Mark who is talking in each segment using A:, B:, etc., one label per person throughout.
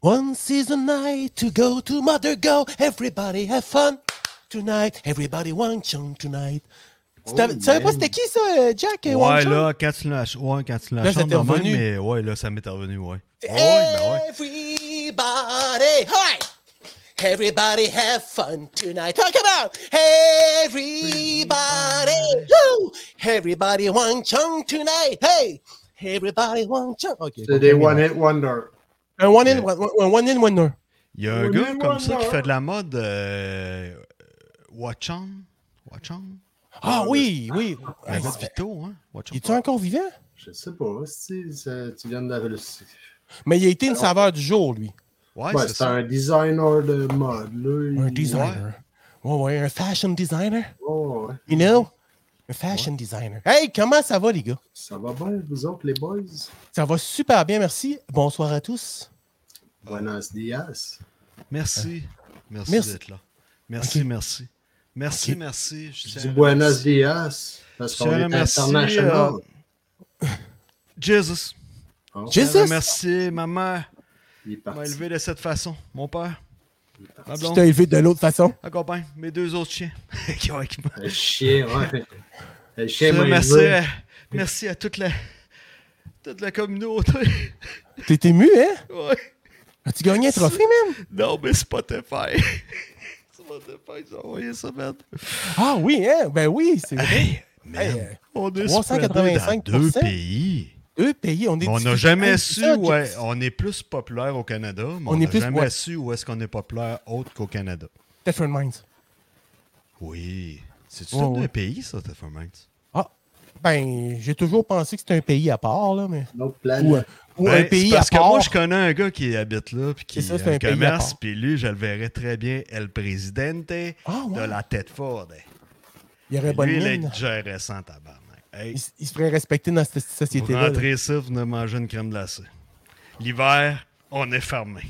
A: One season night to go to Mother Go. Everybody have fun tonight. Everybody one chunk tonight. Tu t'avais- tu savais pas c'était qui ça, euh, Jack? et
B: Ouais,
A: One Chunk?
B: là, quand tu l'as ouais, quand tu l'as
A: Là,
B: chanté
A: c'était
B: de même,
A: revenu.
B: mais ouais, là, ça m'est revenu, ouais.
A: Eh!
B: Ouais, ben ouais.
A: Everybody, hi! Everybody have fun tonight. Oh, come on! Everybody, woo! Everybody one chunk tonight. Hey! Everybody one chunk. Okay.
C: C'est des One Hit Wonder.
A: Un one in, one, one- one in, one no.
B: Il y a un
C: Oui,
B: gars
C: oui,
B: comme
C: oui,
B: ça
C: oui.
B: qui fait de la mode. Euh, Watchon. Watchon.
A: Ah oui, oui.
B: La
A: Hey,
B: mode Vito, hein. Watchon.
A: Il est encore vivant?
C: Je sais pas si ça- tu viens de la
A: Mais il a été une saveur du jour, lui.
B: Ouais,
C: Ouais,
B: c'est
C: c'est
B: ça.
C: un designer de mode. Là,
A: Un
C: il-
A: designer. Ouais, ouais, un fashion designer.
C: Ouais, ouais.
A: You know? Un fashion designer. Hey, comment ça va, les gars?
C: Ça va bien, vous autres, les boys?
A: Ça va super bien, merci. Bonsoir à tous.
C: Buenos dias.
B: Merci. Merci,
A: Merci.
B: d'être là. Merci,
A: Ok.
B: merci. Merci,
A: Ok.
B: merci. Je
C: Je
B: tiens
C: dis
B: à
C: Buenos dias. Parce
B: Je
C: qu'on est
B: remercie,
C: international.
B: euh, Jesus.
C: Oh,
A: Jesus!
B: Merci, ma mère
C: il est
B: m'a
C: parti.
B: élevé de cette façon. Mon père,
C: il est
B: ma
C: parti.
A: Je
B: blonde,
A: t'ai élevé de l'autre façon.
B: ma compagne, mes deux autres chiens qui ont avec moi.
C: Le chien, ouais. Le
B: Je
C: chien m'a
B: remercie euh,
C: élevé.
B: à, merci à toute la, toute la communauté.
A: T'es ému, hein?
B: Ouais.
A: As-tu gagné un trophée, même?
B: Non, mais Spotify. Spotify, ils ont envoyé ça, man.
A: Ah oui, hein? Ben oui, c'est vrai.
B: Hey,
A: Hey,
B: man,
A: euh,
B: on est
A: 385%.
B: spreadé dans deux pays.
A: deux pays, on est.
B: Mais on n'a
A: difficile.
B: jamais
A: Hey,
B: su
A: ça,
B: où est-
A: Jess.
B: on est plus populaire au Canada, mais
A: On
B: on
A: est
B: n'a
A: plus-
B: jamais
A: ouais.
B: su où est-ce qu'on est populaire autre qu'au Canada.
A: Different Minds.
B: Oui. C'est-tu
A: Ouais,
B: tout
A: ouais.
B: un pays, ça, Teffermint?
A: Ah, ben, j'ai toujours pensé que c'était un pays à part, là, mais.
C: Notre
A: Ou, un-
C: planète.
A: ou
B: Ben,
A: un
B: c'est
A: pays à
B: Parce que moi,
A: part.
B: je connais un gars qui habite là, puis qui
A: C'est ça, c'est
B: a
A: un
B: un
A: pays à
B: commerce,
A: part.
B: puis lui, je le verrais très bien, El Presidente
A: Ah, ouais.
B: de la tête forte.
A: Il y aurait bonne
B: Lui, il
A: mine.
B: est gérait sans tabarnak. Hey,
A: Il, s- il se ferait respecter dans cette
B: vous
A: société-là. là.
B: rentrez ici, vous venez manger une crème glacée. L'hiver, on est fermé.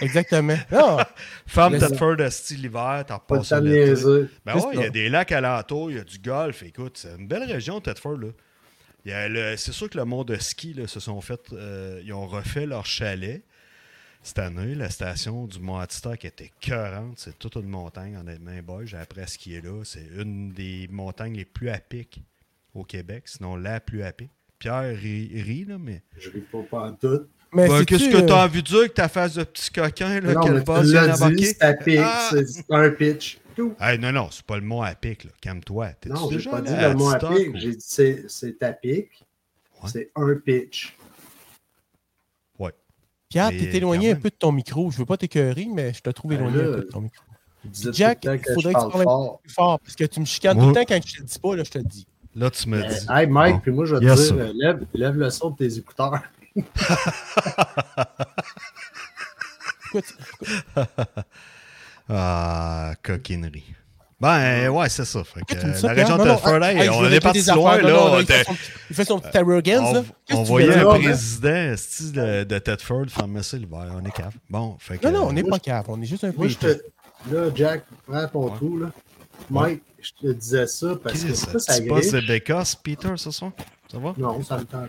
A: Exactement. Ah,
B: Ferme
C: Mais
B: tête
C: ça-
B: forte de style l'hiver, t'en
C: Pas de
B: passes
C: temps
B: une
C: de
B: été.
C: niaiser.
B: Ben
A: Qu'est-ce
B: ouais, il y a des lacs alentours, il y a du golf. Écoute, c'est une belle région, Thetford, là. Il y a le- C'est sûr que le monde de ski, là, se sont fait... euh, ils ont refait leur chalet. Cette année, la station du mont qui était coeurante. C'est toute une montagne, honnêtement, boy. J'ai appris à skier là. C'est une des montagnes les plus à pic au Québec, sinon la plus à pic. Pierre rit, rit, là, mais...
C: Je ris pas pas en tout.
A: mais
B: Ben,
A: c'est-tu,
B: Qu'est-ce que
A: euh,
B: t'as envie de dire que ta face de petit coquin, là,
C: non,
B: qu'elle
C: mais
B: passe,
C: tu
B: vient
C: l'as dit,
B: d'embarquer?
C: c'est à pic.
B: Ah!
C: C'est un pitch. Tout.
B: Hey, non, non, c'est pas le mot à pic, là. Calme-toi. T'es-tu
C: Non, j'ai
B: déjà
C: pas
B: allé
C: dit
B: à
C: le mot à
B: Woodstock
C: pic.
B: ou-
C: J'ai dit c'est- c'est à pic.
B: Ouais.
C: C'est un pitch.
B: Ouais.
A: Pierre,
B: Mais
A: t'es éloigné
B: quand
A: un
B: même.
A: peu de ton micro. Je veux pas t'écœurer, mais je te trouve
C: Ben
A: éloigné
C: là,
A: un peu de ton micro.
C: Vous dites
A: Jack,
C: tout le temps
A: il faudrait
C: je
A: que tu
C: parle
A: parles
C: fort.
A: plus fort, parce que tu me chicanes
B: Ouais.
A: tout le temps quand je te le dis pas, là, je te le dis.
B: Là, tu me dis.
C: Euh, hey Mike,
B: Bon.
C: puis moi je vais te
B: Yes,
C: dire,
B: sir.
C: euh, lève, lève le son de tes écouteurs.
A: Pourquoi tu- pourquoi-
B: Ah, coquinerie.
C: Ah.
B: Ben, ouais, c'est ça. Fait que,
A: pourquoi tu me dis ça,
B: la
A: Pierre?
B: région
A: Non,
B: de
A: non, hein?
B: Telford,
A: hey,
B: hey,
A: hey, je
B: on
A: veux
B: est
A: répéter
B: parti
A: des
B: loin,
A: affaires.
B: là.
A: Non, non,
B: on
A: il, fait
B: était-
A: son, il fait son petit arrogance, là.
B: on,
A: Qu'est-ce que
B: on
A: tu
B: voyait
A: veux,
B: un
A: là?
C: là?
B: président esti, de, de Thetford fermer ça l'hiver. On est cave. Bon, fait que. euh,
A: Non, non, on n'est pas capable. On est juste un peu.
C: Moi je te. Là, Jack, prends ton
B: Ouais.
C: trou là. Mike, je te disais ça parce que
B: Qu'est-ce
C: ça,
B: que
C: ça
B: c'est? Tu passes de
C: griche.
B: Bécasse, Peter, ce soir? Ça va?
C: Non, ça me tente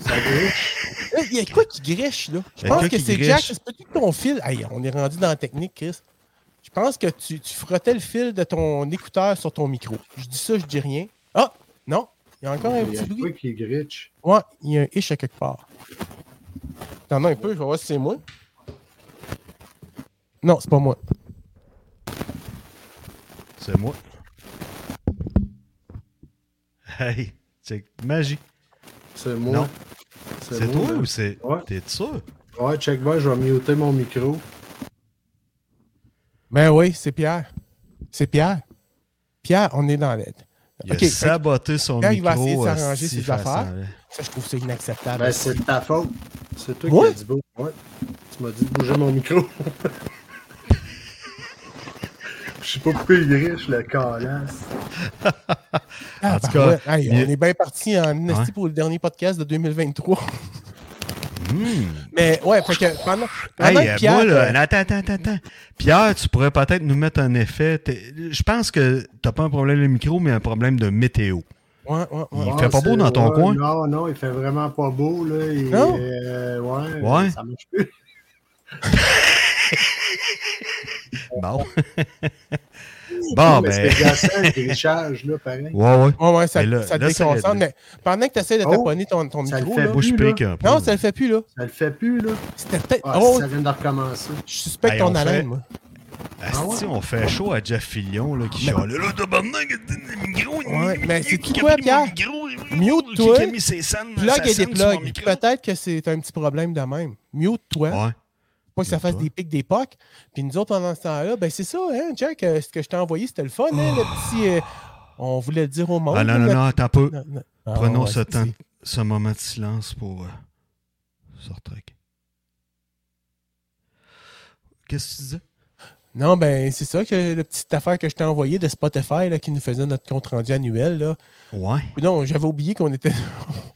C: Ça griche.
A: Hey, Il y a quoi qui griche, là? Je
B: Il y a
A: pense
B: quoi
A: que
B: qui
A: c'est
B: griche?
A: Jack. C'est peut-être ton fil. Hey, on est rendu dans la technique, Chris. Je pense que tu, tu frottais le fil de ton écouteur sur ton micro. Je dis ça, je dis rien. Ah, non. Il y a encore un
C: Il y
A: petit
C: a
A: bruit.
C: quoi qui griche?
A: Ouais, il y a un ish à quelque part. T'en as un peu, je vais voir si c'est moi. Non, c'est pas moi.
B: C'est moi. Hey, c'est magie.
C: C'est moi.
B: Non. C'est
C: moi,
B: toi
C: là.
B: ou c'est.
C: Ouais.
B: T'es sûr?
C: Ouais, check bien, je vais muter mon micro.
A: Ben oui, c'est Pierre. C'est Pierre. Pierre, on est dans l'aide.
B: Il
A: Ok, fait
B: a saboté son
A: quand il
B: micro.
A: va essayer de s'arranger
B: esti,
A: ses
B: face à-
A: affaires. ça, je trouve ça inacceptable.
C: Ben c'est de ta faute. C'est toi
A: Ouais.
C: qui as dit beau. Ouais. Tu m'as dit de bouger mon micro. Je sais pas pourquoi il griche le calasse.
A: Ah,
B: En tout
A: ben ouais.
B: cas,
A: Hey,
B: il-
A: on est bien parti en esti
B: Ouais.
A: pour le dernier podcast de 2023. Mais ouais, fait que pendant, pendant
B: Hey,
A: que
B: euh,
A: Pierre,
B: moi, là,
A: euh,
B: attends, attends, attends, attends. Pierre, tu pourrais peut-être nous mettre un effet. T'es- Je pense que t'as pas un problème de micro, mais un problème de météo.
A: ouais, ouais, ouais.
B: Il fait pas beau dans ton coin?
C: Non, non, il fait vraiment pas beau. Là. Il,
A: Non?
C: euh, ouais,
B: Ouais.
C: Ça marche plus.
B: Bon.
C: Non,
B: bon,
C: mais
B: ben.
C: c'est glaçant, le grichage, là, pareil.
B: Ouais, ouais.
A: Ouais, ouais, ça,
B: Mais là-
A: ça te
B: là, ça
A: déconcentre.
B: l'aide.
A: Mais pendant que tu essaies de
C: Oh,
A: taponner ton, ton
C: ça le
A: micro,
C: fait
A: là.
B: Bouche
C: plus, là.
B: pique un peu.
A: Non, ça le fait plus, là.
C: Ça le fait plus, là.
A: C'était peut-être.
C: Ah,
A: oh,
C: ça vient de recommencer.
A: je suspecte
B: Hey,
A: ton
B: on
A: haleine,
B: fait-
A: moi.
B: Asti, Ah, on fait chaud à Jeff Fillion là, qui chiale. Là, tabarnak, le micro, il-
A: Ouais, mais
B: il-
A: c'est
B: qui a
A: quoi,
B: pris mon
A: Pierre?
B: micro, il-
A: Mute-toi.
B: qui a mis ses scènes- sa
A: Plug et
B: scène sur mon
A: déplug.
B: micro.
A: Peut-être hein? que c'est un petit problème de même. Mute toi,
B: Ouais.
A: pas que ça fasse
B: mute-toi.
A: des pics des pocs. Puis nous autres, pendant ce temps-là, ben c'est ça, hein, Jack, euh, ce que je t'ai envoyé, c'était le fun, hein, le petit. euh, on voulait le dire au monde.
B: Oh. Ah non,
A: là,
B: non,
A: notre-
B: non, attends un peu.
A: Oh, Non, non. Ah,
B: Prenons
A: ouais,
B: ce
A: c'est-
B: temps, ce moment de silence pour euh, Star Trek. Qu'est-ce que tu disais?
A: Non, ben c'est ça que la petite affaire que je t'ai envoyée de Spotify là, qui nous faisait notre compte rendu annuel. Là.
B: Ouais.
A: Non, j'avais oublié qu'on était.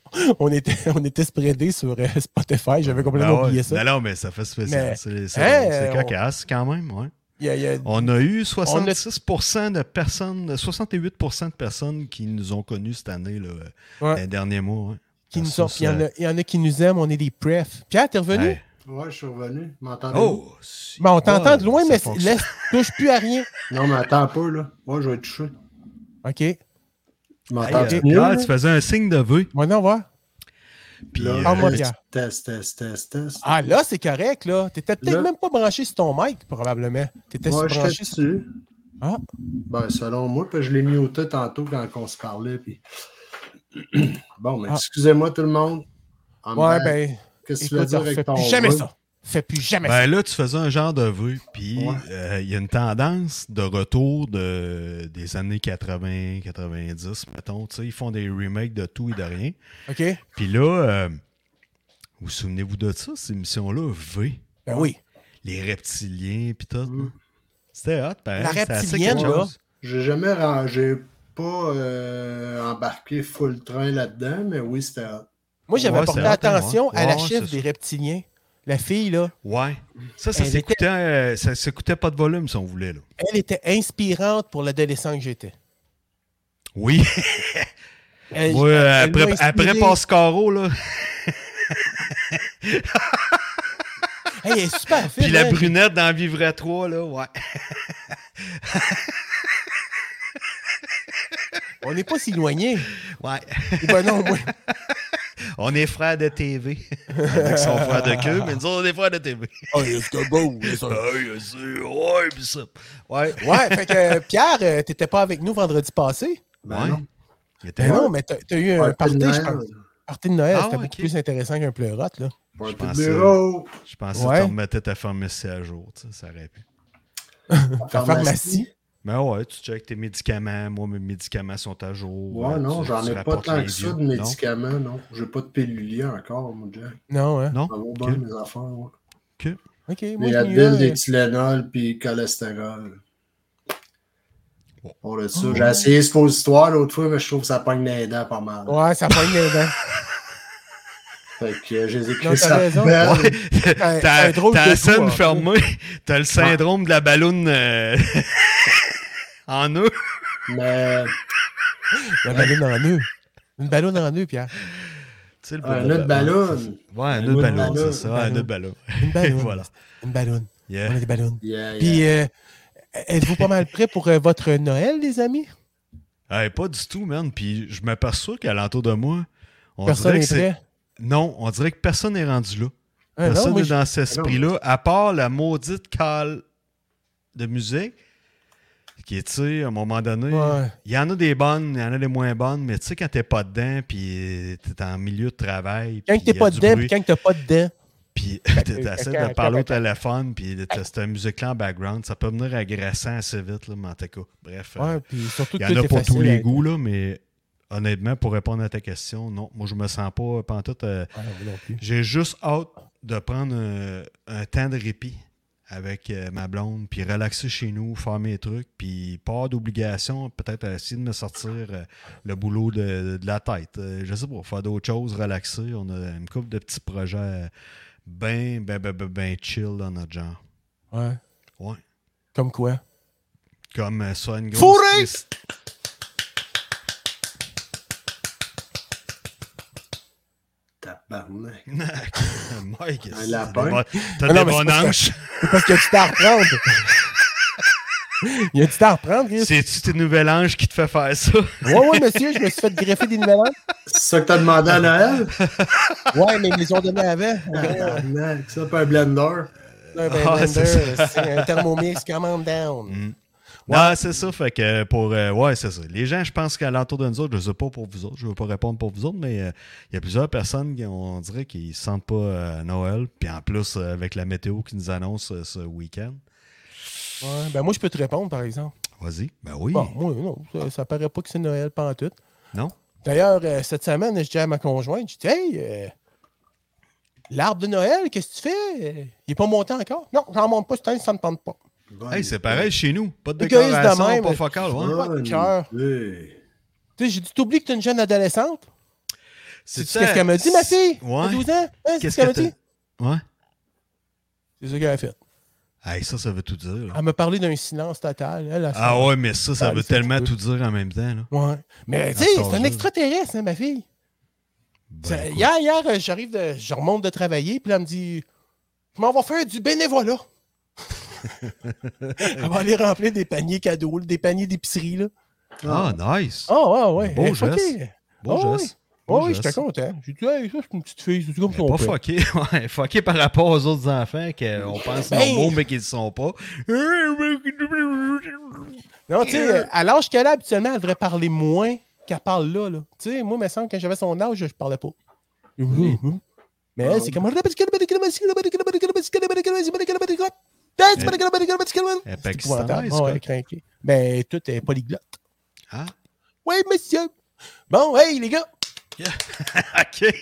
A: on était on était spreadés sur euh, Spotify. J'avais complètement
B: Ah ouais.
A: oublié ça.
B: Non, non, mais ça fait spécial.
A: Mais-
B: C'est c'est-
A: Hey,
B: c'est
A: on-
B: cocasse quand même, ouais.
A: Il y a- il y a-
B: On a eu 66% de personnes, 68% de personnes qui nous ont connus cette année, là,
A: Ouais.
B: les derniers mois. ouais. Ah,
A: qui
B: La
A: nous
B: source,
A: ont- il y en a- il y en a qui nous aiment, on est des prefs. Pierre, t'es revenu?
B: Hey.
C: Ouais, je suis revenu. M'entendez?
B: Oh! si.
A: Ben, on t'entend de
B: Ouais,
A: loin,
B: ça
A: mais
B: fonctionne.
A: laisse, touche plus à rien.
C: Non, mais attends un peu, là. Moi, je vais être touché.
A: OK.
C: Tu
B: Hey,
C: m'entends
B: euh,
A: Attends,
C: mieux?
B: Pierre,
C: là?
B: tu faisais un signe de vœu.
A: Maintenant, on va.
B: Puis,
C: Là,
B: euh,
A: Ah, moi,
C: test,
A: Pierre.
C: Test, test, test, test.
A: Ah, là, c'est correct, là. T'étais peut-être
C: Là.
A: même pas branché sur ton mic, probablement. T'étais
C: Moi,
A: sur
C: j'étais
A: branché sur...
C: dessus.
A: Ah.
C: Ben, selon moi, puis je l'ai mis au taux tantôt quand on se parlait. Puis... bon, mais
A: Ah.
C: excusez-moi tout le monde. En
A: Ouais,
C: même-
A: ben,
C: qu'est-ce que tu veux
A: écoute,
C: dire
A: on
C: avec
A: fait
C: ton.
A: plus jamais
C: vœu?
A: ça. Fais plus jamais ça.
B: ben là, tu faisais un genre de vœu, puis
C: Ouais.
B: euh, il y a une tendance de retour de, des années 80, 90, mettons. tu sais, Ils font des remakes de tout et de rien.
A: OK?
B: Puis là, euh, vous souvenez-vous de ça, cette émission-là, V?
A: Ben oui.
B: les reptiliens puis tout.
C: Mm.
B: hein. C'était hot, pareil.
A: La
B: c'était assez
A: reptilienne,
B: quelque
A: là.
B: chose.
C: J'ai jamais rangé, pas euh, embarqué full train là-dedans, mais oui, c'était. hot.
A: Moi, j'avais
B: Ouais,
A: porté
B: c'est hot, hein,
A: attention
B: ouais.
A: à la
B: Ouais,
A: chef
B: c'est
A: des
B: ça.
A: reptiliens. La fille, là,
B: Ouais. Ça, ça
A: Elle
B: s'écoutait, euh, ça s'écoutait pas de volume si on voulait, là.
A: elle était inspirante pour l'adolescent que j'étais.
B: Oui.
A: Elle-
B: Ouais,
A: elle m'a
B: après,
A: inspiré.
B: après Pascaro, là.
A: Hey, elle est super fine.
B: Puis la
A: hein.
B: brunette dans Vivre à trois, là, ouais.
A: On n'est pas si éloignés.
B: Ouais.
A: ben non, moi.
B: On est frères de TV. Avec son frère de queue, mais nous autres, on est frères de Ah, TV.
A: Oh, c'est beau.
B: Ouais, c'est- ouais, pis ça. Ouais.
A: Ouais, fait que euh, Pierre, euh, t'étais pas avec nous vendredi passé.
C: Ben
B: Ouais.
C: non.
B: Il était
A: Ben
B: hot.
A: non, mais t'as t'as eu un
C: Party
A: party,
C: de
A: je
C: Noël,
A: pense. Party de Noël,
B: Ah,
A: c'était
B: ouais,
A: beaucoup
B: ok.
A: plus intéressant qu'un pleurote, là.
C: party de
B: pensais-
C: bureau,
B: Je pensais
A: Ouais.
B: que tu remettais ta pharmacie à jour, tu sais, ça aurait pu.
A: La pharmacie.
B: Mais ouais, tu checkes tes médicaments. Moi, mes médicaments sont à jour.
C: Ouais, non,
B: tu-
C: j'en
B: tu
C: ai pas
B: rapportes
C: tant
B: les
C: que ça
B: vieux.
C: de
B: Non?
C: médicaments, non. J'ai pas de pilulier encore, mon Jack.
A: Non, hein.
B: Non?
C: Ça va
B: Ok.
C: bien, mes affaires, ouais.
A: OK, moi,
C: Des
A: je n'ai
C: Advil,
A: eu
C: des
A: un-
C: Tylenol, puis cholestérol.
B: Bon.
C: Pour le ça,
A: Oh.
C: j'ai essayé ce positoire l'autre fois, mais je trouve que ça pogne les dents pas mal.
A: Ouais, ça pogne les dents.
C: Fait que euh, j'ai
A: Non,
C: écrit
A: t'as
C: ça.
A: raison.
B: Ouais,
A: un- un
B: t'as
A: drôle
B: t'as
A: de
B: la
A: coup, en
B: scène
C: hein.
A: fait.
B: fermée, t'as le syndrome de la balloune euh, en eux.
C: Mais euh,
A: La ballonne en nœud. Une ballonne en nœud, Pierre.
B: Tu sais, le
C: un
B: bout de
C: autre
B: la-
C: ballon,
B: Ouais, un
A: Un
B: autre
A: autre
B: ballon,
C: ballon.
B: c'est ça, un autre ballon.
A: Une ballonne.
B: Voilà.
A: Une ballonne. On
B: Yeah.
A: a des ballons.
C: yeah, yeah.
A: Puis, euh, êtes-vous pas mal prêts pour euh, votre Noël, les amis?
B: Hey, pas du tout, man. Puis je m'aperçois qu'à l'entour de moi, on
A: Personne
B: dirait que
A: n'est
B: c'est.
A: prêt.
B: Non, on dirait que personne n'est rendu là.
A: Ah,
B: personne
A: non, moi,
B: n'est
A: je-
B: dans cet esprit-là, à part la maudite cale de musique, qui est, tu sais, à un moment donné,
A: Ouais.
B: il y en a des bonnes, il y en a des moins bonnes, mais tu sais, quand t'es pas dedans, puis t'es en milieu de travail,
A: Quand
B: puis
A: t'es
B: il y a
A: pas
B: du
A: dedans,
B: bruit,
A: puis quand t'as pas dedans.
B: puis
A: que-
B: t'essaies
A: quand-
B: de
A: quand-
B: parler au téléphone, puis t'as cette musique-là en background, ça peut venir agressant assez vite, là, mais en tout cas, bref, euh,
A: Ouais, puis surtout
B: il
A: tout
B: y en a
A: est
B: pour tous
A: facile
B: les
A: à-
B: goûts, là, mais honnêtement, pour répondre à ta question, non, moi, je me sens pas, euh, pantoute, euh,
A: Ouais, moi non plus.
B: j'ai juste hâte de prendre un, un temps de répit avec euh, ma blonde, puis relaxer chez nous, faire mes trucs, puis pas avoir d'obligation, peut-être essayer de me sortir euh, le boulot de, de la tête. Euh, je sais pas, faire d'autres choses, relaxer. On a une couple de petits projets euh, ben, ben, ben, ben, ben chill dans notre genre.
A: Ouais.
B: Ouais.
A: Comme quoi?
B: Comme euh, ça, une grosse...
A: Fourré!
B: triste-
C: T'as Tabarnak.
B: Mike,
C: Un
B: c'est des
C: lapin.
B: bon-
A: Ah
B: T'as
A: non,
B: des
A: mais c'est
B: bonnes
A: parce que-
B: hanches.
A: C'est parce que tu t'as à reprendre. Il y a du temps à reprendre, Chris.
B: C'est-tu tes nouvelles hanches qui te fait faire ça?
A: Ouais, ouais, monsieur, je me suis fait greffer des nouvelles hanches.
C: C'est ça que t'as demandé à Noël?
A: Ouais, mais ils me les ont donné avant.
C: Tabarnak, ça, pas un blender.
A: Un
B: Ah,
A: blender,
B: c'est ça.
A: ben, c'est un thermomix, come on down.
B: Non, c'est ça. Fait que pour. euh, ouais, c'est ça. Les gens, je pense qu'à l'entour de nous autres, je sais pas pour vous autres, je veux pas répondre pour vous autres, mais euh, il y a plusieurs personnes qui, ont- on dirait, qui se sentent pas euh, Noël. Puis en plus, euh, avec la météo qui nous annonce euh, ce week-end.
A: Ouais, ben moi, je peux te répondre, par exemple.
B: Vas-y. Ben oui.
A: Bon, moi, non, ça, ça paraît pas que c'est Noël pantoute.
B: Non?
A: D'ailleurs, euh, cette semaine, je dis à ma conjointe, je dis Hey, euh, l'arbre de Noël, qu'est-ce que tu fais? Euh, Il est pas monté encore? Non, j'en monte pas cette année, ça me tente pas.
C: Bon,
B: Hey, c'est pareil chez nous. Pas de
A: Égoïste de
B: décoration,
A: même.
B: pas focal. ouais.
A: pas de cœur.
C: idée.
A: Tu sais, j'ai dit T'oublies que t'es une jeune adolescente? C'est
B: ça-
A: ce qu'elle m'a dit, ma fille?
B: Ouais.
A: À 12 ans? Hein, c'est ce
B: Qu'est-ce
A: qu'elle
B: que
A: m'a dit?
B: t'as- Ouais.
A: C'est ça qu'elle a fait.
B: Hey, ça, ça veut tout dire. là.
A: Elle m'a parlé d'un silence total. Elle, elle
B: Ah ouais, mais ça, ça
A: Ah,
B: veut
A: c'est un
B: tellement
A: petit
B: tout dire en même temps. Là.
A: Ouais. Mais tu
B: À
A: sais,
B: cet
A: c'est un
B: âge-là.
A: extraterrestre, hein, ma fille.
B: Ah, Ben,
A: Ça-
B: écoute.
A: hier, hier, euh, j'arrive de. Je remonte de travailler, puis là, elle me dit Je m'en vais faire du bénévolat. elle va aller remplir des paniers cadeaux, des paniers d'épicerie, là.
B: Ah, nice.
A: Ah, ouais, ouais.
B: Beau
A: Elle est
B: geste.
A: choquée.
B: Bon
A: ah,
B: geste.
A: Ouais,
B: Bon
A: oui,
B: geste.
A: j'étais content. J'ai dit, hey, ça, c'est une petite fille, c'est comme
B: Mais
A: son
B: pas
A: père.
B: fucké, ouais, fucké par rapport aux autres enfants qu'on pense
A: Ben-
B: normaux mais qu'ils ne sont pas. Eh,
A: Non, tu sais, euh, à l'âge qu'elle a, habituellement, elle devrait parler moins qu'elle parle là, là. Tu sais, moi, il me semble, quand j'avais son âge, je parlais pas. Mais elle, c'est comme.
B: Eh,
A: C'est
B: pakistanaise,
A: épouvantable. Ah,
B: quoi.
A: Ouais, craqué. Ben, tout est polyglotte.
B: Ah,
A: Oui, monsieur. Bon, hey, les gars,
B: Ah, ok.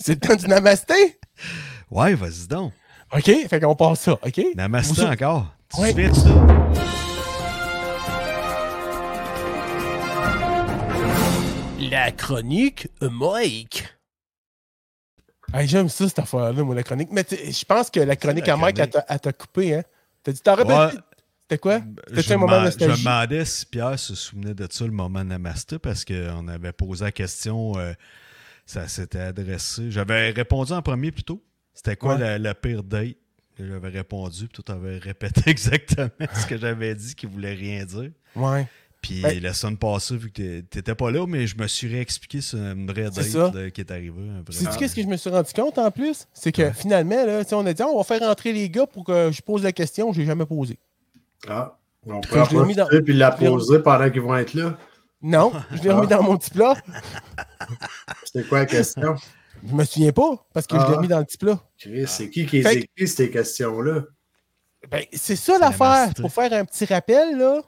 A: c'est le temps du namasté.
B: Ouais, vas-y donc.
A: OK, fait qu'on passe ça, OK?
B: Namasté
A: Vous-
B: encore. Tu te
A: Ouais.
B: souviens de ça?
A: La chronique Mike. J'aime ça, cette affaire-là, moi, la chronique. Mais tu- je pense que la chronique
B: la
A: à Mike, elle
B: chronique.
A: t'a- elle t'a coupé, hein? T'as dit, t'en rappelles?
B: Ouais.
A: C'était quoi? C'était
B: Ben, Je,
A: un moment de
B: me- je me
A: nostalgie.
B: demandais si Pierre se souvenait de ça, le moment Namasté, parce qu'on avait posé la question, euh, ça s'était adressé. J'avais répondu en premier plutôt. C'était quoi
A: Ouais.
B: la, la pire date? J'avais répondu, puis tout avait répété exactement ce que j'avais dit, qu'il voulait rien dire.
A: Ouais.
B: Puis
A: Ben-
B: la semaine passée, vu que t'é- t'étais pas là, mais je me suis réexpliqué sur une vraie
A: C'est
B: date
A: ça.
B: de- qui est arrivée. un vrai-
A: Sais-tu qu'est-ce que je me suis rendu compte en plus? C'est que finalement, là, tu sais, on a dit, Ah, on va faire rentrer les gars pour que je pose la question, je l'ai jamais posée.
C: Ah, on peut
A: l'ai
C: en
A: remis dans-
C: profiter puis la
A: je l'ai remis-
C: poser pendant qu'ils vont être là.
A: Non, je l'ai
C: Ah.
A: remis dans mon petit plat.
C: C'était quoi la question?
A: Je me souviens pas parce que je l'ai
C: Ah.
A: remis dans le petit plat.
C: Chris, c'est qui qui les
A: Fait que-
C: écrit ces questions-là?
A: Ben, c'est ça l'affaire.
B: masterie.
A: Pour faire un petit rappel, là,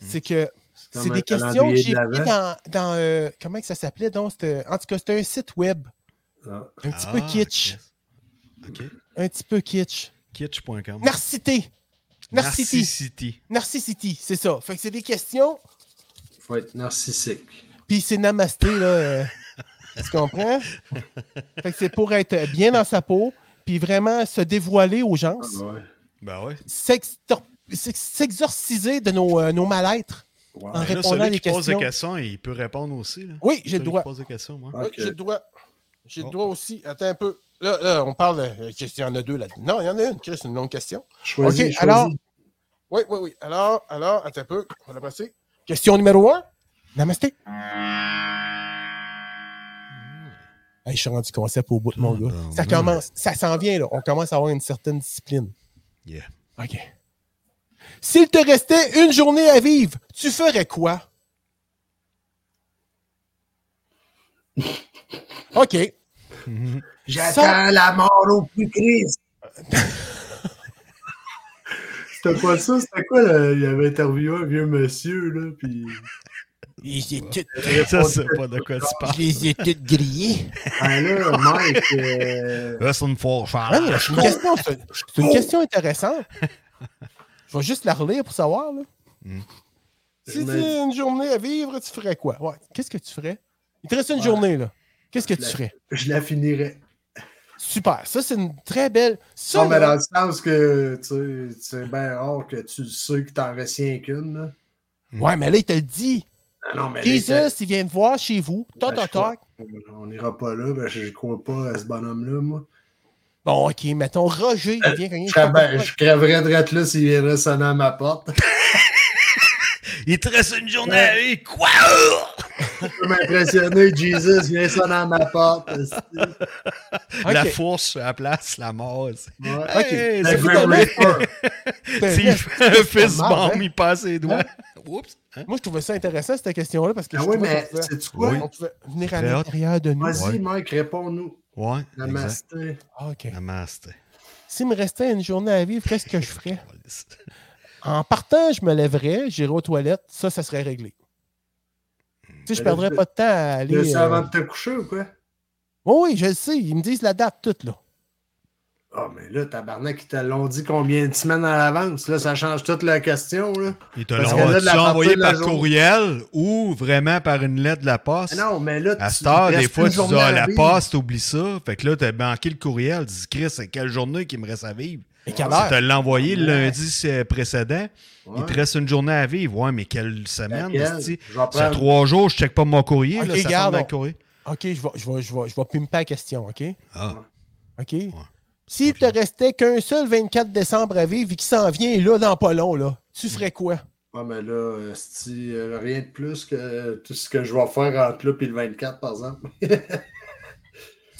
A: c'est que
C: comme
A: c'est
C: un
A: des questions que
C: calendrier de
A: j'ai pris
C: l'Avent.
A: dans. dans, euh, comment que ça s'appelait donc? C'était- En tout cas, c'était un site web.
C: Ah.
A: Un petit peu
B: Ah,
A: kitsch.
B: OK. Ok.
A: Un petit peu kitsch.
B: Kitsch.com.
A: Narcité. Narcity.
B: Narcissity.
A: Narcissity, c'est ça. Fait que c'est des questions,
C: Faut être narcissique.
A: puis c'est namasté, là. euh, tu comprends? Fait que c'est pour être bien dans sa peau, puis vraiment se dévoiler aux gens,
C: Ah, ouais.
B: Ben ouais.
A: s'extor- s'ex- s'exorciser de nos, euh, nos mal-être.
C: Wow.
A: En
B: Ben là,
A: répondant
B: celui
A: à des
B: qui pose des
A: questions.
B: questions, il peut répondre aussi. Là.
A: Oui, j'ai
B: Celui
A: le droit.
B: qui pose des questions, moi.
A: Oui,
C: Ah, Ok.
A: J'ai le droit. J'ai le
B: Bon.
A: droit aussi. Attends un peu. Là, là, on parle. euh, Christian, Il y en a deux là Non, il y en a une. Chris, une longue question.
C: Choisis,
A: Ok,
C: choisis.
A: alors- Oui, oui, oui. Alors, alors, attends un peu. On va la passer. Question numéro un. Namasté. Hey, je suis rendu concept au bout de mon gars. Ça
B: Tabarnak.
A: commence. Ça s'en vient, là. On commence à avoir une certaine discipline.
B: Yeah.
A: OK. S'il te restait une journée à vivre, tu ferais quoi? OK.
C: J'attends la mort au plus Christ. C'était pas ça, c'était quoi? là? Il avait interviewé un vieux monsieur, là, puis...
A: Ils étaient
B: Ça, c'est pas de quoi tu
A: Je
B: parles.
A: les ai toutes grillées.
C: Ah là, Mike, euh,
B: Là, c'est une foire chère.
A: Hein, c'est une question, c'est- c'est une question intéressante. Je vais juste la relire pour savoir. Là.
B: Mm.
A: Si tu
C: Mais-
A: avais une journée à vivre, tu ferais quoi? Ouais. Qu'est-ce que tu ferais? Il te reste une journée, là. Qu'est-ce que tu
C: La-
A: ferais?
C: je la finirais.
A: Super. Ça, c'est une très belle. Ça,
C: Non, mais
A: là,
C: dans le sens que, tu sais, c'est bien rare que tu sais que t'en restes rien qu'une, là.
A: Ouais, mais là, il te le dit.
C: Ah non, mais... là,
A: Jesus, il vient me voir chez vous. Toc,
C: Ben, je
A: toc, toc.
C: On n'ira pas là, ben, je ne crois pas à ce bonhomme-là, moi.
A: Bon, ok, mettons Roger, il vient gagner.
C: Je, crèverais- ben, je crèverais de rate là s'il viendrait sonner à ma porte.
B: Il te reste une journée à lui. Quoi?
C: Je peux m'impressionner, Jesus, viens sonner à ma porte. esti.
B: La
A: Ok.
B: fourche à la place, la mort. c'est-
C: Ouais.
A: Ok,
B: Hey,
C: Le
B: c'est Ah
A: vous
C: Grim
A: donne-
C: Reaper.
A: Ben, C'est-
B: S'il fait un fist
A: mal,
B: bomb,
A: hein?
B: il passe les doigts. Oups. Hein?
A: Moi, je trouvais ça intéressant, cette question-là, parce que
C: Ah
A: je
C: oui,
A: trouvais
C: mais
A: qu'on pouvait-
C: c'est quoi?
B: Oui.
A: on pouvait venir à
B: Très hot.
A: l'intérieur de nous.
C: Vas-y,
B: Ouais.
C: Mike, réponds-nous.
B: Ouais. exact.
C: Namasté.
A: Ah, OK.
B: Namasté.
A: S'il me restait une journée à vivre, qu'est-ce que je ferais?
B: Calice.
A: En partant, je me lèverais, j'irais aux toilettes, ça, ça serait réglé. Tu sais, je
C: Mais là,
A: perdrais
C: tu-
A: pas de temps à
C: Tu le
A: aller.
C: sais
A: euh,
C: avant de te coucher ou quoi?
A: Oui, oui, je le sais. Ils me disent la date toute, là.
C: Ah, mais là, tabarnak, ils te l'ont dit combien de semaines à l'avance. Là, ça change toute la question, là.
B: Ils te
C: Parce
B: l'ont
C: que là, de la
B: tu l'as
C: partie
B: envoyé
C: de la
B: par
C: journée-
B: courriel ou vraiment par une lettre de la poste.
C: Mais non, mais là,
B: À
C: tu-
B: cette heure,
C: il
B: des
C: reste
B: fois,
C: une
B: tu dis
C: journée
B: ah,
C: à
B: la
C: vivre.
B: passe, t'oublies ça. Fait que là, t'as manqué le courriel. Tu dis Chris, c'est quelle journée qu'il me reste à vivre
A: Et
B: Tu
A: quelle
B: te
A: heure?
B: l'as envoyé le
C: Ouais.
B: lundi euh, précédent. Il
C: Ouais.
B: te reste une journée à vivre. Ouais, mais quelle semaine
C: Laquelle?
B: esti?
C: Je vais
B: C'est
C: prendre-
B: trois jours, je check pas mon courrier.
A: Ok,
B: là, ça
A: garde,
B: tombe dans
A: on-
B: le courrier.
A: OK, je vais, je, vais, je, vais, je vais pimper la question, OK?
B: Ah,
A: OK? S'il te restait qu'un seul 24 décembre à vivre et qui s'en vient là dans pas long, là,
B: Mm.
A: tu ferais quoi?
C: Ouais, Ah, mais là, esti, euh, rien de plus que euh, tout ce que je vais faire entre là et le 24, par exemple.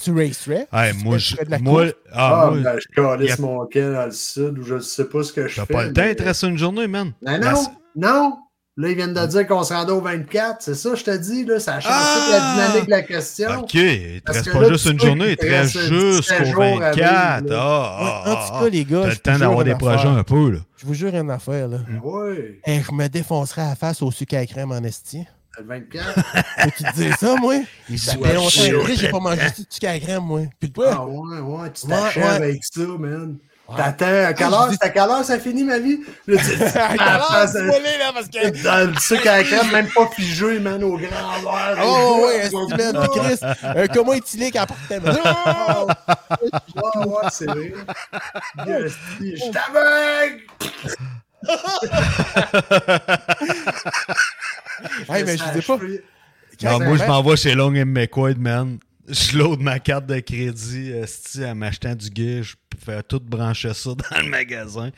A: Tu racerais?
B: Ah. Hey,
A: Tu
B: moi,
A: ferais-
B: je.
A: tu ferais de la
B: Moi,
A: course?
B: ah,
C: Ah,
B: moi,
C: ben, je calisse
B: Yep.
C: mon camp dans le sud ou je ne sais pas ce que je
B: t'as
C: fais.
B: pas le temps,
C: mais-
B: il te reste une journée, man.
C: Mais
B: La-
C: Ben non, non. Là, ils viennent de dire qu'on se rendait au 24. C'est ça, je te dis, là, ça change
B: Ah!
C: toute la dynamique de la question.
B: Ok, il te
C: Parce
B: reste
C: que
B: pas
C: là,
B: juste
C: tu
B: une
C: sais
B: journée, il
C: qu'il
B: te
C: te
B: reste
C: reste un petit
B: jusqu'au
C: jour à vivre,
B: 24.
C: là.
B: Ah,
A: Ouais,
B: ah,
A: en tout
B: ah.
A: cas, les gars,
B: T'as
A: je
B: le
A: vous
B: temps
A: jure
B: d'avoir
A: une
B: des
A: affaire.
B: projets un peu, là.
A: Je vous jure une affaire, là.
C: Oui,
A: Eh, je me défoncerais à la face au sucre à la crème en esti.
C: le 24.
A: Peux-tu te dire ça, moi?
B: Il
A: Ça fait longtemps que j'ai pas mangé du sucre à la crème, moi. Puis de quoi?
C: ah ouais, ouais, tu
A: Ouais,
C: t'achèves
A: ouais.
C: avec ça, man. T'attends, à
A: Ah,
C: quelle
A: je
C: heure,
A: dis-
C: c'est à quelle heure ça finit ma vie? Là, tu
A: Ah,
C: Ah,
A: alors,
C: ça-
A: c'est volé, là, parce que...
C: dans le sucre à la crème, même pas figé, man, au grand verre.
A: Oh, ouais, esti, man, puis Chris, Euh, un coma éthylique à portée. Ah!
C: Ouais, ouais, c'est vrai. Esti, Je t'aveugle!
A: Hey, mais je vous ai pas...
B: Non, moi, je
A: Quand-
B: m'en vais chez Long McQuaid, man. Je load ma carte de crédit euh, sti, en m'achetant du guet. Je fais tout brancher ça dans le magasin.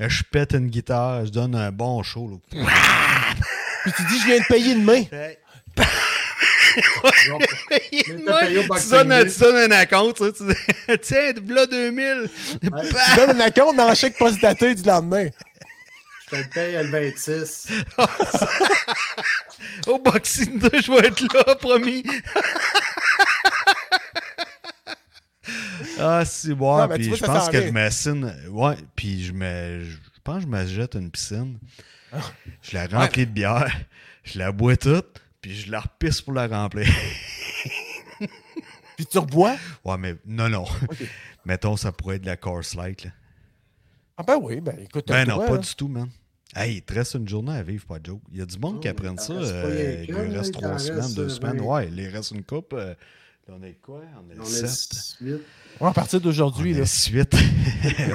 B: Euh, Je pète une guitare. Je donne un bon show. là.
A: Puis tu dis, je viens de payer demain.
C: payé au
B: tu,
C: Boxing
B: donnes,
C: Day.
B: tu donnes un account. tu sais, tu dis, Tiens, voilà 2000.
A: Tu donnes un compte dans chaque poste daté du lendemain.
C: Je te le paye à le 26.
B: Au Boxing Day, je vais être là, promis. ah, c'est bon.
A: Non, mais tu
B: puis
A: vois,
B: je
A: ça
B: pense
A: s'en
B: que
A: vient.
B: je m'assine. Ouais, puis je me. Je pense que je me jette une piscine. Je la remplis de bière. Je la bois toute. Puis je la repisse pour la remplir.
A: Puis tu rebois.
B: Ouais, mais non, non. Mettons, ça pourrait être de la course light. là.
A: Ah ben oui, ben écoute. t'as
B: Ben non,
A: le droit,
B: pas
A: là.
B: du tout, man. Hey, il te reste une journée à vivre, pas de joke. Il y a du monde qui
C: Oh,
B: apprennent
C: il
B: ça.
C: t'en reste pas
B: euh,
C: rien
B: il
C: qu'un,
B: lui
C: là,
B: reste
C: il t'en
B: trois semaines,
C: reste,
B: deux
C: euh,
B: semaines.
C: vingt.
B: Ouais, il lui reste une coupe. euh, on est quoi? On est
C: On
B: le
C: est le
B: 7.
C: 18.
A: Ouais, à partir d'aujourd'hui,
B: On est
A: là.
B: le 8.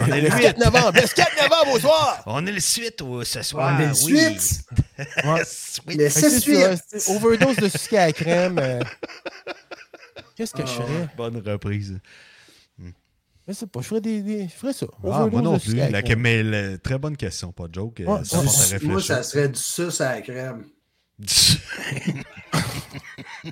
B: on est
A: Le
B: le
A: 4
B: 8.
A: novembre. Le 4 novembre au soir.
B: On est le 8 au- ce soir.
C: On est le
B: Ah, oui.
C: 8.
A: Ouais.
B: Oui.
C: Le
A: Fait que
C: 6
A: c'est
C: 8.
A: ça, c'est Overdose de sucre à la crème. euh. Qu'est-ce que je
C: Ah,
A: ferais?
B: Bonne reprise.
A: Je sais pas, je ferais des. des- Je ferais ça.
B: Ah, moi
A: Overdose
B: non
A: de
B: plus.
A: sucre à la
B: La-
A: crème.
B: mais le- très bonne question, pas de joke. euh,
A: Ouais,
B: ça
A: ouais.
B: porte à
C: Ah, Moi, ça
B: réfléchir.
C: serait du sucre à la crème.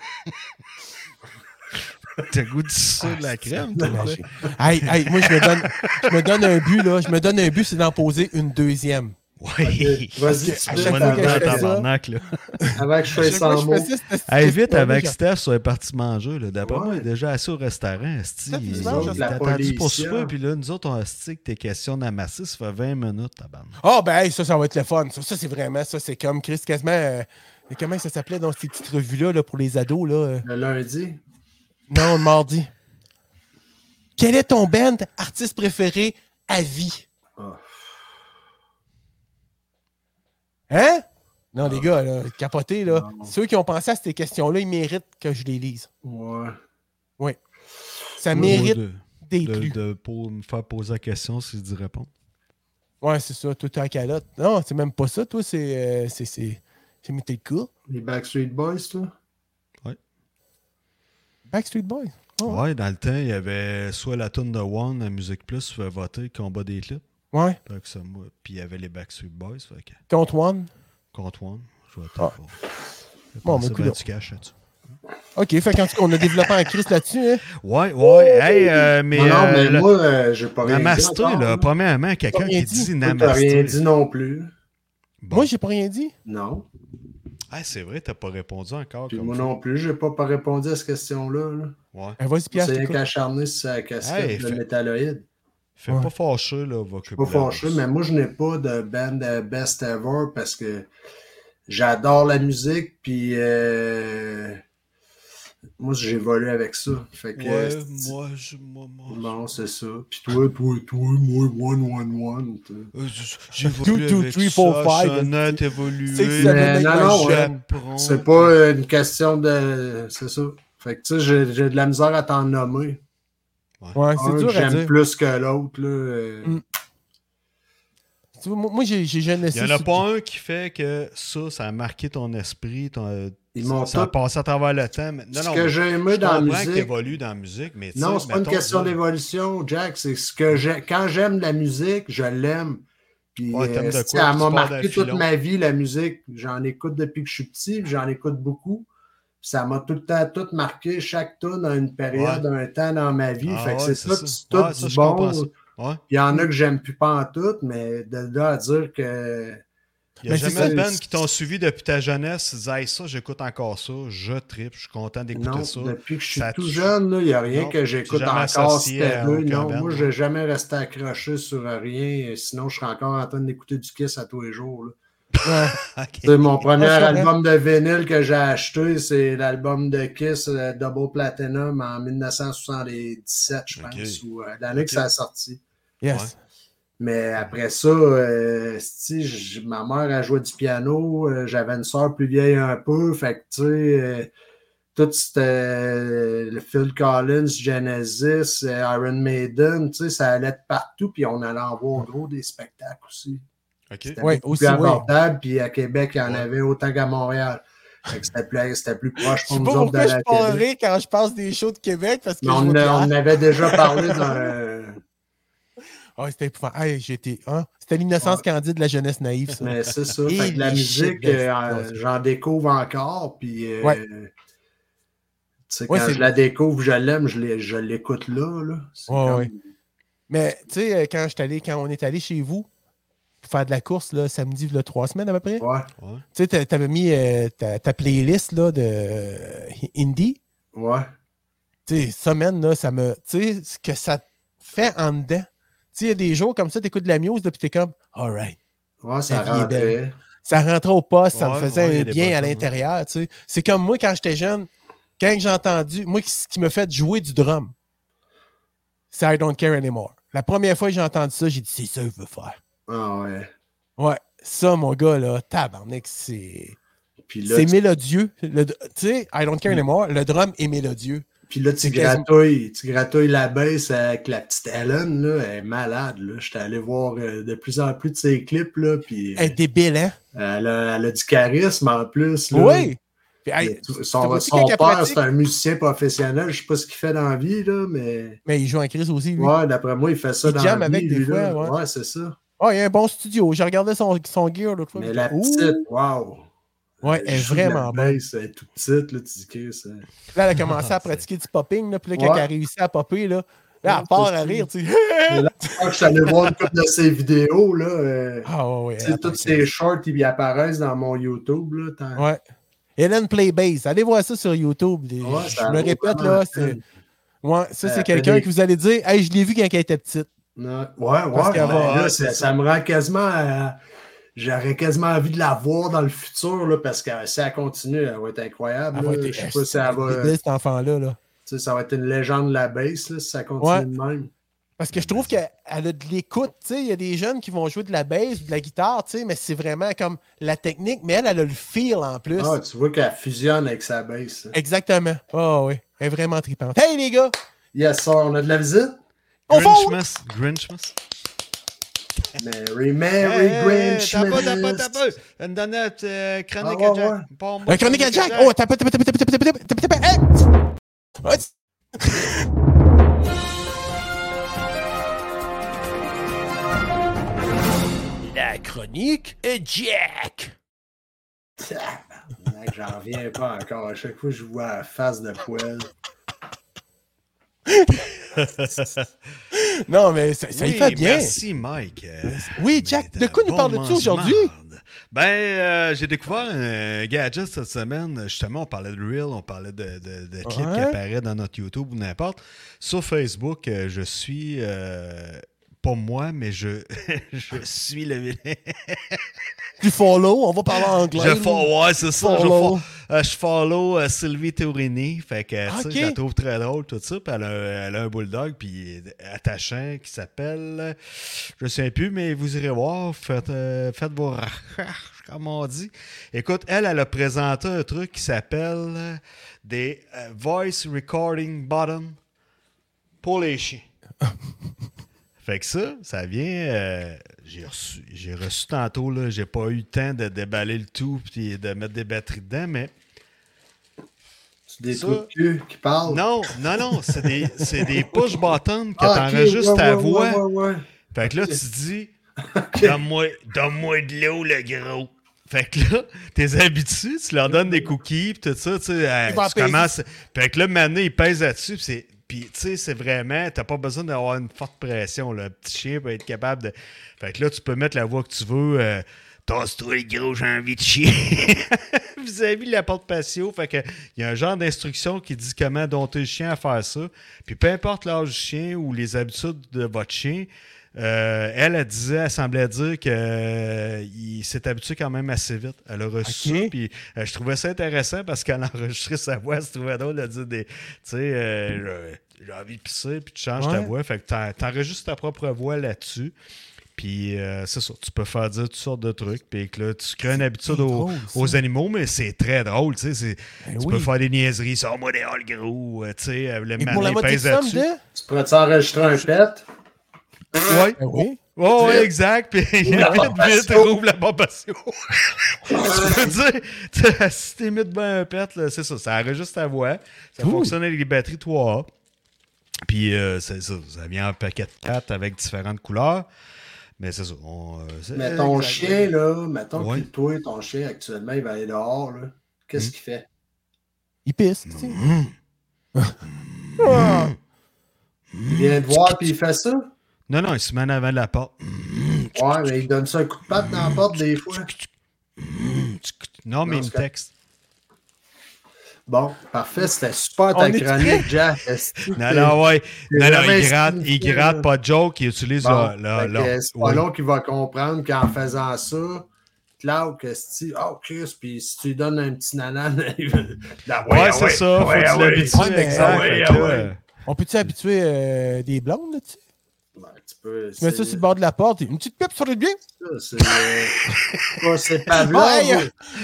B: T'as goût du ça de la crème, toi, toi?
A: Imagine. Hey, hey, moi je me donne. Je me donne un but, là. Je me donne un but, c'est d'en poser une deuxième.
B: Ouais.
C: Vas-y,
A: à
C: tu
A: chaque
C: peux
A: fois que je fais
C: avant,
A: ça.
B: tabarnak, là.
C: avant que je fasse
A: Chaque fois
C: sans
A: que
C: mots.
A: je fais ça, c'est- c'est-
B: Hey, vite
A: c'est-
B: avec
A: c'est-
B: Steph sur les parties manger. là. D'après moi, il est
C: Ouais.
B: déjà assis au restaurant. Asti,
A: Ça,
B: il
A: puis
B: il
A: ça, je-
B: est
A: la
B: attendu pour
C: policière.
B: souper. Puis là, nous autres, on a asti que tes questions d'amassé, ça fait 20 minutes, tabarnak.
A: Ah, ben, hey, ça, ça va être le fun. Ça, ça c'est vraiment, ça, c'est comme Chris, quasiment. euh, mais comment ça s'appelait dans ces petites revues-là là, pour les ados? Là, euh,
C: Le lundi.
A: Non, le mardi. Quel est ton band artiste préféré à vie?
C: Ah.
A: Hein? Non, les gars, là, capoté, là.
C: Ah. Non.
A: Ceux qui ont pensé à ces questions-là, ils méritent que je les lise.
C: Ouais.
A: Ça
B: Moi,
A: mérite
B: de,
A: d'être
B: de,
A: lu.
B: de- pour me faire poser la question, si d'y répondre.
A: Ouais, c'est ça, tout en calotte. Non, c'est même pas ça, toi, c'est. euh, c'est- c'est. C'est muté le coup.
C: Les Backstreet Boys, toi.
A: Backstreet Boys. Oh,
B: Ouais, dans le temps, il y avait soit la tune de One à Musique Plus, tu pouvais voter combat des clips.
A: ouais.
B: Fait que ça, moi. Puis il y avait les Backstreet Boys. Fait que
A: Contre One.
B: contre One, je vais
A: Ah.
B: peut-être pour.
A: Bon,
B: Bon,
A: mais coudonc.
B: ben, tu caches là-dessus.
A: OK, fait qu'en tout cas, on a développé en crise là-dessus. Hein.
B: Ouais, ouais. Hey, euh, mais.
C: Oh! non, non,
B: euh,
C: mais
B: le-
C: moi, euh, j'ai pas rien dit
B: Namasté,
C: encore,
B: là,
C: hein.
B: premièrement,
A: Pas
B: quelqu'un
A: rien
B: qui
A: dit.
B: dit
C: Toi, T'as rien
B: Namasté.
C: dit non plus.
B: Bon.
A: Moi, j'ai pas rien dit.
C: Non.
B: Ah, c'est vrai, t'as pas répondu encore.
C: Puis
B: Comme
C: moi
B: ça.
C: non plus, j'ai pas, pas répondu à cette question-là. là.
B: Ouais.
A: Ben, Vas-y, Pierre.
C: C'est rien
A: t'écoutes.
C: qu'acharné sur sa casquette
B: Hey,
C: de
B: fait-
C: métalloïde.
B: Fais
A: Ouais.
B: pas fâcher, là, va que
C: Pas fâché, mais moi, je n'ai pas de band euh, best ever parce que j'adore la musique, puis euh, moi, j'ai volé avec ça. Fait que,
B: Ouais,
C: c'est-
B: moi, je. Moi, moi.
C: Bon, c'est ça. Puis toi, toi, toi, moi, one, one, one. t'sais.
B: Euh, je- J'ai
A: Two,
B: évolué
A: two,
B: avec
A: three,
B: ça,
A: four,
B: je suis
A: five,
B: un être
A: C'est que
B: évolué.
A: ça
C: Mais
A: venait
C: non,
A: d'un
C: non, ouais.
A: jeune.
B: j'apprends.
C: hein. C'est pas euh, une question de. C'est ça. Fait que, tu sais, j'ai- j'ai de la misère à t'en nommer.
A: Ouais,
C: Un
A: c'est dur
C: que
A: à
C: j'aime
A: dire.
C: plus que l'autre, là. euh,
A: Mm. Tu vois, moi, moi, j'ai j'ai jeunesse.
B: Il n'y en a pas un qui fait que ça, ça a marqué ton esprit, ton-
C: Ils m'ont
B: ça a
C: tout.
B: passé à travers le temps. mais- Non,
C: Ce
B: non,
C: que j'ai aimé
B: je
C: dans la
B: comprends que
C: musique.
B: t'évolues dans la musique, mais tu
C: Non,
B: sais,
C: c'est pas une
B: mettons,
C: question
B: là,
C: d'évolution, Jack. C'est ce que j'ai. Quand j'aime la musique, je l'aime. Puis
B: Ouais, t'aimes
C: euh,
B: de quoi,
C: si elle
B: tu
C: m'a
B: pars
C: marqué
B: d'un
C: toute
B: filon.
C: ma vie, la musique. J'en écoute depuis que je suis petit, puis j'en écoute beaucoup. Puis Ça m'a tout le temps tout marqué, chaque tune à une période, un temps dans ma vie.
B: Ah
C: fait que
B: ouais,
C: c'est
B: c'est
C: tout,
B: ça.
C: c'est tout
B: Ouais, ça,
C: du
B: je
C: bon.
B: comprends ça. Ouais.
C: Il y en a que j'aime plus pas en tout, mais de là à dire que
B: Il n'y a
A: Mais c'est
B: jamais de
C: ça.
B: band qui t'ont suivi depuis ta jeunesse, tu disais, Hey, ça, j'écoute encore ça, je tripe, je suis content
C: non,
B: d'écouter ça.
C: depuis que je suis
B: Ça
C: tout
B: touche.
C: jeune, là, il n'y a rien
B: Non,
C: que j'écoute
B: c'est jamais
C: encore
B: associé à
C: c'était deux.
B: aucun
C: Non,
B: band, non.
C: moi, je n'ai jamais resté accroché sur rien. euh, Sinon, je serais encore en train d'écouter du Kiss à tous les jours. là.
B: Ok.
C: C'est mon premier
A: Ouais, c'est vrai.
C: album de vinyle que j'ai acheté. C'est l'album de Kiss euh, Double Platinum en 1977, je pense,
B: Ok.
C: ou euh, l'année que
B: Ok.
C: ça a sorti.
A: Yes.
C: Mais après ça, euh, si, j- ma mère a joué du piano, euh, j'avais une soeur plus vieille un peu, fait que tu sais, euh, tout c'était euh, le Phil Collins, Genesis, euh, Iron Maiden, tu sais, ça allait de partout, puis on allait en voir gros des spectacles aussi.
B: Ok.
C: C'était
A: Ouais,
C: beaucoup
A: aussi,
C: plus
A: ouais.
C: abordable, puis à Québec, il y en
B: Ouais.
C: avait autant qu'à Montréal. Fait que c'était plus, c'était plus proche
A: Je
C: pour
A: sais pas
C: nous autres de
A: pourquoi je
C: la
A: prends
C: télé.
A: rire quand je passe des shows de Québec parce que
C: Mais
A: je
C: on,
A: vois
C: a- on
A: Pierre.
C: avait déjà parlé dans. euh,
A: Ah, c'était épouvantable. Hey, j'étais- hein, C'était l'innocence
C: Ouais.
A: candide de la jeunesse naïve, ça.
C: Mais c'est ça.
A: Et
C: fait que la
A: les
C: musique,
A: chiffres de-
C: euh,
A: Ouais.
C: j'en découvre encore. Puis, euh,
A: Ouais.
C: tu sais, quand
A: Ouais, c'est-
C: je la découvre, je l'aime, je l'ai- je l'écoute là. là. C'est
A: Ouais,
C: comme-
A: ouais. Mais tu sais, euh, quand, j'étais allé- quand on est allé chez vous pour faire de la course là, samedi, là, trois semaines à peu près,
C: Ouais,
B: Ouais.
A: tu sais, t'a- t'avais mis euh, ta, ta playlist là, de euh, indie.
C: ouais.
A: Tu sais, semaine, là, ça me. Tu sais, ce que ça fait en dedans. Tu sais, il y a des jours comme ça, t'écoutes de la muse, là, puis t'es comme, alright.
C: Ouais,
A: La
C: ça
A: vie est belle.
C: rentrait.
A: ça rentrait au poste, ça me
B: Ouais,
A: faisait
B: ouais, il y
A: un
B: a des
A: bien à
B: bonnes tunes,
A: l'intérieur. tu sais. C'est comme moi quand j'étais jeune, quand que j'ai entendu, moi qui- ce qui me fait jouer du drum, c'est I Don't Care Anymore. La première fois que j'ai entendu ça, j'ai dit c'est ça que je veux faire.
C: Ah ouais.
A: Ouais, ça mon gars là, tabarnak, c'est
C: Puis là,
A: c'est
C: tu-
A: mélodieux. Le- Tu sais, I Don't Care
C: Mm.
A: Anymore, le drum est mélodieux.
C: puis là, tu
A: c'est quasiment-
C: gratouilles, tu gratouilles la baisse avec la petite Ellen, là, elle est malade. Là. J'étais allé voir euh, de plus en plus de ses clips, là, puis euh,
A: Elle est débile, hein?
C: elle, a, elle a du charisme en plus. Là.
A: Oui! Puis, hey,
C: Mais tu-
A: t'as
C: son
A: pas
C: son
A: quelqu'un qui
C: père,
A: pratique?
C: c'est un musicien professionnel. Je sais pas ce qu'il fait dans la vie, là, mais.
A: Mais il joue en crise aussi, lui.
C: Ouais, d'après moi, il fait ça
A: Il
C: dans
A: jamme
C: la vie,
A: avec des
C: lui, là.
A: fois, ouais.
C: c'est ça.
A: Oh, il y a un bon studio. J'ai regardé son, son gear l'autre fois.
C: Mais la
A: Ouh!
C: petite, waouh!
A: Ouais, elle est vraiment bonne.
C: bonne. Elle est toute petite, là, tu dis que c'est...
A: Là, elle a commencé à
B: Ah, c'est-
A: pratiquer du popping. Là, puis là,
C: Ouais.
A: quand elle a réussi à popper, là, là elle
C: Ouais,
A: part
C: c'est
A: à
C: sûr.
A: rire. Tu sais.
C: Quand je suis allé voir une couple de ses vidéos, là, euh,
A: Ah, ouais, ouais.
C: tu
A: elle
C: sais,
A: a
C: toutes
A: pas
C: ses shorts, ils apparaissent dans mon YouTube, là.
A: le
C: tant-
A: temps. Ouais. Hélène Playbase. Allez voir ça sur YouTube. les-
C: Ouais,
A: je
C: ça
A: me
C: vaut
A: répète,
C: vraiment
A: là.
C: la
A: c'est-
C: peine. Euh,
A: Ouais, ça,
C: Elle
A: c'est
C: fait
A: quelqu'un
C: des-
A: que vous allez dire. Hey, je l'ai vu quand elle était petite.
C: Non, Ouais, ouais,
A: Parce qu'elle
C: mais
A: va-
C: là,
A: ouais,
C: ça,
A: c'est ça.
C: ça me rend quasiment. à- J'aurais quasiment envie de la voir dans le futur, là, parce que euh, si elle continue, elle va être incroyable.
A: Elle va
C: là.
A: être
C: Je sais pas si elle va-
A: débile, cet enfant-là. Là.
C: tu sais, ça va être une légende de la baisse, là, si ça continue
A: Ouais.
C: de même.
A: Parce que je trouve qu'elle elle a de l'écoute. tu sais. Il y a des jeunes qui vont jouer de la bass ou de la guitare, tu sais, mais c'est vraiment comme la technique. Mais elle, elle a le feel en plus.
C: Ah, tu vois qu'elle fusionne avec sa baisse. là.
A: Exactement. Ah oui. Elle est vraiment tripante. Hey, les gars!
C: Yes, sir, on a de la visite.
A: On fonce!
B: Grinchmas. Grinchmas.
C: Mary,
B: Hey,
C: Mary, Grinch.
B: T'as pas, t'as pas,
C: Miss.
B: t'as pas. Une dernière euh, chronique
C: Ah, ouais,
B: à Jack.
C: ouais.
B: Bon, moi,
A: La chronique à Jack! Oh, tape, tape, tape, tape, tape, tape, tape, tape, tape, tape, tape, tape, tape, hey! Ouais, tu- La chronique est Jack.
C: Tabarnak, J'en reviens pas encore. À chaque fois, je vois la face de poêle.
A: Non, mais ça, ça y
B: Oui,
A: fait bien.
B: Merci, Mike. Euh,
A: Oui, Jack,
B: mais
A: de quoi
B: t'as
A: nous parles-tu aujourd'hui?
B: merde. Ben, euh, j'ai découvert un gadget cette semaine. Justement, on parlait de Reel, on parlait de, de, de clips
A: Ouais.
B: qui apparaissent dans notre YouTube ou n'importe. Sur Facebook, euh, je suis. euh, pas moi, mais je, je suis le vilain.
A: Tu follow, on va parler anglais.
B: Je fo- ouais, c'est ça. Je
A: Follow.
B: fo- euh, je follow euh, Sylvie Théorini. Fait que, euh, tu sais,
A: Ok.
B: je la trouve très drôle, tout ça. Puis elle a, elle a un bulldog, puis attachant, qui s'appelle. euh, Je sais plus, mais vous irez voir. Faites, euh, faites vos recherches, comme on dit. Écoute, elle, elle a présenté un truc qui s'appelle euh, des euh, Voice Recording Bottom pour les chiens. Fait que ça, ça vient. euh, j'ai reçu, j'ai reçu tantôt, là, j'ai pas eu le temps de déballer le tout puis de mettre des batteries dedans, mais.
C: C'est des
B: Ça-
C: trous de cul qui parlent.
B: Non, non, non, c'est des, c'est des push buttons que
C: Ah, ok,
B: t'enregistres
C: ouais,
B: ta
C: ouais,
B: voix.
C: ouais, ouais, ouais.
B: Fait que là, tu te dis, donne-moi, donne-moi de l'eau, le gros. Fait que là, t'es habitué, tu leur donnes des cookies, pis tout ça, tu sais, hey,
A: vont
B: tu
A: en
B: commences. Fait que là, maintenant, ils pèsent là-dessus, pis c'est. Puis, tu sais, c'est vraiment, t'as pas besoin d'avoir une forte pression. là. Le petit chien peut être capable de. Fait que là, tu peux mettre la voix que tu veux. euh, Tasse-toi, le gros, j'ai envie de chier. Vis-à-vis de la porte patio. Fait que, il y a un genre d'instruction qui dit comment dompter le chien à faire ça. Puis, peu importe l'âge du chien ou les habitudes de votre chien, euh, elle, elle disait, elle semblait dire que euh, il s'est habitué quand même assez vite. Elle a reçu
A: Ok.
B: ça, puis euh, je trouvais ça intéressant parce qu'elle enregistrait sa voix, elle se trouvait drôle de dire des. Tu sais, euh, j'ai- j'ai envie de pisser, puis tu changes ta
A: Ouais.
B: voix. Fait que t'en- t'enregistres ta propre voix là-dessus. Puis euh, c'est ça, tu peux faire dire toutes sortes de trucs, puis que là, tu crées une habitude aux,
A: drôle, ça.
B: aux animaux, mais c'est très drôle, tu sais. c'est-
A: Ben
B: tu
A: oui.
B: peux faire des niaiseries, sors-moi des halls gros, euh, tu sais, euh, le
A: Et pour la
B: matin, il
A: moitié de
B: pèse
A: somme
B: là-dessus.
A: de.
C: Tu pourrais-tu enregistrer un pet?
B: Ouais.
A: Ben oui.
B: Oh,
C: Vite.
B: ouais, exact. Puis il
C: la
B: vite,
C: porte
B: vite,
C: patio.
B: ouvre la porte patio. tu peux dire, tu- si t'es mis devant un pet, là, c'est ça, ça enregistre ta voix. Ça
A: Cool.
B: fonctionne avec les batteries 3A. Puis euh, c'est ça, ça vient en paquet de 4 avec différentes couleurs. Mais c'est ça. On, euh, c'est-
C: Mais ton
B: exact.
C: chien, là, mettons
B: Ouais. Mm.
C: que toi, ton chien, actuellement, il va aller dehors, là. Qu'est-ce qu'il fait?
A: Il pisse. tu sais. Ah.
C: Il vient te voir puis il fait ça?
B: Non, non, il se met en avant de la porte.
C: Ouais, mais il donne ça un coup de patte dans la porte des fois.
B: Non, mais
C: Non,
B: il me
C: c'est-
B: texte.
C: Bon, parfait, c'était super
A: On
C: ta
A: est
C: chronique, Jack. Est-ce que
B: Non, non, ouais.
C: c'est
B: Non, non,
C: vraiment
B: il gratte, il
C: signifié,
B: gratte,
C: là.
B: pas de joke, il utilise
C: Bon,
B: le- le-
C: fait que,
B: le-
C: euh, c'est pas
B: oui.
C: long qu'il va comprendre qu'en faisant ça, Cloud, que si tu. Oh, Chris, puis si tu lui donnes un petit nanan, il va. Ah,
B: Ouais,
C: ah,
B: c'est ça,
C: ouais,
B: faut que
C: ah,
B: tu l'habitues.
A: ouais, mais
B: exact,
A: ouais,
B: fait que,
C: ah, ouais.
B: euh,
A: On peut-tu habituer euh, des blondes là-dessus?
C: Ben, tu peux.
A: Tu mets ça
C: c'est-
A: sur le bord de la porte. Une petite pipe sur le bien.
C: ça, C'est euh, ouais, c'est Pavlov.
A: Ah, hey, euh,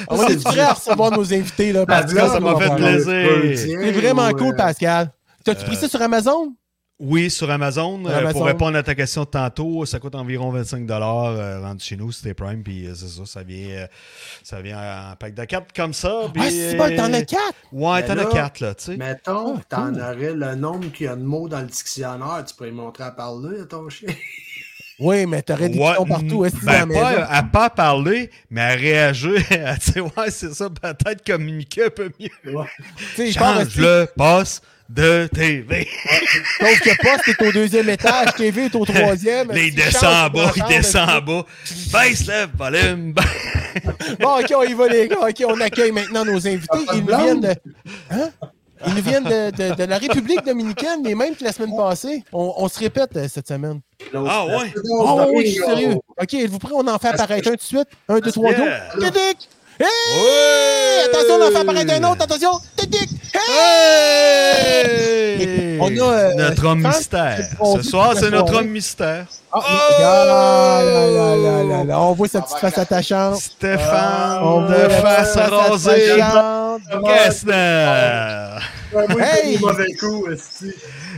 A: On va
C: c'est
A: être prêts à recevoir nos invités. Là, Pascal,
C: Pavlov,
B: ça m'a
A: on va
B: fait
A: parler.
B: plaisir. Euh,
A: C'est vraiment cool, Pascal. T'as-tu pris ça sur Amazon?
B: Oui, sur Amazon.
A: Sur
B: euh,
A: Amazon.
B: pour répondre à ta question de tantôt, ça coûte environ 25 euh, rendu chez nous, c'était Prime, puis euh, c'est ça, ça vient, euh, ça vient en pack de 4 comme ça. puis,
A: Ah, c'est bon, t'en as
B: euh,
A: quatre! Ben
B: Ouais,
C: Mais
B: t'en as
C: là,
B: 4, là, tu sais.
C: euh, Mettons,
A: Ah,
C: t'en
A: cool.
C: aurais le nombre qu'il y a de mots dans le dictionnaire, tu pourrais lui montrer à parler à ton chien.
A: Oui, mais t'aurais des
B: Ouais,
A: pitons partout.
B: n-
A: Est-ce que
B: ben,
A: dans la
B: pas,
A: maison?
B: à pas parler, mais à réagir. à, tu sais, ouais, c'est ça, peut-être communiquer un peu mieux.
C: Ouais.
A: Tu sais, je pense
B: Change
A: que
B: le poste de TV.
A: Sauf que Poste est au deuxième étage, TV est au troisième.
B: Là, il
A: Est-ce que
B: descend
A: change,
B: en bas,
A: tu
B: il
A: vas
B: descend en
A: entendre,
B: bas. Baisse le volume. baisse-
A: est-ce que- Bon, OK, on y va, les gars. OK, on accueille maintenant nos invités.
C: pas de
A: Ils nous
C: blonde?
A: viennent de... Hein? Ils nous viennent de, de- de la République dominicaine, les mêmes que la semaine passée. On, on se répète euh, cette semaine.
C: L'autre,
B: Ah, ouais.
C: c'est
A: Oh
C: l'autre,
A: oui, oh. je suis
C: là.
A: sérieux. OK, êtes-vous prêts? On en fait apparaître un tout de suite. Un, deux, trois, go.
B: Yeah.
A: Tic-tic! Hey!
B: Ouais.
A: Attention, on en fait apparaître un autre. Attention! Tic-tic!
B: Hey!
A: On a, euh,
B: notre homme
A: Franck,
B: mystère.
A: c'est bon,
B: Ce soir,
A: c'est
B: c'est
A: bon,
B: notre
A: oui.
B: homme mystère.
A: Ah,
B: Oh!
A: là, là, là, là, là. On voit sa petite face attachante.
B: Stéphane
A: Ah, On
B: de
A: voit la
B: face
A: face
B: rasée.
A: attachante.
B: Kessner.
C: Ouais, moi, j'ai
A: Hey!
C: pris le mauvais coup, esti.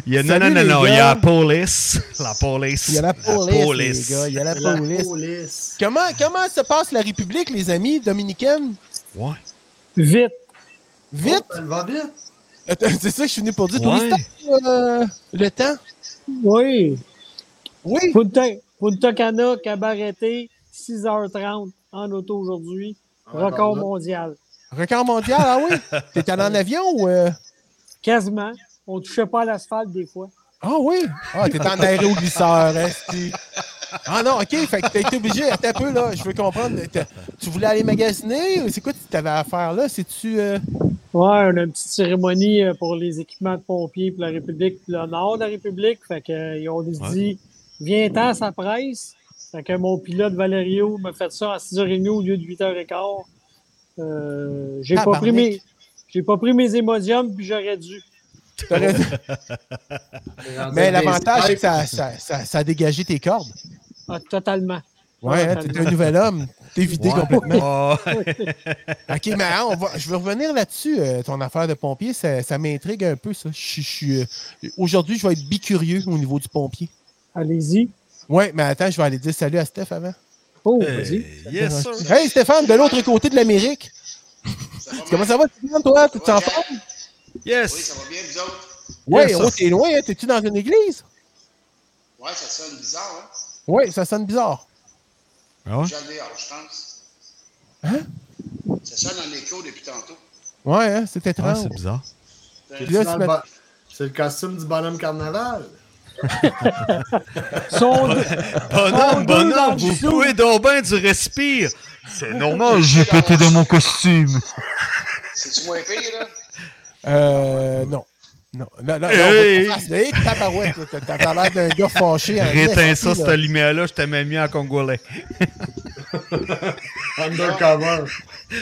B: Il y a, non,
A: Salut,
B: non, non,
A: les
B: non, il y a la
A: gars.
B: police. La police.
A: Il y a la police, les gars. Il y a la
C: La
A: police.
C: police.
A: Comment, comment se passe la République, les amis, dominicaine?
B: Ouais.
D: Vite.
A: Vite,
C: Ça le va vite.
A: Attends, C'est ça que je suis venu pour dire.
B: Ouais.
A: Tourista, euh, le temps.
D: Oui.
A: Oui.
D: Punta, Punta Cana, Cabareté, 6h30 en auto aujourd'hui. Record mondial.
A: Record mondial, ah oui. T'es allé en avion ou. euh?
D: Quasiment. On touchait pas à l'asphalte des fois.
A: Ah oui! Ah, t'es en aéroglisseur, hein, c'ti. Ah non, ok, fait que t'as été obligé, attends un peu, là, je veux comprendre. T'as- Tu voulais aller magasiner ou c'est quoi que tu t'avais à faire là? C'est-tu. euh,
D: Ouais, on a une petite cérémonie euh, pour les équipements de pompiers pour la République, puis le nord de la République. Fait que, euh, ils ont dit,
B: Ouais.
D: viens-t'en, ça presse. Fait que mon pilote Valerio m'a fait ça à 6h30 au lieu de 8h15. Euh, j'ai pas
A: Tabarnak.
D: pris mes, j'ai pas pris mes émodiums puis j'aurais dû.
A: t'aurais- Mais l'avantage, c'est que ça, ça, ça, ça a dégagé tes cordes.
D: Ah, totalement.
A: Ouais, hein, t'es un nouvel homme. T'es vidé
B: Ouais.
A: complètement.
B: Ah,
A: Oh, Ok, mais hein, on va, je veux revenir là-dessus. euh, ton affaire de pompier, ça, ça m'intrigue un peu, ça. Je, suis- je suis, euh, Aujourd'hui, je vais être bicurieux au niveau du pompier.
D: Allez-y.
A: Ouais, mais attends, je vais aller dire salut à Steph avant.
D: Oh,
B: hey,
D: vas-y.
B: yes, sir.
A: Hey Stéphane, de l'autre côté de l'Amérique. Comment ça va, Stéphane, toi? Tu t'en
E: Ouais.
A: parles?
E: Oui,
B: Yes.
E: ça va bien, vous autres?
A: Ouais,
B: ça.
A: oh, t'es loin, hein? T'es-tu dans une église?
E: Ouais, ça sonne bizarre, hein?
A: Ouais, ça sonne bizarre.
B: Ah ouais?
E: J'ai le dehors, je pense.
A: Hein?
E: Ça sonne en écho depuis tantôt.
A: Ouais, hein, c'est
B: Ah,
A: étrange.
B: c'est bizarre.
A: Puis là, tu mets-
C: C'est le costume du bonhomme carnaval.
D: Son-
A: Ah,
B: Bonhomme,
D: Oh, deux dans
B: bonhomme,
D: le
B: vous
D: sou.
B: pouvez donc ben du respire. C'est normal,
E: j'ai pété dans mon
B: costume.
E: C'est-tu moins pire, là?
A: Euh, non. Non, non, non,
B: Hey!
A: non, on va te faire- Hey, tabarouette, t'as- t'as l'air d'un gars fâché. en
B: Réteins ça,
A: esti,
B: cette
A: là.
B: lumière-là, je t'aimais mieux en congolais.
C: Undercover.
A: Tu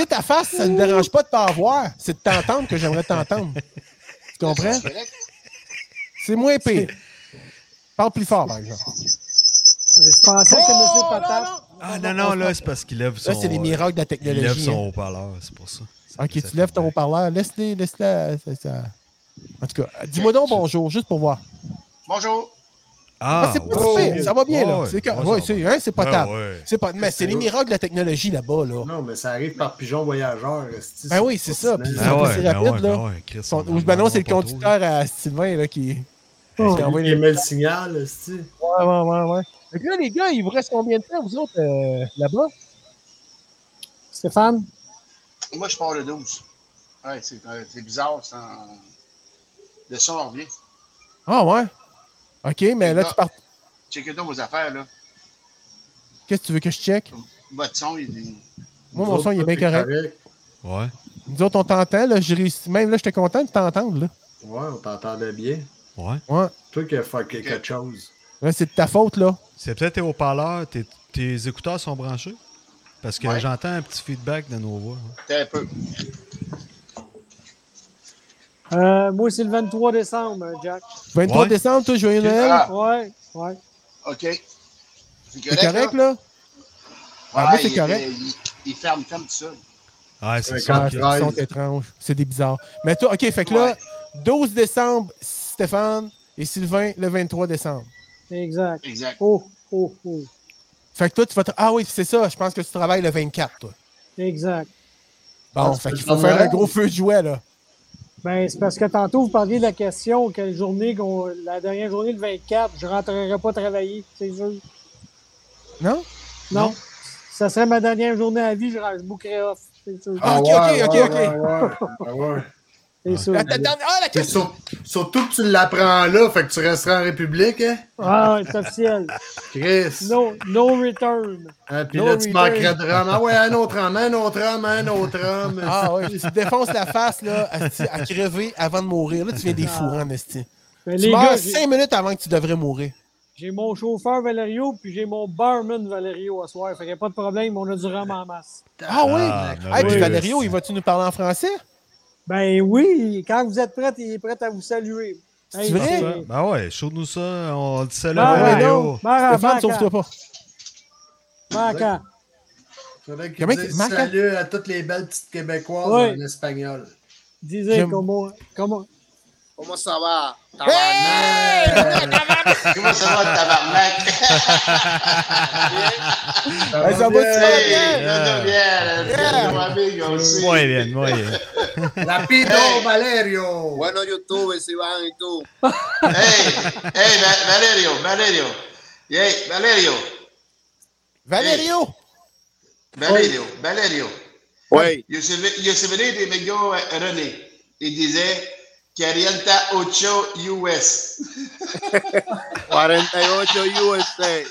A: sais, ta face, ça ne me dérange pas de t'en voir. C'est de t'entendre que j'aimerais t'entendre. Tu comprends?
E: C'est correct?
A: C'est moins pire. Parle plus fort, par exemple.
D: Je pensais que
A: Oh,
D: M. Patate.
B: Ah non, non, là, c'est parce qu'il lève son... euh,
A: Là, c'est les miracles de la
B: Il lève
A: technologie. hein.
B: son haut-parleur, c'est pour ça.
A: Ah, Ok, tu lèves ton haut-parleur. Laisse-les, laisse-la. ça- ça- En tout cas, dis-moi donc bonjour, juste pour voir.
E: Bonjour!
A: Ah,
B: Ah,
A: c'est pas
B: ouais.
A: si pire, ça va bien, là.
B: Ouais,
A: C'est
B: ouais,
A: quand...
B: ça
A: ouais,
B: va.
A: c'est- hein, c'est pas
B: Ah,
A: table.
B: ouais.
A: C'est pas... Mais c'est les miracles de la technologie là-bas, là.
C: Non, mais ça arrive par pigeon voyageur. esti,
A: Ben oui, c'est ça,
C: fascinant.
A: puis
B: Ah
A: sont
B: ouais,
A: assez
B: ben
A: rapides,
B: ouais,
A: là.
B: ben ouais, Chris,
A: Son-
B: on en
A: Ou ben non,
B: parle
A: c'est le
B: pas trop, là.
A: conducteur à Sylvain là, qui.
D: Oh,
A: qui a envoyé
C: Il met le signal, esti.
A: Ouais, ouais, ouais, ouais. Fait que là, les gars, il vous reste combien de temps, vous autres, euh, là-bas?
D: Stéphane,
E: Moi, je pars le 12. Ouais, c'est euh, c'est bizarre, ça... en- Le son revient.
A: Ah, ouais. OK, mais là, tu pars.
E: Checkez donc vos affaires, là.
A: Qu'est-ce que tu veux que je check?
E: Votre son, il
A: Moi,
E: est...
C: Nous
A: mon son,
C: autres,
A: il est bien
C: tout
A: correct.
B: Ouais.
A: Nous autres, on t'entend, là. J'ai réussi. Même là, j'étais content de t'entendre, là.
C: Ouais, on t'entendait bien.
B: Ouais.
A: Ouais.
C: Toi qui as fucké quelque chose.
A: Là, c'est de ta faute, là.
B: C'est peut-être tes haut-parleurs, tes, tes écouteurs sont branchés? Parce que
E: Ouais.
B: j'entends un petit feedback de nos voix. hein.
E: T'es un peu...
D: euh, moi, c'est le 23 décembre, euh, Jack.
A: 23
B: Ouais.
A: décembre, toi, joyeux Noël.
E: Ah,
D: Ouais, ouais.
E: OK. C'est
A: C'est correct, là? Ah, moi,
E: Ouais,
A: c'est
E: il-
A: correct.
E: Il, il, il ferme comme ça.
B: Ah, Ouais, c'est
C: Ouais,
B: ça.
C: quand-
B: ok.
A: Ils
C: Ouais.
A: sont étranges. C'est des bizarres. Mais toi, OK, fait que là,
E: Ouais.
A: 12 décembre, Stéphane et Sylvain, le 23 décembre.
D: Exact.
E: Exact.
D: Oh, oh, oh.
A: Fait que toi, tu vas. tra- Ah oui, c'est ça. Je pense que tu travailles le 24, toi.
D: Exact.
A: Bon,
C: Ah,
A: fait
C: c'est
A: qu'il
C: le
A: faut faire un
C: Noël.
A: gros feu de jouet, là.
D: Ben, c'est parce que tantôt, vous parliez de la question, quelle journée, qu'on- la dernière journée, le 24, je rentrerai pas travailler, c'est sûr.
A: Non?
D: Non. Ça serait ma dernière journée à vie, je, je bookerais off, c'est sûr.
A: Ah, ok, ok, ok, ok.
C: ok. Ouais, ouais.
D: C'est sûr.
A: La- la- la- Ah, la
C: Puis
A: question!
C: sur- surtout que tu l'apprends là, fait que tu resteras en République, hein?
D: Ah, ouais, c'est officiel.
C: Chris.
D: No, no return.
C: Hein, puis
A: No
C: là, tu
A: return.
C: manquerais de rhum. Ah ouais, un autre homme, un autre homme, un autre homme.
A: Ah ouais, tu te défonces la face là, à, à crever avant de mourir. Là, tu viens des fous, hein, Esti.
D: Ben,
A: Tu
D: les gars,
A: meurs
D: j'ai-
A: 5 minutes avant que tu devrais mourir.
D: j'ai mon chauffeur Valerio, puis j'ai mon barman Valerio à soir. Fait qu'il n'y a pas de problème, on a du rhum en masse.
A: Ah oui!
B: Ah,
A: Ah,
B: ben
A: puis
B: oui.
A: Valerio, il va-tu nous parler en français?
D: Ben oui, quand vous êtes prêts, il est prêt à vous saluer.
A: C'est vrai?
D: c'est-
B: Ben ouais, show-nous ça, on dit ça
D: Ah,
B: là.
D: ouais,
B: Mario.
D: Mara,
A: Stéphane,
D: Mara,
A: sauve-toi pas.
D: Mara.
C: Faudrait qu'il
A: Comment
C: dise
A: il- Marc-
C: salut à toutes les belles petites Québécoises
D: Ouais.
C: en espagnol.
D: Disait
A: J'aime-
D: comme on, comme on-
F: Comment ça va?
A: Hey!
E: Comment ça va, tabarnak?
A: Hey, ça va, tu vas bien?
E: Bien, bien, bien, mon amigo aussi.
B: Muy bien, muy bien.
C: Rapido, Valerio!
F: Bueno, YouTube, si van y tú.
E: Hey, hey, Va- Valerio, Valerio. Hey, Valerio,
A: Valerio!
E: Valerio, Valerio.
F: Oui.
E: Je suis- je suis venu de mes gars euh, René. Il disait Carienta Ocho US.
F: 48 USA.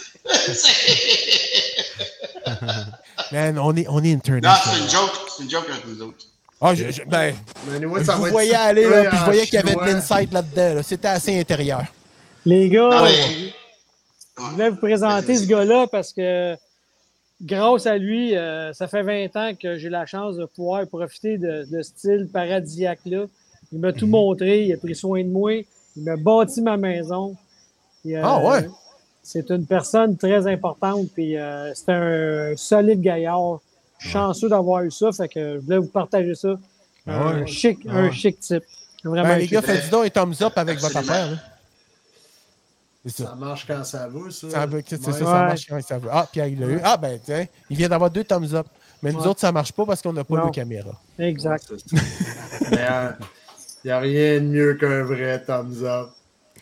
A: Man, on est, on est
E: Non,
A: international.
E: c'est une joke. C'est une joke avec nous autres.
A: Ah, je, je- ben,
C: Mais anyway,
A: je
C: ça
A: vous
C: va être
A: voyais aller, là,
C: sous-titré
A: puis je voyais
C: en
A: qu'il y avait de
C: chinois.
A: l'insight là-dedans. là. C'était assez intérieur.
D: Les gars,
E: Non, mais-
D: je voulais vous présenter ce gars-là parce que grâce à lui, euh, ça fait 20 ans que j'ai la chance de pouvoir profiter de de ce style paradisiaque-là. Il m'a tout
A: Mhm.
D: montré, il a pris soin de moi, il m'a bâti ma maison. Et, euh,
A: Ah ouais?
D: C'est une personne très importante, puis euh, c'est un solide gaillard. Je suis chanceux d'avoir eu ça, fait que je voulais vous partager ça.
B: Ah ouais.
D: Un, chic,
B: Ah
D: un
B: ouais.
D: chic type. Vraiment
A: Ben,
D: un
A: les
D: chic
A: gars,
D: type.
A: faites-vous donc un thumbs up avec votre
E: Absolument.
A: affaire. là. C'est ça.
C: Ça marche quand ça va, ça.
A: Ça, veut- c'est ça, ça
C: Ouais.
A: marche quand ça veut. Ah, Pierre, il l'a eu. Ah, ben, tiens, il vient d'avoir deux thumbs up. Mais nous
D: Ouais.
A: autres, ça marche pas parce qu'on n'a pas
D: Non.
A: de caméra.
D: Exact.
C: Mais il n'y a rien de mieux qu'un vrai thumbs up.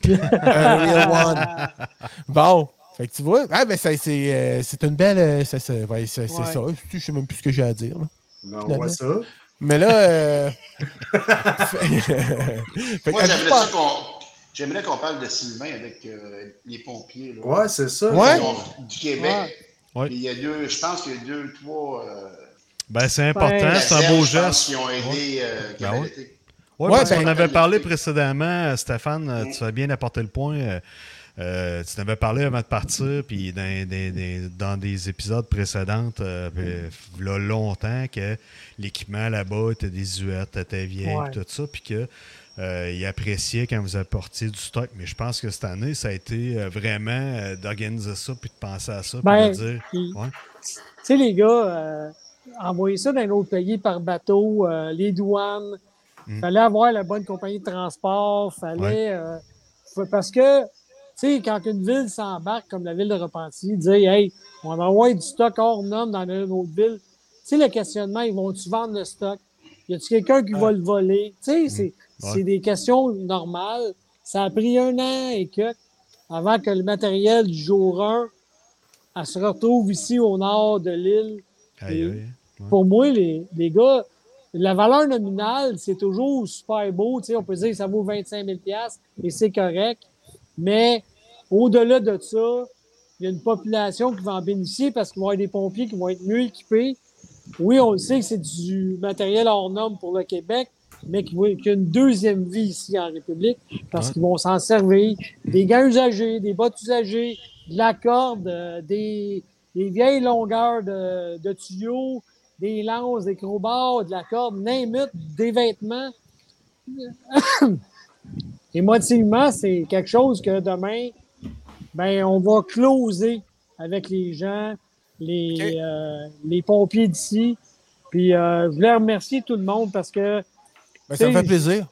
A: Un Euh, real one. Bon. Fait que tu vois, ah, ben, ça, c'est, euh, c'est une belle. euh, ça, ça- ouais, ça- c'est
D: Ouais.
A: ça. Je sais même plus ce que j'ai à dire. là.
C: Ben, on
A: Non,
C: voit
A: non.
C: ça.
A: Mais là. euh, fait- fait
E: Moi,
A: que- ben,
E: j'aimerais ça qu'on- j'aimerais qu'on parle de Sylvain avec euh, les pompiers. Là.
C: Ouais, c'est ça.
A: Ouais.
E: du Québec.
B: Ouais. Ouais.
E: Puis Il y a deux, je pense qu'il y a deux, trois. euh,
B: Ben, c'est important,
D: Ben,
B: c'est un beau
E: je pense,
B: geste.
E: Qui ont aidé euh,
B: Ben
E: Canal
B: ouais.
E: Été.
B: Oui,
A: Ouais,
B: parce
A: ben-
B: qu'on avait parlé précédemment, euh, Stéphane, euh,
E: Mm.
B: tu as bien apporté le point. euh, euh, tu t'avais parlé avant de partir, puis dans, des- des- dans des épisodes précédents,
D: Mm.
B: euh, puis là, longtemps, que l'équipement là-bas était désuet, était vieille,
D: Ouais.
B: tout ça, puis que euh, ils appréciaient quand vous apportiez du stock. Mais je pense que cette année, ça a été euh, vraiment euh, d'organiser ça, puis de penser à ça, puis
D: Ben,
B: de dire.
D: puis-
B: Ouais.
D: Tu sais, les gars, euh, envoyer ça d'un autre pays par bateau, euh, les douanes,
B: Mm.
D: fallait avoir la bonne compagnie de transport, fallait. euh, fa- parce que, tu sais, quand une ville s'embarque, comme la ville de Repentigny, dire, hey, on envoie du stock hors norme dans une autre ville, tu sais, le questionnement, ils vont-tu vendre le stock? Y a-tu quelqu'un qui va le voler? Tu sais, c'est
B: Ouais.
D: c'est des questions normales. Ça a pris un an et que avant que le matériel du jour 1 elle se retrouve ici au nord de l'île.
B: Aïe, aïe.
D: Pour moi, les, les gars, la valeur nominale, c'est toujours super beau. tu sais, On peut dire que ça vaut 25 000 et c'est correct. Mais au-delà de ça, il y a une population qui va en bénéficier parce qu'il va y avoir des pompiers qui vont être mieux équipés. Oui, on le sait que c'est du matériel hors norme pour le Québec, mais qui, va- qui a une deuxième vie ici en République parce
B: Ouais.
D: qu'ils vont s'en servir. Des gants usagés, des bottes usagées, de la corde, euh, des, des vieilles longueurs de, de tuyaux, des lances, des crowbars, de la corde, name it, des vêtements. Émotivement, c'est quelque chose que demain, ben, on va closer avec les gens, les,
A: Ok.
D: euh, les pompiers d'ici. Puis euh, je voulais remercier tout le monde parce que,
A: Ben, ça me fait
D: T'sais,
A: plaisir.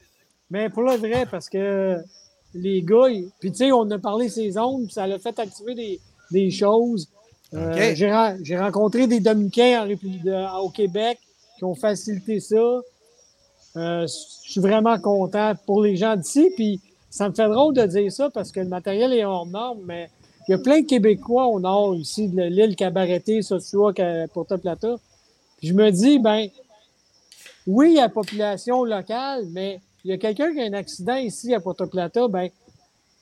D: mais pour le vrai, parce que les gars, ils- puis tu sais, on a parlé ces ondes, puis ça l'a fait activer des, des choses. Euh,
A: Ok.
D: j'ai, ren- j'ai rencontré des Dominicains en République de- au Québec qui ont facilité ça. Euh, je suis vraiment content pour les gens d'ici. Puis ça me fait drôle de dire ça parce que le matériel est hors norme, mais il y a plein de Québécois au nord ici, de l'île Cabareté, Sotua, Ca- Porta Plata. Puis je me dis, ben oui, il y a la population locale, mais il y a quelqu'un qui a un accident ici à Porta Plata, ben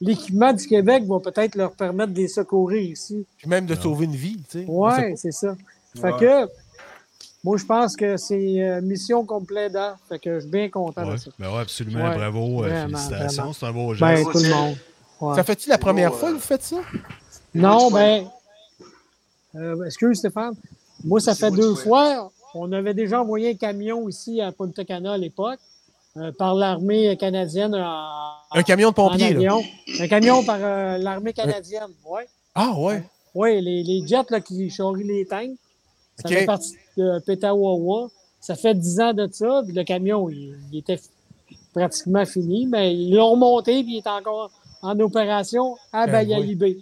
D: l'équipement du Québec va peut-être leur permettre de les secourir ici.
A: Puis même de sauver une vie, tu sais. On sait
D: Ouais,
A: pas.
D: c'est ça. Fait
C: Ouais.
D: que, moi, je pense que c'est euh, mission complète d'art. Fait que je suis bien content
B: Ouais.
D: de ça.
B: Ben ouais, absolument,
D: Ouais.
B: bravo, euh,
D: Vraiment,
B: félicitations,
D: vraiment.
B: c'est un beau geste.
D: Ben,
E: sais.
D: tout le monde. Ouais.
A: Ça fait-tu la première
E: beau,
A: fois que
E: euh,
A: vous faites ça?
D: Non,
E: Moi,
D: ben, euh, excuse Stéphane, moi, ça
E: C'est
D: fait
E: moi,
D: deux
E: tu fais.
D: fois. On avait déjà envoyé un camion ici à Punta Cana à l'époque euh, par l'armée canadienne en,
A: Un camion de
D: en
A: pompiers, là.
D: avion. Un camion par euh, l'armée canadienne, oui.
A: Ah, ouais.
D: Oui, les, les jets là, qui charrient les tanks, ça
A: Ok.
D: fait partie de Petawawa. Ça fait 10 ans de ça, puis le camion, il, il était pratiquement fini, mais ils l'ont monté puis il est encore en opération à
A: Ben
D: Bayaïbé.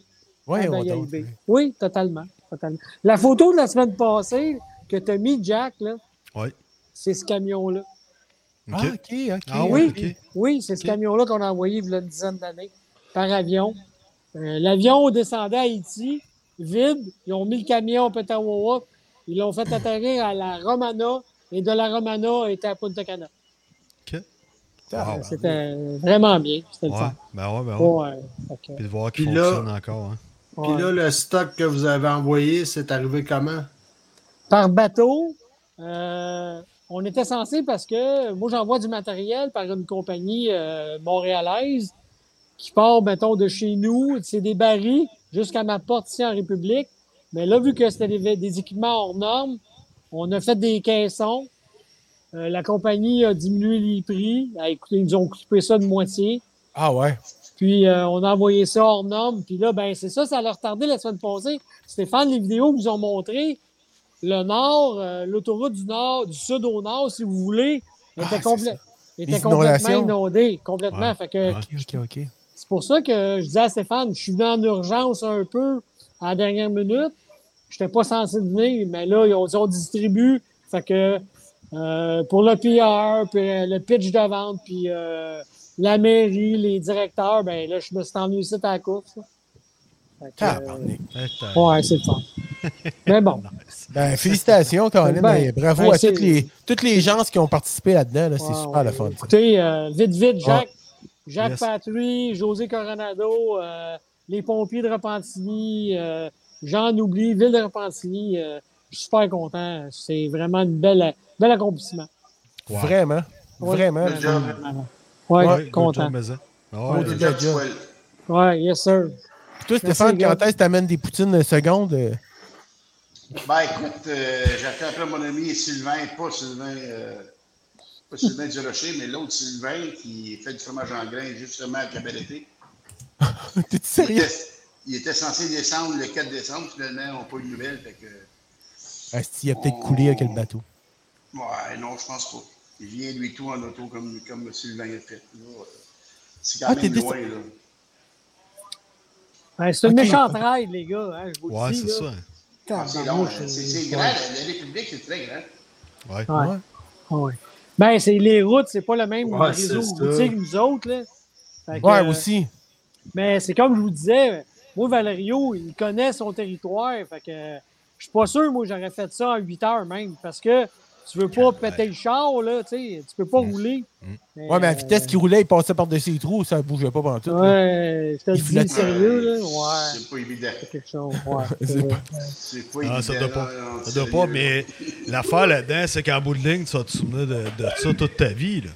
A: Ouais,
D: Ah, ben,
A: on
D: il y a
A: donc.
D: idée. Oui, totalement, totalement. La photo de la semaine passée que tu as mis, Jack, là,
B: Ouais.
D: c'est ce camion-là.
A: Ah,
B: OK.
A: ok, ok.
B: Ah
D: oui,
B: ouais, ok.
D: euh, oui, c'est ce
B: Ok.
D: camion-là qu'on a envoyé il y a une dizaine d'années par avion. Euh, L'avion descendait à Haïti, vide. Ils ont mis le camion à Petawawa. Ils l'ont fait atterrir à la Romana. Et de la Romana, était à Punta Cana.
A: Ah,
B: Wow.
D: C'était vraiment bien. C'était le
B: Ouais,
D: fun.
B: ben ouais, ben ouais.
D: Ouais, fait que,
B: Puis de voir qu'il
C: Puis là-
B: fonctionne encore. Hein.
C: Puis
D: ouais.
C: là, le stock que vous avez envoyé, c'est arrivé comment?
D: par bateau, euh, on était censé parce que moi, j'envoie du matériel par une compagnie euh, montréalaise qui part, mettons, de chez nous, c'est des barils, jusqu'à ma porte ici en République. Mais là, vu que c'était des, vé- des équipements hors normes, on a fait des caissons. Euh, la compagnie a diminué les prix. Ah, écoutez, ils nous ont coupé ça de moitié.
A: Ah ouais.
D: Puis euh, on a envoyé ça hors norme. Puis là, ben c'est ça, ça l'a retardé la semaine passée. Stéphane, les vidéos que vous ont montrées, le nord, euh, l'autoroute du nord, du sud au nord, si vous voulez,
A: Ah,
D: était,
A: c'est
D: complè-
A: ça.
D: était
A: Les
D: complètement
A: inondations.
D: inondée. Complètement.
B: Ouais,
D: Fait que
B: ouais.
A: Ok, ok, ok.
D: c'est pour ça que je disais à Stéphane, je suis venu en urgence un peu à la dernière minute. Je n'étais pas censé venir, mais là, ils ont dit on distribue. Fait que euh, pour le PR, puis euh, le pitch de vente, puis euh, la mairie, les directeurs, ben là, je me suis emmené ici à la course. là. Fait que,
A: Tabarnak.
B: Eh, t'as-
D: euh, ouais, c'est le fun. mais bon,
A: Ben, félicitations, Colin.
D: Ben,
A: et bravo
D: ben,
A: à
D: c'est-
A: toutes les, toutes les gens qui ont participé là-dedans. là. c'est
D: Ouais,
A: super le
D: ouais.
A: fun. ça.
D: Écoutez, euh, vite, vite, Jacques, Jacques
B: Yes.
D: Patry, José Coronado, euh, les pompiers de Repentigny, euh, Jean Oubli, Ville de Repentigny. euh, je suis super content. C'est vraiment un bel, bel accomplissement.
B: Wow.
A: Vraiment.
D: Ouais.
A: Vraiment.
E: Good job.
B: Ouais,
D: Oui,
B: good
D: content.
B: job, mais, hein. Ah ouais,
E: Good
A: ouais.
E: job, Joël.
D: Oui, yes, sir.
A: Puis Toi,
D: Merci,
A: Stéphane,
D: les gars.
A: quand est-ce que t'amènes des poutines de seconde? euh,
E: Ben écoute, euh, j'attends après mon ami Sylvain, pas Sylvain, euh, pas Sylvain Durocher, mais l'autre Sylvain qui fait du fromage en grain justement à Cabareté.
A: T'es-tu
E: Il
A: sérieux?
E: était, il était censé descendre le 4 décembre, finalement, on n'a pas eu de nouvelles. Fait que,
A: Asti, il a peut-être coulé avec le bateau.
E: ouais, non, je pense pas. Il vient lui tout en auto comme, comme Sylvain a fait. là. euh, C'est quand
A: Ah,
E: même
A: t'es
E: loin, là.
D: Ouais, Ben, c'est une
A: Ok.
D: méchante ride, les gars. hein, je vous le
B: Ouais,
D: dis,
B: c'est
D: là.
B: ça.
E: Ah,
B: ben
E: C'est long,
D: Tabarnouche,
E: hein. C'est-
D: euh,
E: c'est grand,
D: ouais.
E: la, la République, c'est très grand.
B: Ouais.
D: Ouais. Ouais. Ben, c'est les routes, c'est pas le même
C: Ouais,
D: réseau
C: c'est
D: routier
C: ça.
D: que nous autres. Là. Fait que,
A: Ouais,
D: euh,
A: aussi.
D: Mais c'est comme je vous disais, moi, Valerio, il connaît son territoire. Fait que euh, je suis pas sûr, moi, j'aurais fait ça en 8 heures même. Parce que tu veux pas péter le char, là, tu sais, tu peux
A: Mm.
D: pas rouler.
A: Ouais, mais à la vitesse qu'il roulait, il passait par-dessus les trous, ça bougeait pas pendant tout.
D: euh, Ouais, je te le
A: Il voulait-
D: dis sérieux, là.
E: Euh,
D: Ouais,
E: C'est pas évident.
D: c'est quelque chose. Ouais,
A: C'est pas-
E: C'est pas
B: Ah,
E: évident.
B: ça doit pas.
E: là, en
B: Ça doit
E: sérieux.
B: pas, mais l'affaire là-dedans, c'est qu'en bout de ligne, tu vas te souvenir de, de ça toute ta vie. Là.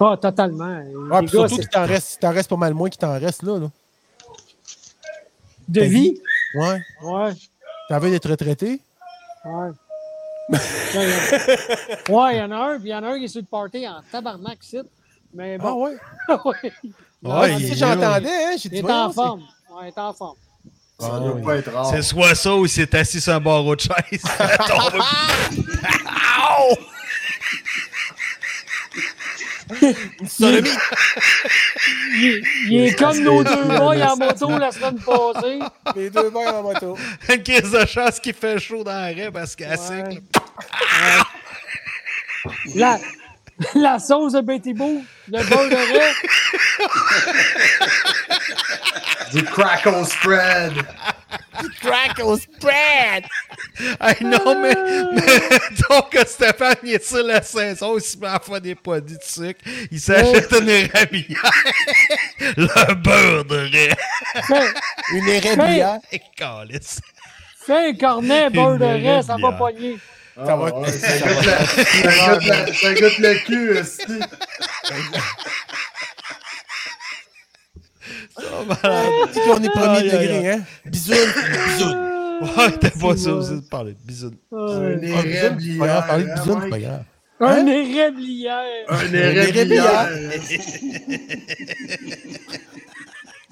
D: Ah, totalement.
A: Ouais,
D: les
A: Ah, puis
D: gars,
A: surtout
D: c'est
A: qu'il t'en reste, il t'en reste pas mal moins qu'il t'en reste là. là.
D: de vie.
A: Ouais.
D: Ouais.
A: T'en veux d'être retraité?
D: Ouais. ouais, il y en a- ouais, il y en a un, puis il y en a un qui est sur le party en tabarnak, ici. Mais
A: Ah
D: bon,
A: ouais?
D: ouais,
A: Ah,
B: Ouais,
A: ça,
B: il-
A: j'entendais, hein? J'ai
D: il
A: dit,
D: est
A: voyons,
D: en
A: c'est-
D: forme. Ouais, il est en forme.
C: Ça
A: Ah,
C: doit
A: oui.
C: pas être rare.
B: C'est soit ça ou c'est assis sur un barreau de chaise. Tombe- Ow!
A: Sodomie.
D: Il est, il est comme nos deux boys en moto la semaine passée.
A: Les deux mains en moto.
B: Une crise de chasse qui fait chaud dans la raie parce qu'elle sait
D: Ouais.
B: que-
D: Ouais. La, la sauce de Betty Boo, le beurre de raie.
C: Du crackle spread.
A: Crack au spread!
B: Hey, non, mais, mais donc Stéphane, il est sur la saison, il se met à faire des poignées de sucre, il s'achète une érablière, le beurre de raie,
D: Fais,
A: Une érablière.
B: Et calisse.
D: fais un cornet, beurre de raie, ça va
B: Bien.
D: pogner.
A: Ça va-
C: Ah ouais, ça goûte la- ça goûte la- ça goûte le cul aussi.
B: Oh, malade.
A: C'est qu'on est premier
B: Aïe, aïe,
A: degré, hein? Bisoun, bisoun.
B: Ouais, t'as pas
D: c'est
B: ça
D: moi.
B: aussi de parler de bisous.
D: Ouais.
A: Ah, bisoun, c'est pas grave, parler de
C: hein,
A: bisoun, c'est
C: Mike.
A: pas grave.
D: Un érablière.
C: Un
A: érablière.
C: érablière.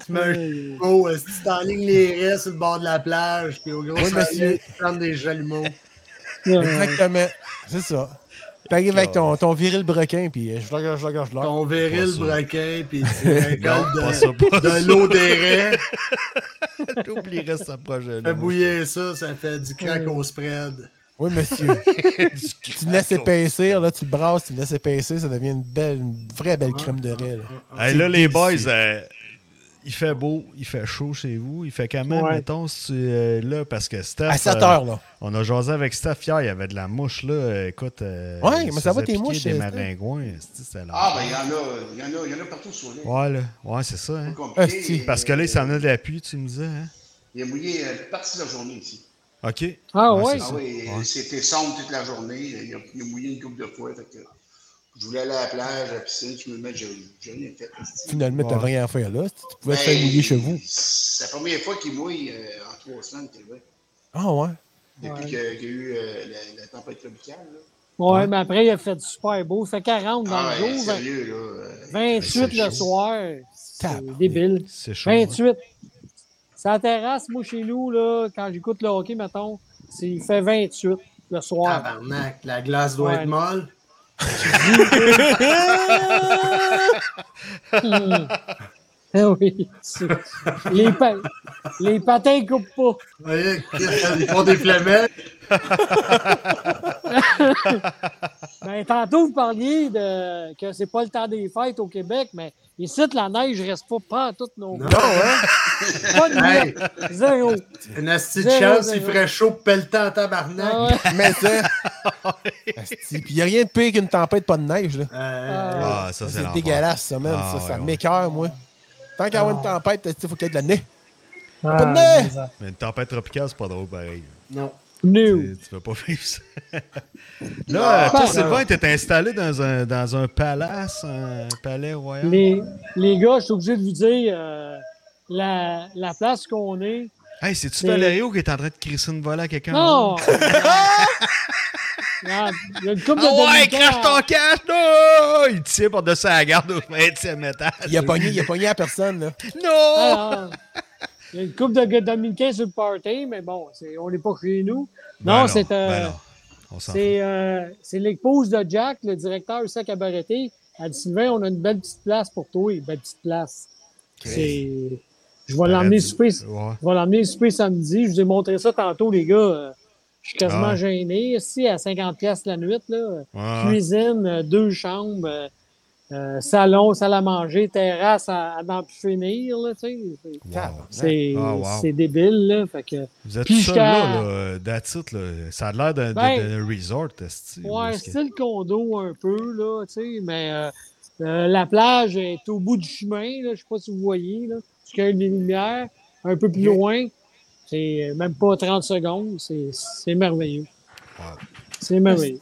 C: Tu mets un chapeau, euh, si tu t'enlignes les restes sur le bord de la plage, puis au gros
A: Oui,
C: soleil,
A: monsieur.
C: tu prends des jaloux
D: Ouais.
A: Exactement. C'est ça. T'arrives avec ton, ton viril brequin, puis euh, je vlog, je vlog, je vlog.
C: Ton viril
B: Ah, ça.
C: brequin, puis tu récoltes
B: pas ça, pas
C: de,
B: ça.
C: de l'eau des raies.
B: T'oublierais ce projet-là.
C: Fais bouillir ça, ça fait du crack au spread.
A: Oui, monsieur. tu le laisses épaissir, là, tu le brasses, tu le laisses épaissir, ça devient une belle, une vraie belle crème de riz. là.
E: Ah,
B: Hey, là, les boys, euh, il fait beau, il fait chaud chez vous. Il fait quand même,
D: Ouais.
B: mettons, si tu es euh, là, parce que Steph.
A: À 7
B: euh,
A: heures, là.
B: on a jasé avec Steph hier, il y avait de la mouche, là. euh, Écoute. euh,
A: Ouais,
B: il
A: mais
B: se
A: ça va, tes
B: faisait piquer
A: mouches,
B: Des
A: euh,
B: maringouins, c'est- c'est là.
E: Ah, ben, il y en a, il y en a, il y en a partout sur l'île.
B: Ouais, là. Ouais, c'est ça, hein.
E: C'est compliqué.
A: Hostie.
B: Parce que là, il s'en venait de la pluie, tu me disais, hein.
E: Il a mouillé euh, partie de la journée ici.
B: OK.
D: Ah, ouais.
B: c'est
E: Ah
B: ça.
E: oui,
B: Ouais.
E: c'était sombre toute la journée. Il a, il a mouillé une couple de fois. Fait que je voulais aller à la plage, à la piscine, je me mets, j'ai j'ai rien fait.
A: Finalement, t'as
B: Ouais.
A: rien à faire là. Tu tu pouvais te
E: Ben,
A: faire mouiller chez vous.
E: C'est la première fois qu'il mouille euh, en trois semaines, tu vois.
A: Ah, ouais.
E: Depuis
D: Ouais.
E: que- qu'il y a eu euh, la, la tempête tropicale. là.
D: Ouais, mais après, il a fait super beau. Il fait 40 dans
E: Ah,
D: le
E: ouais,
D: jour,
E: sérieux, là. euh,
D: 28
B: c'est
D: le
B: chaud.
D: soir. hein, C'est
A: Tabarnak.
D: débile.
B: C'est chaud. hein.
D: 28. Ça terrasse, moi, chez nous, là, quand j'écoute le hockey, mettons, c'est- il fait 28 le soir.
C: Tabarnak, la glace doit
D: Ouais.
C: être molle.
D: Ah oui. c'est- Les, pa- les patins ne coupent pas.
C: Vous voyez, ils font des flamèches.
D: Ben, tantôt, vous parliez de... que c'est pas le temps des fêtes au Québec, mais ici, la neige reste pas pas toutes nos.
C: Non,
B: hein?
D: Pas de
C: Hey.
D: neige. Zéro.
C: Une astuce de
D: Zéro,
C: chance,
D: zéro.
C: il ferait chaud pelletant en tabarnak.
D: Ah ouais.
A: Mais ça. Asti, Puis il n'y a rien de pire qu'une tempête, pas de neige, là.
C: Euh,
B: Ah, ça, c'est
A: C'est
B: l'enfer.
A: dégueulasse, ça, même.
B: Ah,
A: ça, ça
B: ouais, ouais.
A: m'écoeure, moi. Tant qu'à avoir une tempête, il faut qu'il y ait de la neige.
D: Ah,
A: Pas de neige!
D: bizarre.
B: Mais une tempête tropicale, c'est pas drôle pareil.
C: Non.
A: Mm.
D: New.
B: Tu tu veux pas vivre ça. Là, toi,
D: Non.
B: Sylvain, t'es installé dans un, dans un palace, un palais royal.
D: Les, les gars, je suis obligé de vous dire, euh, la, la place qu'on est.
B: Hey, c'est-tu
D: Mais-
B: Valério qui est en train de crisser une volée à quelqu'un?
D: Non! Regarde, Il y a une couple
B: Ah
D: de
B: ouais,
D: Dominicains
B: crache
D: à-
B: ton cash! Non! Il tire par-dessus la garde au 20e étage.
A: Il a pogné, il a pogné à personne, là.
B: Non!
D: Ah, ah. Il y a une couple de gars dominicains sur le party, mais bon, c'est- on n'est pas chez nous.
B: Ben
D: Non, c'est euh,
B: ben non. On s'en fout.
D: c'est, euh, c'est l'épouse de Jack, le directeur du sac à Bareté. Elle dit Sylvain, on a une belle petite place pour toi, une belle petite place. C'est- Je vais l'emmener souper.
B: Ouais.
D: Je vais l'emmener souper samedi. Je vous ai montré ça tantôt, les gars. Euh, Je suis quasiment
B: Ah ouais.
D: gêné. Si, à 50 pièces la nuit, là.
B: Ouais.
D: Cuisine, euh, deux chambres, euh, euh, salon, salle à manger, terrasse à, à n'en plus finir, là, tu sais. C'est-
B: Wow.
D: C'est
B: Ah, wow.
D: c'est débile, là. Fait que,
B: Vous êtes
D: Puis
B: seul
D: j'étais
B: là,
D: à-
B: là, euh, that's it, là. Ça a l'air d'un
D: Ben,
B: d'un- d'un resort, esti, où
D: ouais,
B: est-ce que-
D: c'est le condo un peu, là, tu sais, mais euh, euh, la plage est au bout du chemin, là. Je sais pas si vous voyez, là. Parce qu'il y a une lumière un peu plus loin. C'est euh, même pas 30 secondes. C'est- C'est merveilleux.
B: Wow.
D: C'est merveilleux.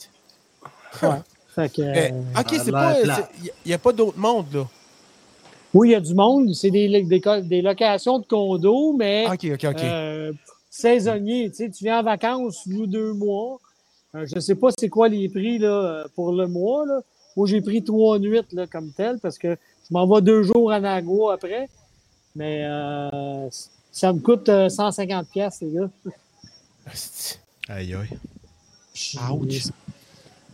D: Ouais. Fait que,
A: Eh,
D: euh,
A: ok,
C: ça a
A: c'est
C: l'air
A: pas.
C: plate.
A: Il n'y a pas d'autre monde, là.
D: Oui, il y a du monde. C'est des, des, co- des locations de condos,
B: Ah,
D: mais
A: Ok, ok, ok.
D: Eh. euh, saisonnier. Tu sais, tu viens en vacances, tu loues deux mois. Euh, je ne sais pas c'est quoi les prix là, euh, pour le mois. Là. Moi, j'ai pris trois nuits là, comme tel parce que je m'en vais deux jours à Nagua après. Mais euh, ça me coûte euh, 150 pièces les gars.
A: Asti.
B: Aïe, aïe.
D: Je-
A: Ouch. Ben,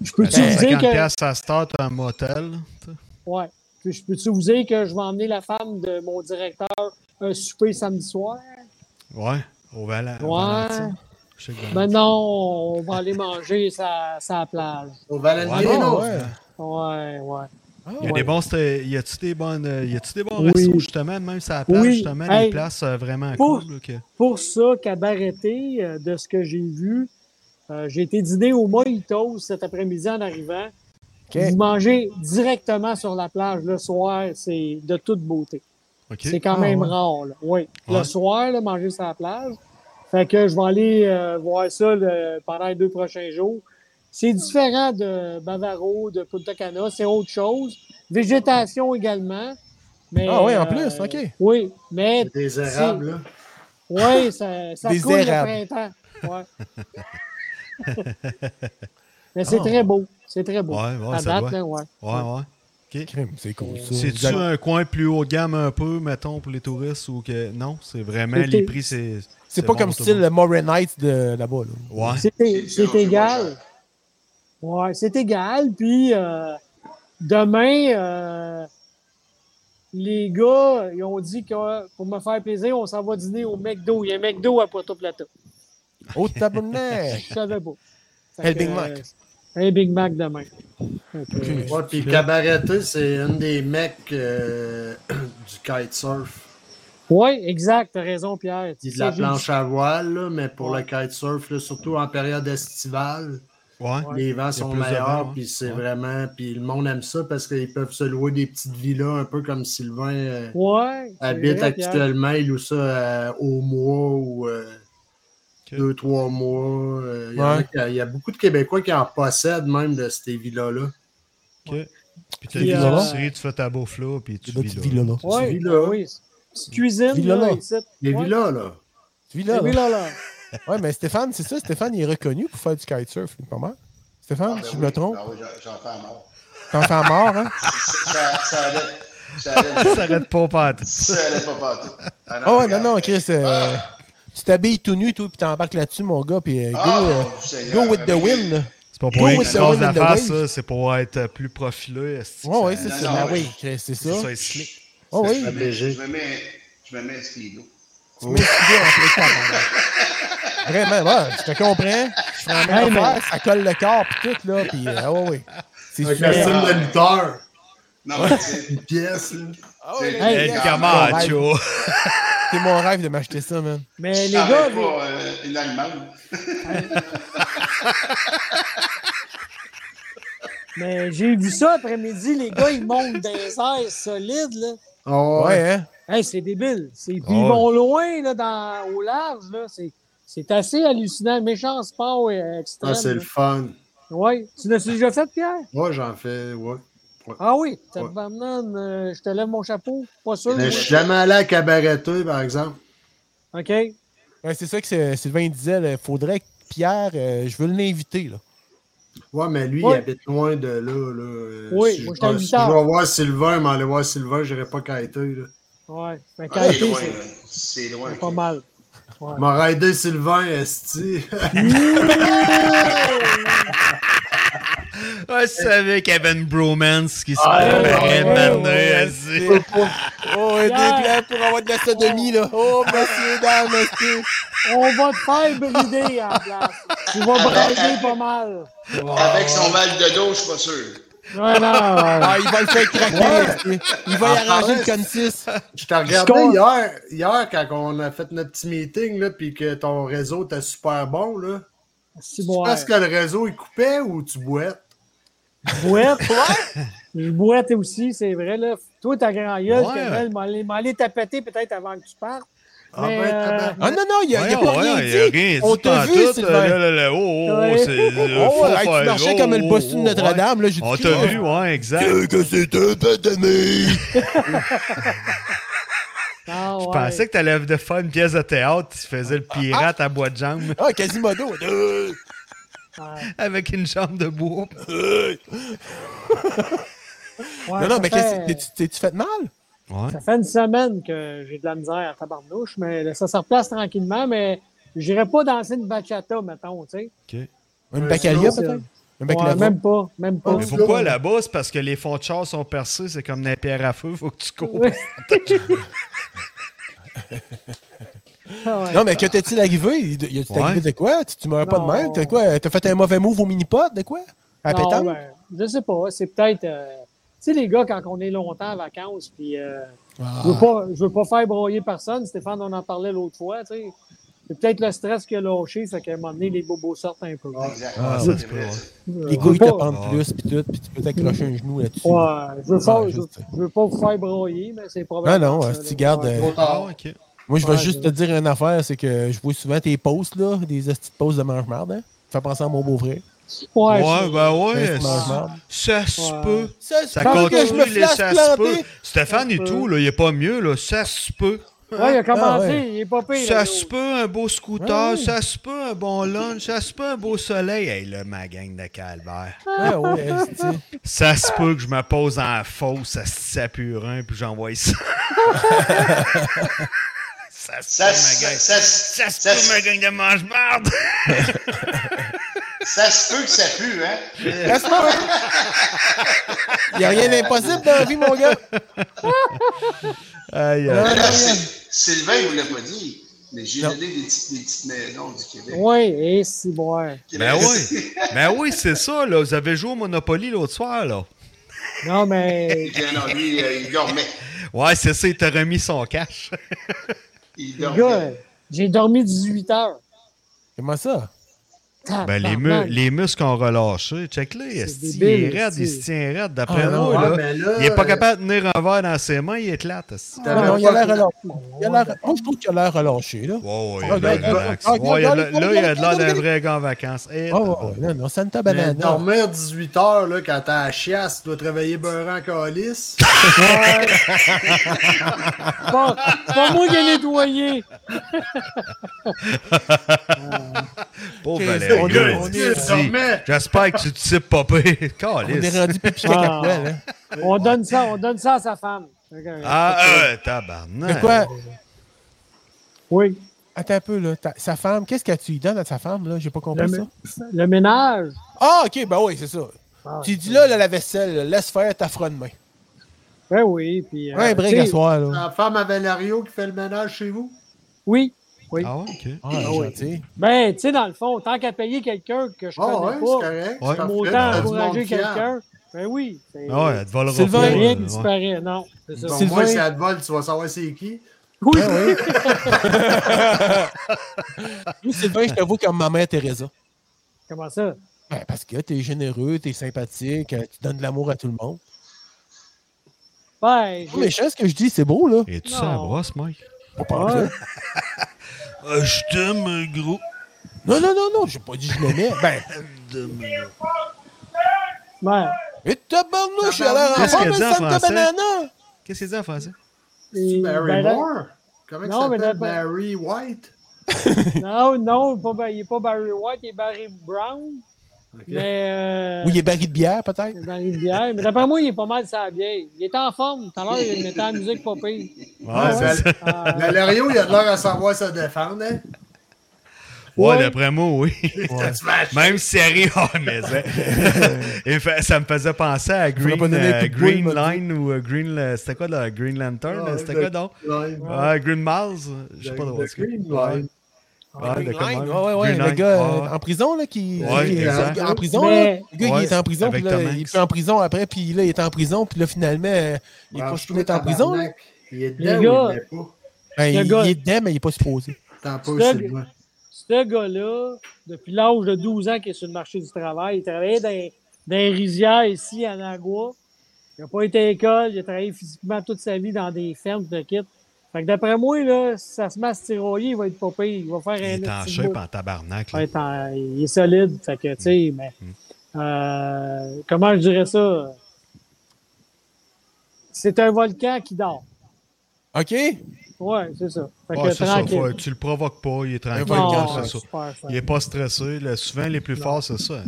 D: Je peux-tu vous dire
B: 50
D: que...
B: piastres, ça start un motel. tu sais.
D: Ouais. Puis Je peux-tu vous dire que je vais emmener la femme de mon directeur un souper samedi soir?
B: Ouais, au Vala.
D: Ouais.
B: Valentine. Je sais que Valentine-
D: Maintenant, Ben on va aller manger sa, sa plage.
C: Au
A: Ah,
C: Valentino.
A: non, ouais.
D: Ouais, ouais.
A: Ah,
B: Il y a
A: ouais.
B: des bons, c'était- y a-tu des bonnes, euh, y a-tu des bons
D: Oui.
B: restos justement, même sur la plage
D: Oui.
B: justement,
D: Hey.
B: des places euh, vraiment
D: Pour-
B: cool. là, que-
D: Pour ça, Cabareté, euh, de ce que j'ai vu, euh, j'ai été dîner au Mojitos cet après-midi en arrivant. Vous mangez directement sur la plage le soir, c'est de toute beauté.
B: Ok.
D: C'est quand
A: Ah,
D: même
A: ouais.
D: rare. là. Oui,
B: Ouais.
D: le soir, là, manger sur la plage. Fait que je vais aller euh, voir ça le- pendant les deux prochains jours. C'est différent de Bavaro, de Punta Cana, c'est autre chose. Végétation également. mais,
A: Ah ouais, en
D: euh,
A: plus, ok.
D: Oui, mais
C: Des érables, là.
D: oui, ça, ça
A: Des
D: coule
A: érables.
D: le printemps. Ouais. Mais c'est
A: Ah.
D: très beau. C'est très beau.
B: Ouais, ouais,
D: à
B: ça
D: date,
B: doit.
D: là, ouais.
B: Ouais, ouais.
A: Crime, C'est cool, ça.
B: C'est-tu
A: Exact.
B: un coin plus haut de gamme un peu, mettons, pour les touristes ou que. Non, c'est vraiment
D: C'était-
B: les prix, c'est.
A: C'est pas
B: bon
A: comme
B: pour tout
A: style
B: le
A: le Moray Knight de là-bas, là.
B: monde. Ouais.
D: C'est,
E: C'est-
D: c'est
E: c'est moins
D: égal.
E: cher.
D: Ouais, c'est égal. Puis euh, demain, euh, les gars, ils ont dit que pour me faire plaisir, on s'en va dîner au McDo. Il y a un McDo à Puerto Plata.
A: Oh, tabarnak!
D: Je savais pas. Fait
A: Hey,
D: que,
A: Big Mac.
D: euh, hey, Big Mac demain. Fait que, euh,
C: Ouais, puis Cabareté, c'est un des mecs euh, du kitesurf.
D: ouais, exact. T'as raison, Pierre.
C: Il y a de la
D: Ça, j'ai
C: planche à voile, là, mais pour
D: Ouais.
C: le kitesurf, là, surtout en période estivale,
B: Ouais.
C: les vents
B: Il y a
C: sont
B: plus de vent,
C: meilleurs,
B: ouais.
C: puis c'est
B: Ouais.
C: vraiment... Puis le monde aime ça parce qu'ils peuvent se louer des petites villas, un peu comme Sylvain euh,
D: dit- Ouais. c'est
C: habite
D: vrai, Pierre.
C: actuellement. Il loue ça euh, au mois ou euh,
B: Ok.
C: deux, trois mois. euh, il, y en a
A: Ouais.
C: qui- il y a beaucoup de Québécois qui en possèdent même de ces villas-là.
B: Puis tu
D: Puis,
B: vis
D: euh,
B: la série, tu fais ta bouffe là, puis tu
A: Là,
B: vis
A: tu
B: là.
A: vis là, là.
D: Ouais,
C: Tu vis là.
D: oui. Petite cuisine,
A: Tu vis là,
D: là,
A: là.
D: ici.
C: Les
D: Ouais.
C: villas, là.
A: Tu vis
D: Les
A: là, là.
D: villas, là.
A: Ouais, mais Stéphane, c'est ça, Stéphane, il est reconnu pour faire du kitesurf, pas mal. Stéphane,
E: Ah, ben
A: si je
E: oui.
A: me trompe,
E: Ah oui, j'en- j'en fais à mort.
A: t'en fais à mort, hein?
E: Ça ça allait. Ça allait.
B: Ça arrête pas, Pat.
E: Ça allait pas partout. Ah
A: Ah ouais, non,
E: regarde.
A: non, Chris, euh, tu t'habilles tout nu, toi, puis t'embarques là-dessus, mon gars, puis euh, go,
E: Ah,
A: euh,
E: mon Seigneur.
A: go with the wind. là.
B: C'est pas
A: Go
B: pour rien que
A: with
B: tu
A: the
B: casses
A: wind
B: la
A: and the
B: face,
A: wave.
B: ça, c'est pour être euh, plus profilé. est-ce que
A: Ouais, ouais,
B: ça-
A: c'est
E: Non,
A: ça.
E: non,
A: Ah
E: ouais.
A: oui, Chris, c'est ça.
B: c'est ça, c'est slick.
A: Ah oui,
E: Je me mets-
C: Léger.
E: Je me mets- je me mets un speedo.
A: tu mets le filet entre les tabarnak. Vraiment, ouais, je te comprends. Je fais la même
D: Hey, mais-
A: affaire, ça colle le corps, puis tout, là, puis euh, ah ouais, ouais. C'est
C: Un
A: super.
C: costume de lutteur.
E: Non, mais tu sais,
C: Une pièce, là.
A: Ah ouais,
E: Hey, euh,
A: là,
B: El
A: là,
E: Hey,
B: Camacho.
A: C'est mon rêve de m'acheter ça, man.
D: Mais les
E: je
D: gars,
E: t'arrête
D: les-
E: pas euh, une Allemande.
D: mais j'ai vu ça après-midi, les gars, ils montent des airs solides, là.
C: Oh, ouais.
A: Ouais, hein?
D: Hey, c'est débile. C'est- Puis
B: Ah
D: ils
B: ouais.
D: vont loin, là, dans... au large, là. C'est... c'est assez hallucinant. Méchant sport ouais, extrême.
C: Ah, c'est le fun.
D: Oui. Tu l'as déjà fait, Pierre?
C: Moi, j'en fais, ouais.
D: Ah oui. T'as
C: Ouais.
D: euh, je te lève mon chapeau. Pas sûr.
C: Mais
D: moi.
C: je suis jamais allé à cabareter, par exemple.
D: OK.
A: Ouais, c'est ça que c'est- Sylvain disait, là, faudrait que Pierre, euh, je veux l'inviter, là.
C: Ouais, mais lui,
D: Ouais.
C: il habite loin de là. là. Euh,
D: Oui,
C: si
D: moi,
C: je-
D: j'étais un
C: Si je
D: lutteur.
C: vais voir Sylvain, mais aller voir Sylvain, j'irai pas kiter, là.
D: Ouais. Mais quand
E: Ah, C'est
D: t'es,
E: loin.
D: c'est
E: là. C'est loin.
D: pas mal.
C: M'a raidé Sylvain, esti.
B: Ouais, je savais qu'il y avait une bromance qui se
C: Ah,
B: préparait
D: ouais,
B: maintenant.
A: ouais,
B: vas-y.
A: ouais, Oh, et
D: Pierre.
A: des plans pour avoir de la sodomie, là. Oh, monsieur, dame, monsieur.
D: On va te faire brider à la place. Tu vas brailler pas mal.
E: Avec son mal de dos, je suis pas sûr.
D: Ouais, non, euh, ouais.
A: Ah, il va le faire craquer. monsieur. Il va y
C: Ah,
A: arranger le
C: ouais.
A: concis.
C: Je t'ai regardé
D: qu'on-
C: hier, hier, quand on a fait notre petit meeting, là, puis que ton réseau était super bon, là.
D: Si
C: Tu
D: bon.
C: penses que le réseau, il coupait ou tu boites?
D: Je boite. Je boite aussi, c'est vrai. Là. Toi, ta grand gueule,
B: Ouais.
D: Kamel, m'en aller- m'en aller tapeter peut-être avant que tu partes.
C: Ah
D: Mais,
C: ben,
D: euh,
C: tabarnak.
A: Ah, non, non, il n'y a, il y a
B: Voyons,
A: pas
B: voyons, il y a
A: rien dit.
B: rien
A: On
B: dit
A: t'a vu,
B: pantoute,
A: Sylvain.
B: là, là, là, oh, oh,
D: Ouais.
B: oh, c'est... euh,
A: Oh,
B: faut
A: hey,
B: faire-
A: tu marchais
B: oh,
A: comme le
B: oh,
A: bossu de
B: oh,
A: Notre-Dame, là. J'ai
B: ouais. On
A: dit,
B: t'a
A: Christ,
B: vu, ouais, exact.
A: que c'est un pandémie.
D: Ah,
B: Je
D: ouais.
B: pensais que t'allais de faire une pièce de théâtre, tu faisais le pirate à bois de jambe
A: Ah, Quasimodo. Euh,
D: Ouais.
B: avec une jambe de bois.
A: euh.
D: Ouais,
A: Non, non,
D: ça
A: mais
D: fait-
A: qu'est-ce t'es- t'es-tu fait mal?
B: Ouais.
D: Ça fait une semaine que j'ai de la misère à tabarnouche, mais là, ça se replace tranquillement, mais j'irai pas danser une bachata, mettons, tu sais.
A: Une
C: Ouais,
A: bacalia,
C: sinon,
A: peut-être? Un
D: Ouais,
A: baccalauréat?
D: même pas, même pas.
B: Mais faut pas là-bas, c'est parce que les fonds de char sont percés, c'est comme des pierres à feu, faut que tu cours.
D: Ouais. Ah ouais.
A: Non, mais que t'est-il arrivé? Il- Il t'est
B: Ouais.
A: arrivé de quoi? Tu, tu meurs pas de
D: Non.
A: même? T'as quoi? euh, T'as fait un mauvais move au mini-pot? De quoi? À la
D: Non,
A: pétanque?
D: ben, je sais pas, c'est peut-être... euh, Tu sais, les gars, quand on est longtemps en vacances, puis euh,
A: Ah.
D: je, veux pas, je veux pas faire broyer personne. Stéphane, on en parlait l'autre fois, tu sais. C'est peut-être le stress qu'il a lâché, c'est qu'à un moment donné, les bobos sortent un peu.
E: Exact.
B: Ah,
E: C'est
B: ça se peut,
E: vrai,
B: ouais.
E: ça.
A: Les
D: Euh,
A: couilles
D: je
A: te
D: veux pas-
A: pendent plus, pis tout, pis tu peux t'accrocher un genou là-dessus.
D: Ouais, je veux, pas,
A: Ouais,
D: je,
A: je sais.
D: je veux pas vous faire broyer, mais c'est
A: Non,
D: probablement.
A: non,
D: ça,
A: si tu
D: là.
A: gardes.
D: Ouais.
A: euh,
C: Trop
B: Ah,
C: tard.
B: ok.
A: moi, je vais
D: Ouais,
A: juste
D: je-
A: te dire une affaire, c'est que je vois souvent tes posts, là, des petites pauses de mange-marde, hein. Ça fait penser à mon beau-frère.
D: Ouais,
B: Ouais,
D: je-
B: ben ouais,
A: Ouais, c'est marrant.
B: ça se
D: Ouais.
B: peut.
A: Ça,
B: Ça
A: Parce que
B: continue,
A: je me
B: les
A: flash
B: ça se
A: planter.
B: peut. Stéphane
D: Ça
B: et
D: se
B: tout,
D: peut.
B: là, il n'y a pas mieux, là, ça se peut.
D: Ouais, il a commencé,
A: Ah ouais.
D: il est pas pire. là,
B: Ça
D: gros.
B: se peut un beau scooter,
A: Ouais, ouais.
B: ça se peut un bon lunch, ça se peut un beau soleil. Hey, là, ma gang de calvaire.
A: Ah ouais, esti.
B: Ça se peut que je me pose en fosse à Sapurin puis j'envoie ça. ça se
E: Ça
B: peut, ma
E: se
B: gang.
E: ça se-
B: Oh Ça se
E: ça
B: peut,
E: se-
B: ma gang de mange-marde.
E: Ça se peut que ça pue, hein?
A: Laisse-moi! Il n'y a rien d'impossible dans la vie, mon gars! Non,
B: Aïe, aïe.
A: non,
E: Alors,
A: non.
E: Sy- Sylvain ne vous l'a pas dit, mais j'ai
A: Non.
E: donné des petites, des petites maisons du Québec.
D: Oui, et si bon.
B: Ben oui. Ben oui, c'est ça, là. Vous avez joué au Monopoly l'autre soir, là.
D: Non, mais.
E: Et non, lui, euh, il dormait.
B: Ouais, c'est ça, il t'a remis son cash.
E: Il
D: Les
E: dormait.
D: gars, j'ai dormi 18 heures.
A: Comment ça?
B: Ben, les, mu-
D: Tabarnak.
B: les muscles ont relâché. Check-les, esti, il
D: débile,
B: est raide, il
D: esti.
B: se tient raide, d'après
A: Ah,
B: nous,
A: ouais,
B: là.
C: mais là,
B: Il est pas
C: euh,
B: capable de tenir un verre dans ses mains, il éclate, esti.
A: Non,
C: T'avais
A: non, il a
C: pas-
A: l'air relâché. Il a l'air- Moi, je trouve qu'il a l'air relâché, là.
B: Ouais, ouais,
A: Ah,
B: il a
A: ben,
B: l'air relax.
A: ah, regarde,
B: Ouais, il a l'air-
A: regarde,
B: Là, il a de l'air
A: regarde,
B: d'un
A: regarde.
B: vrai gars en vacances. Eh,
A: Oh, ouais, non, non, Santa Banana.
C: Mais dormir 18 heures là, quand t'as la chiasse, tu dois travailler beurrant en calice.
D: C'est pas, c'est pas moi qui ai nettoyé.
A: Ok,
B: Pauvre Valérie.
A: on est-
B: Dieu,
A: on est-
B: esti.
C: dormait.
B: J'espère que tu te sais pas pire.
A: On est
B: Calisse.
A: rendu pipi caca
D: Ah.
A: poêle, hein.
D: On donne ça, on donne ça à sa femme.
B: Ah, euh,
A: Mais
B: tabarnak.
A: quoi?
D: Oui.
A: Attends un peu, là. Ta- Sa femme, qu'est-ce que tu lui donnes à sa femme, là? J'ai pas compris
D: Le,
A: ça.
D: le ménage.
A: Ah, OK, ben oui, c'est ça.
D: Ah,
A: Tu dis là, la vaisselle, là, laisse faire ta front de main.
D: Ben oui. Puis, euh,
A: Ouais, Ah, brigue
D: tu sais,
A: à soir, là.
C: La femme à Valerio qui fait le ménage chez vous.
D: Oui.
B: Ah, ouais, ok.
A: Ah, ouais,
D: oui.
A: gentil.
D: Ben, tu sais, dans le fond, tant qu'à payer quelqu'un que je
C: Ah
D: connais
C: ouais, c'est
D: pas,
C: correct.
B: Ouais.
C: c'est parfait,
D: autant
C: t'as du monde
D: encourager
C: fiable.
D: quelqu'un. Ben oui. c'est-
B: Ah, ouais, elle te volera
A: Sylvain,
B: pas,
D: rien ne
B: là, ouais.
D: disparaît, non. C'est ça.
C: Bon,
A: Sylvain-
C: moi, si elle te vole, tu vas savoir c'est qui.
D: Oui.
A: Nous, Sylvain, je t'avoue comme ma mère Teresa.
D: Comment ça?
A: Ben, parce que t'es généreux, t'es sympathique, euh, tu donnes de l'amour à tout le monde.
D: Ben,
A: C'est
D: j'ai-
A: pas méchant, ce que je dis, c'est beau, là.
B: Et tu
D: Non.
B: sens la brosse, Mike?
A: Pas par là.
B: Euh, je t'aime, gros.
A: Non, non, non, non, j'ai pas dit que je l'aimais. Ben,
D: ben,
A: et tabarnouche, il a l'air en
B: Qu'est-ce
A: forme,
B: qu'il
A: le
B: dit en
A: Santa
B: français?
A: Banana!
B: Qu'est-ce qu'il dit en français?
D: et- ben
C: Barry
D: là-
C: Moore. Comment
D: Non, mais ben-
C: il s'appelle?
D: là-
C: Barry White.
D: non, non, pas Bar- il n'est pas Barry White, il est Barry Brown. Mais. euh,
A: Ou il est baril de bière, peut-être?
D: Barry Bière. Mais d'après moi, il est pas mal sa vieille. Il était en forme. Tout à l'heure, il mettait la musique pas pire.
C: Ouais,
B: ouais,
C: Val-
D: Ah,
C: Valerio, il a de l'air à savoir se défendre. Hein?
B: Ouais,
D: Ouais.
B: d'après moi, oui. Même si elle rit, ah, mais hein. Et fa- ça me faisait penser
A: Faudrait
B: à
A: pas
B: Green,
A: donner
B: euh,
A: les coups de
B: Green
A: boule, m'a dit.
B: Line ou euh, Green. euh, C'était quoi, là? Green Lantern?
C: Ouais,
B: là, Ah, C'était
C: le-
B: quoi, donc?
C: Ouais.
B: Ouais, Green Miles? Je sais
C: Le-
B: pas
C: le
B: de ce que-
C: Green Line.
B: Ouais, de
A: Green Line,
B: commande.
A: ouais, ouais, ouais,
B: Green
A: le
B: Line, Ah,
A: gars euh,
B: ouais.
A: en prison, là, qui,
B: Ouais,
A: qui est
C: exact.
A: en, en prison,
D: Mais-
A: là. Le gars,
B: Ouais,
A: il est en prison,
B: avec
A: puis là,
B: Tom
A: il
B: Hanks.
A: est en prison après, puis là, il est en prison, puis là, finalement, euh, il est
C: Ah,
A: pas
C: je
A: supposé être
C: trouve
A: en prison, là.
C: tabarnak. Il est
D: Les
C: dedans ou il
D: gars-
C: l'est pas?
A: Ben,
D: Le
A: il,
D: gars-
A: il est dedans, mais il est pas supposé.
C: T'en
D: C'est-
C: pas, c'est moi.
D: ce gars-là, depuis l'âge de 12 ans qu'il est sur le marché du travail, il travaillait dans, dans les rizières ici à Nagua. Il n'a pas été à l'école, il a travaillé physiquement toute sa vie dans des fermes de kit. Fait que d'après moi, là, si ça se met à se tiroyer, il va être pas pire. Il va faire
B: Il
D: un
B: est en
D: petit
B: shape
D: bout.
B: en Mm. tabarnak. là.
D: Ouais, il est en- il est solide. Fait que, tu sais, mais. euh, comment je dirais ça? C'est un volcan qui dort.
A: OK?
D: Ouais, c'est ça. Fait
B: Ouais,
D: que
B: c'est ça,
D: tranquille.
B: faut- tu le provoques pas, il est tranquille.
A: volcan,
D: Non,
B: c'est ça.
D: super, ça.
B: Il est pas stressé. là. souvent, les plus forts, c'est ça.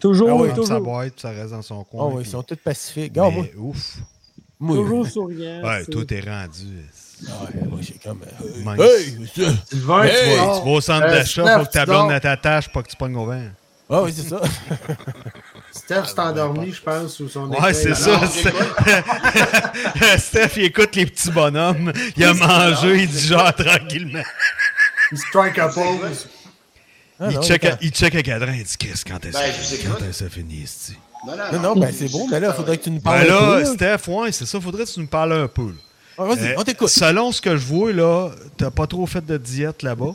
D: Toujours,
A: Ah ouais,
B: Il ferme sa
D: toujours.
B: boîte, ça reste dans son coin.
A: Oh, ouais, ils
B: puis-
A: sont tous pacifiques.
B: Mais,
A: Regarde, moi,
B: ouf.
A: moi,
D: Toujours souriant.
B: Ouais,
D: c'est-
B: toi, t'es rendu.
A: Ah, ouais, moi, j'ai comme... euh,
B: Mince.
A: Hey! ça-
C: Sylvain,
A: Hey,
B: Tu
E: Oh.
B: vas au centre
C: Euh,
B: d'achat,
C: Steph,
B: faut que ta
C: tu
B: blonde
C: dors.
B: à ta tâche, pas que tu pognes au vent.
A: Ah oui, c'est ça.
C: Steph s'est endormi, je pense, sous son
B: Ah, Ouais,
C: écran.
B: c'est
E: Alors,
B: ça.
E: c'est quoi?
B: Steph- Steph, il écoute les petits bonhommes. Il a mangé, il digère tranquillement.
C: Il strike a pose.
A: Ah,
B: il,
A: non,
B: check,
A: attends.
B: il check un cadran, il dit Qu'est-ce quand est-ce
E: Ben,
B: que ça
E: je vous
B: finit? Quand
E: écoute.
B: est-ce que ça finit, esti?
E: Non, non,
A: Non, non, ben c'est bon, mais là, il faudrait que tu nous parles
B: Ben
A: un peu,
B: là,
A: là.
B: Steph, ouais, c'est ça, faudrait que tu nous parles un peu. là.
A: Ah, Vas-y,
B: Euh,
A: on t'écoute.
B: Selon ce que je vois, là, t'as pas trop fait de diète là-bas.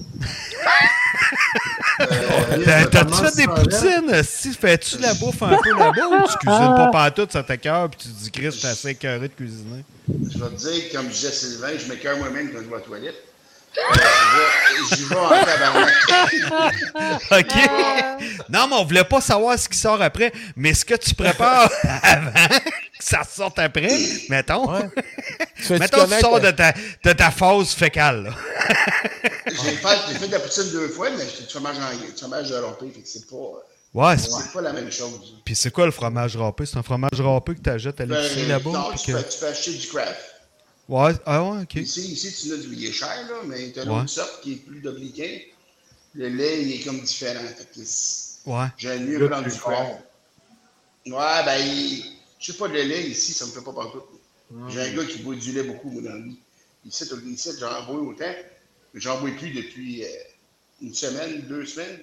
B: Ben, T'as-tu fait des poutines? Si fais-tu la bouffe un peu là-bas ou tu cuisines pas partout, ça t'écœure, puis tu te dis, Chris, t'as assez écœuré de cuisiner?
E: Je vais te dire, comme disait Sylvain, je m'écœure moi-même quand je vais aux toilettes. Euh, je vais- J'y vais en tabarnak.
B: OK. Non, mais on voulait pas savoir ce qui sort après, mais ce que tu prépares avant que ça sorte après, mettons.
A: Ouais. Tu fais-tu
B: Mettons, tu
A: connaître,
B: sors de
A: euh,
B: ta, de ta phase fécale. là.
E: J'ai fait, j'ai fait de la poutine deux fois, mais c'est du fromage, en, du fromage de râpé, fait que c'est pas,
B: Ouais, c'est-
E: c'est pas la même chose.
B: Puis c'est quoi le fromage râpé? C'est un fromage râpé que t'achètes à
E: Ben,
B: l'épicerie là-bas?
E: non,
B: puis
E: tu,
B: que-
E: peux, tu peux acheter du craft.
B: Ouais, ah ouais, OK.
E: Ici, ici tu l'as du il est cher, là, mais tu as
B: Ouais.
E: une sorte qui est plus dominicain. Le lait, il est comme différent. Fait que c'est-
B: Ouais.
E: J'aime mieux
C: Le
E: prendre
C: plus
E: du fort. Ouais, ben, il- je sais pas, le lait ici, ça me fait pas partout.
B: Ah.
E: J'ai un gars qui boit du lait beaucoup, moi, dans le lit. Ici, tout- ici, j'en bois autant. mais J'en bois plus depuis euh, une semaine, deux semaines.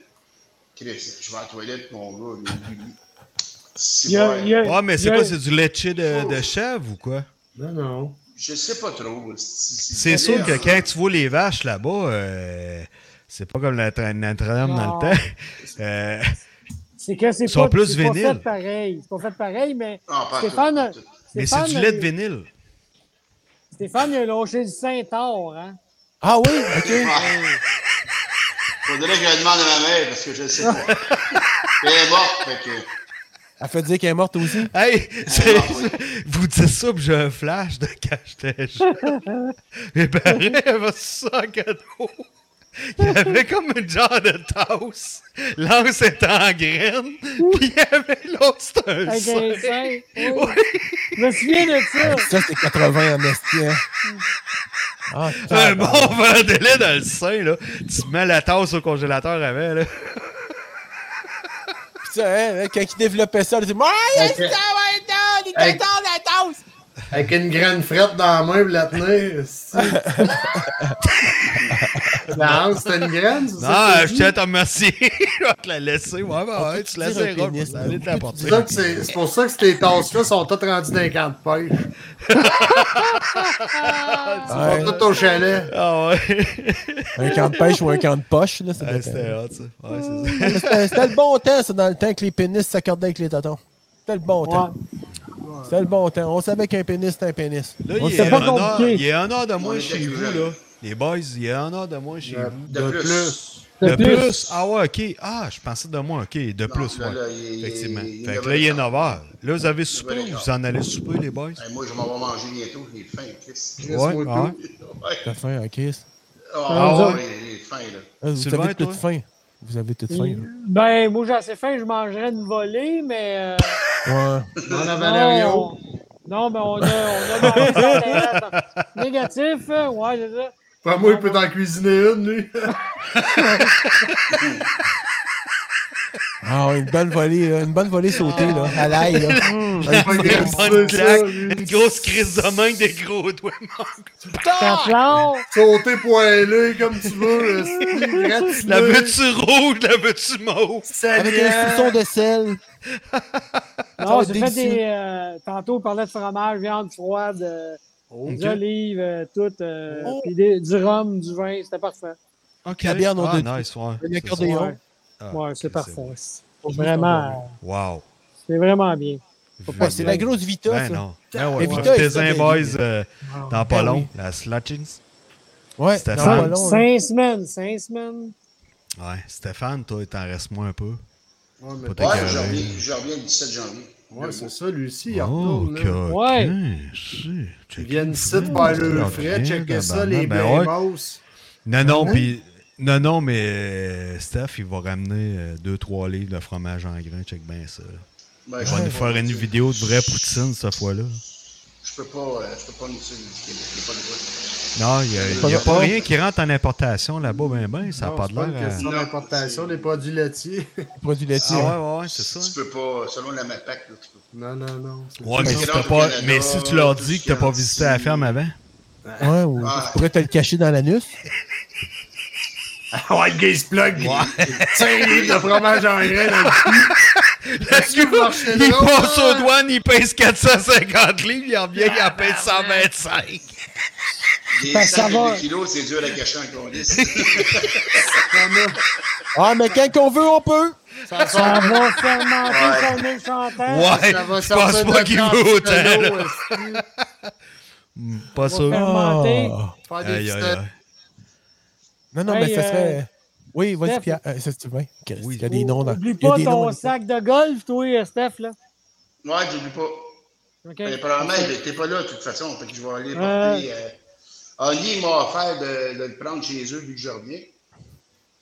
E: Chris, je vais à la toilette, mon gars, mais lui, c'est
D: Il y a-
E: vrai.
D: il y a-
B: Ouais, mais
D: il y
B: c'est
D: a-
B: quoi? C'est du laitché de, de chèvre ou quoi?
C: Non, non.
E: Je sais pas trop.
B: C'est sûr
E: hein.
B: que quand tu vois les vaches là-bas, euh, c'est pas comme la tra- Notre-Dame dans
D: Non.
B: le temps. Euh,
D: C'est que c'est
B: Ils sont
D: pas,
B: plus
D: c'est pas
B: vinyles.
D: fait pareil. C'est pas fait pareil, mais
E: Ah, pas
D: Stéphane,
E: tout, pas tout.
B: mais c'est
D: Stéphane,
B: du lait de
D: euh,
B: vinyle.
D: Stéphane, il a lâché du Saint-Or, hein?
A: Ah oui, ok.
E: Ah. Faudrait que je demande à ma mère parce que je sais pas. Elle est morte, fait que.
A: Elle fait dire qu'elle est morte aussi.
B: Hey, c'est-
E: Ah, oui.
B: vous dites ça, puis j'ai un flash de quand j'étais jeune. Mes parents avaient ça en cadeau. Il y avait comme une genre de tasse. L'anse était en graine, puis il y avait l'autre, c'était un
D: Avec un
B: sac.
D: saint. oui. Je me souviens de ça.
A: Ça, c'est 80 en esti, hein. Ah,
B: Un
A: tabarnak.
B: bon verre de lait dans le sein, là. Tu mets la tasse au congélateur avant, là.
A: Puis ça, hein, quand il développait ça, il disait Ah, yes, ça
C: Ok.
A: va être dans, il
C: Hey.
A: était dans la tasse!
C: Avec une grande frette dans la main pour la tenir. esti. la hanse, c'est une graine, c'est
B: Non,
C: ça? que
B: Ah, je
C: tu
B: tiens à
C: dis?
B: te remercier. je vais te la laisser. Ouais, bah, ouais,
A: tu
B: tu la
A: diras
B: serras,
A: pénis,
B: puis ça allait
A: là.
B: t'apporter.
C: C'est ça que c'est c'est pour ça que ces tasses-là sont toutes rendues dans les camps de pêche. Ils sont toutes au chalet.
B: Ah ouais.
A: Un camp de pêche ou un camp de poche, là, ça
B: Ouais,
A: dépend.
B: C'était hot, ça. Ouais, c'est ça.
A: C'était c'était le bon temps, ça, dans le temps que les pénis s'accordaient avec les tontons. C'était le bon temps. C'était le bon temps. On savait qu'un pénis, c'était un pénis. Oh,
B: Là,
A: On
B: il
A: sait
B: est,
A: pas
B: un heure,
D: compliqué.
B: il est un heure de moins
E: On est
B: chez vous,
E: jeunes.
B: là. Les boys, il est un heure de moins chez vous.
E: De, plus.
B: De
D: De
B: plus.
D: plus.
B: Ah ouais, OK. Ah, je pensais de moins, OK. De
E: Non,
B: plus,
E: là,
B: ouais.
E: là, il-
B: Effectivement.
E: il- il
B: fait que
E: devrait
B: là, il est
E: être
B: 9 heures. Là, vous avez soupé
E: devrait
B: ou
E: être
B: vous en allez souper, les boys?
E: Ben, moi, je m'en vais manger bientôt. Il est fin, Chris.
C: Chris,
B: Ouais,
C: moi,
B: ah
C: tout.
E: Ouais.
A: T'as faim, hein, Kiss?
E: Ah,
B: Ah,
E: ouais,
B: ouais.
E: il est fin, là.
A: Ah, Vous
B: Sylvain,
A: avez
B: toi?
A: toute faim. Vous avez toute faim.
D: Ben, moi, j'ai assez faim, je mangerais une volée, mais. euh,
A: là. Ouais.
C: Demande à Valerio.
D: Non, non, mais on a, on a mangé ça à la tête. Négatif, euh, ouais, c'est ça.
C: Pas moi, il peut t'en cuisiner une, lui.
A: Ah, ouais, une bonne volée, là. Une bonne volée sautée, là. À l'ail, là.
C: Il peut
B: Une,
C: cuisiner ça, lui.
B: une grosse crise de main avec des gros doigts manquent.
D: T'as plan.
C: Sauter poilé comme tu veux. esti, gratiné.
B: La veux-tu rouge, la veux-tu mauve?
A: Avec un
C: hein.
A: soupçon de sel.
D: Non,
A: va
D: j'ai
A: être
D: fait
A: délicieux.
D: des. euh, tantôt, on parlait de fromage, viande froide, euh, des
B: Ok.
D: olives, euh, tout. euh,
A: Oh.
D: puis des- du rhum, du vin, c'était parfait.
B: Ok.
A: La bière, non,
B: ah,
A: de-
B: nice, ouais.
A: Un
B: C'est ça.
A: accordéon.
D: Ouais,
B: Ah,
D: ouais, c'est
B: ok,
D: parfait.
B: bon.
D: C'est Vraiment,
B: Wow.
D: c'est vraiment bien.
A: Ouais, c'est la grosse Vita,
B: Ben
A: ça.
B: non.
A: Ben
B: Et
A: ouais,
B: puis,
A: Vita,
B: tes
A: ça,
B: un
A: t'as-
B: boys euh, dans pas
A: Ben
B: long,
A: oui.
B: la Slutchings.
A: Ouais,
B: C'était
A: dans
B: ça.
A: pas
D: Cinq,
A: long, hein? là.
D: cinq semaines, cinq semaines.
B: Ouais, Stéphane, toi, il t'en reste moins un peu.
C: Ouais, mais-
B: Pas t'écoeurer.
E: Ouais, je reviens, je reviens le 17 janvier.
C: Ouais, c'est ça, lui aussi, il
B: Oh,
C: retourne. là.
B: coquin,
D: Ouais.
B: si,
C: Ils
B: check
C: viennent
B: it,
C: ici
B: ça,
C: de faire
B: ça,
C: le frais,
B: bien,
C: checker ça,
B: tabarnak.
C: les
B: Ben ouais.
C: Blamos.
B: Non, non, puis... Non, non, mais euh, Steph, il va ramener 2-3 livres de fromage en grains, check bien ça.
E: Ben,
B: Il
E: je
B: va
E: peux
B: nous
E: pas,
B: faire une
E: tu sais,
B: vidéo de vraie poutine cette fois-là.
E: Je peux pas, euh, je peux pas nous suivre du Québec. j'ai pas le droit.
B: Non, il n'y a, pas rien qui rentre en importation là-bas, ben ben, ça n'a pas de
C: une
B: l'air. à-
C: question d'importation des produits laitiers.
A: Produit
B: Ah
A: laitier. hein.
B: ouais, ouais, ouais, c'est ça. hein.
E: Tu peux pas, selon la MAPAC, là, tu peux
C: Non, non, non. c'est
B: Ouais, mais
E: Mais
B: si,
E: c'est
B: t'as
E: rentre au
B: pas,
E: Canada,
B: mais si tu leur dis que t'as pas
E: tout ce
B: visité la
E: qui-
B: ferme avant,
A: Ouais, ou tu pourrais te le cacher dans l'anus.
C: Ah ouais, le gars, il se plug. Tiens, il de fromage en grain. là.
B: il passe
C: Ah,
B: aux douanes, il pèse 450 livres, il revient, il en pèse 125.
E: Des
D: Ben, ça
E: sacs
D: va.
E: de kilos, c'est dur à cacher en colis.
A: Ah, mais quand qu'on veut, on peut.
C: Ça
D: Ça
C: sort-
D: va fermenter
E: Ouais.
D: comme une chantant.
B: Ouais,
C: ça va
B: je
C: sortir
B: pense
C: de
B: pas qu'il
C: trente
B: veut autant. là.
C: kilos, esti.
B: Hmm, Pas sûr.
D: faire- Fermenté.
A: Ah.
C: Faire des
B: Aïe, aïe,
C: petites-
B: aïe.
A: Non, non,
D: Hey,
A: mais ça
D: euh,
A: serait. Oui, vas-y,
D: Steph.
A: Pierre. Euh, ça, c'est bien. Qu'est-ce
B: Oui.
A: qu'il y a des noms dans.
D: Oublie
A: il y a
D: pas
A: des noms
D: ton
A: dans-
D: sac de golf, toi, Steph, là.
E: Ouais, j'oublie pas.
D: OK.
E: Mais probablement, j'étais pas là, de toute façon. Fait que je vais aller porter.
D: Ouais.
E: Euh... Oli m'a offert de, de le prendre chez eux, vu que je reviens.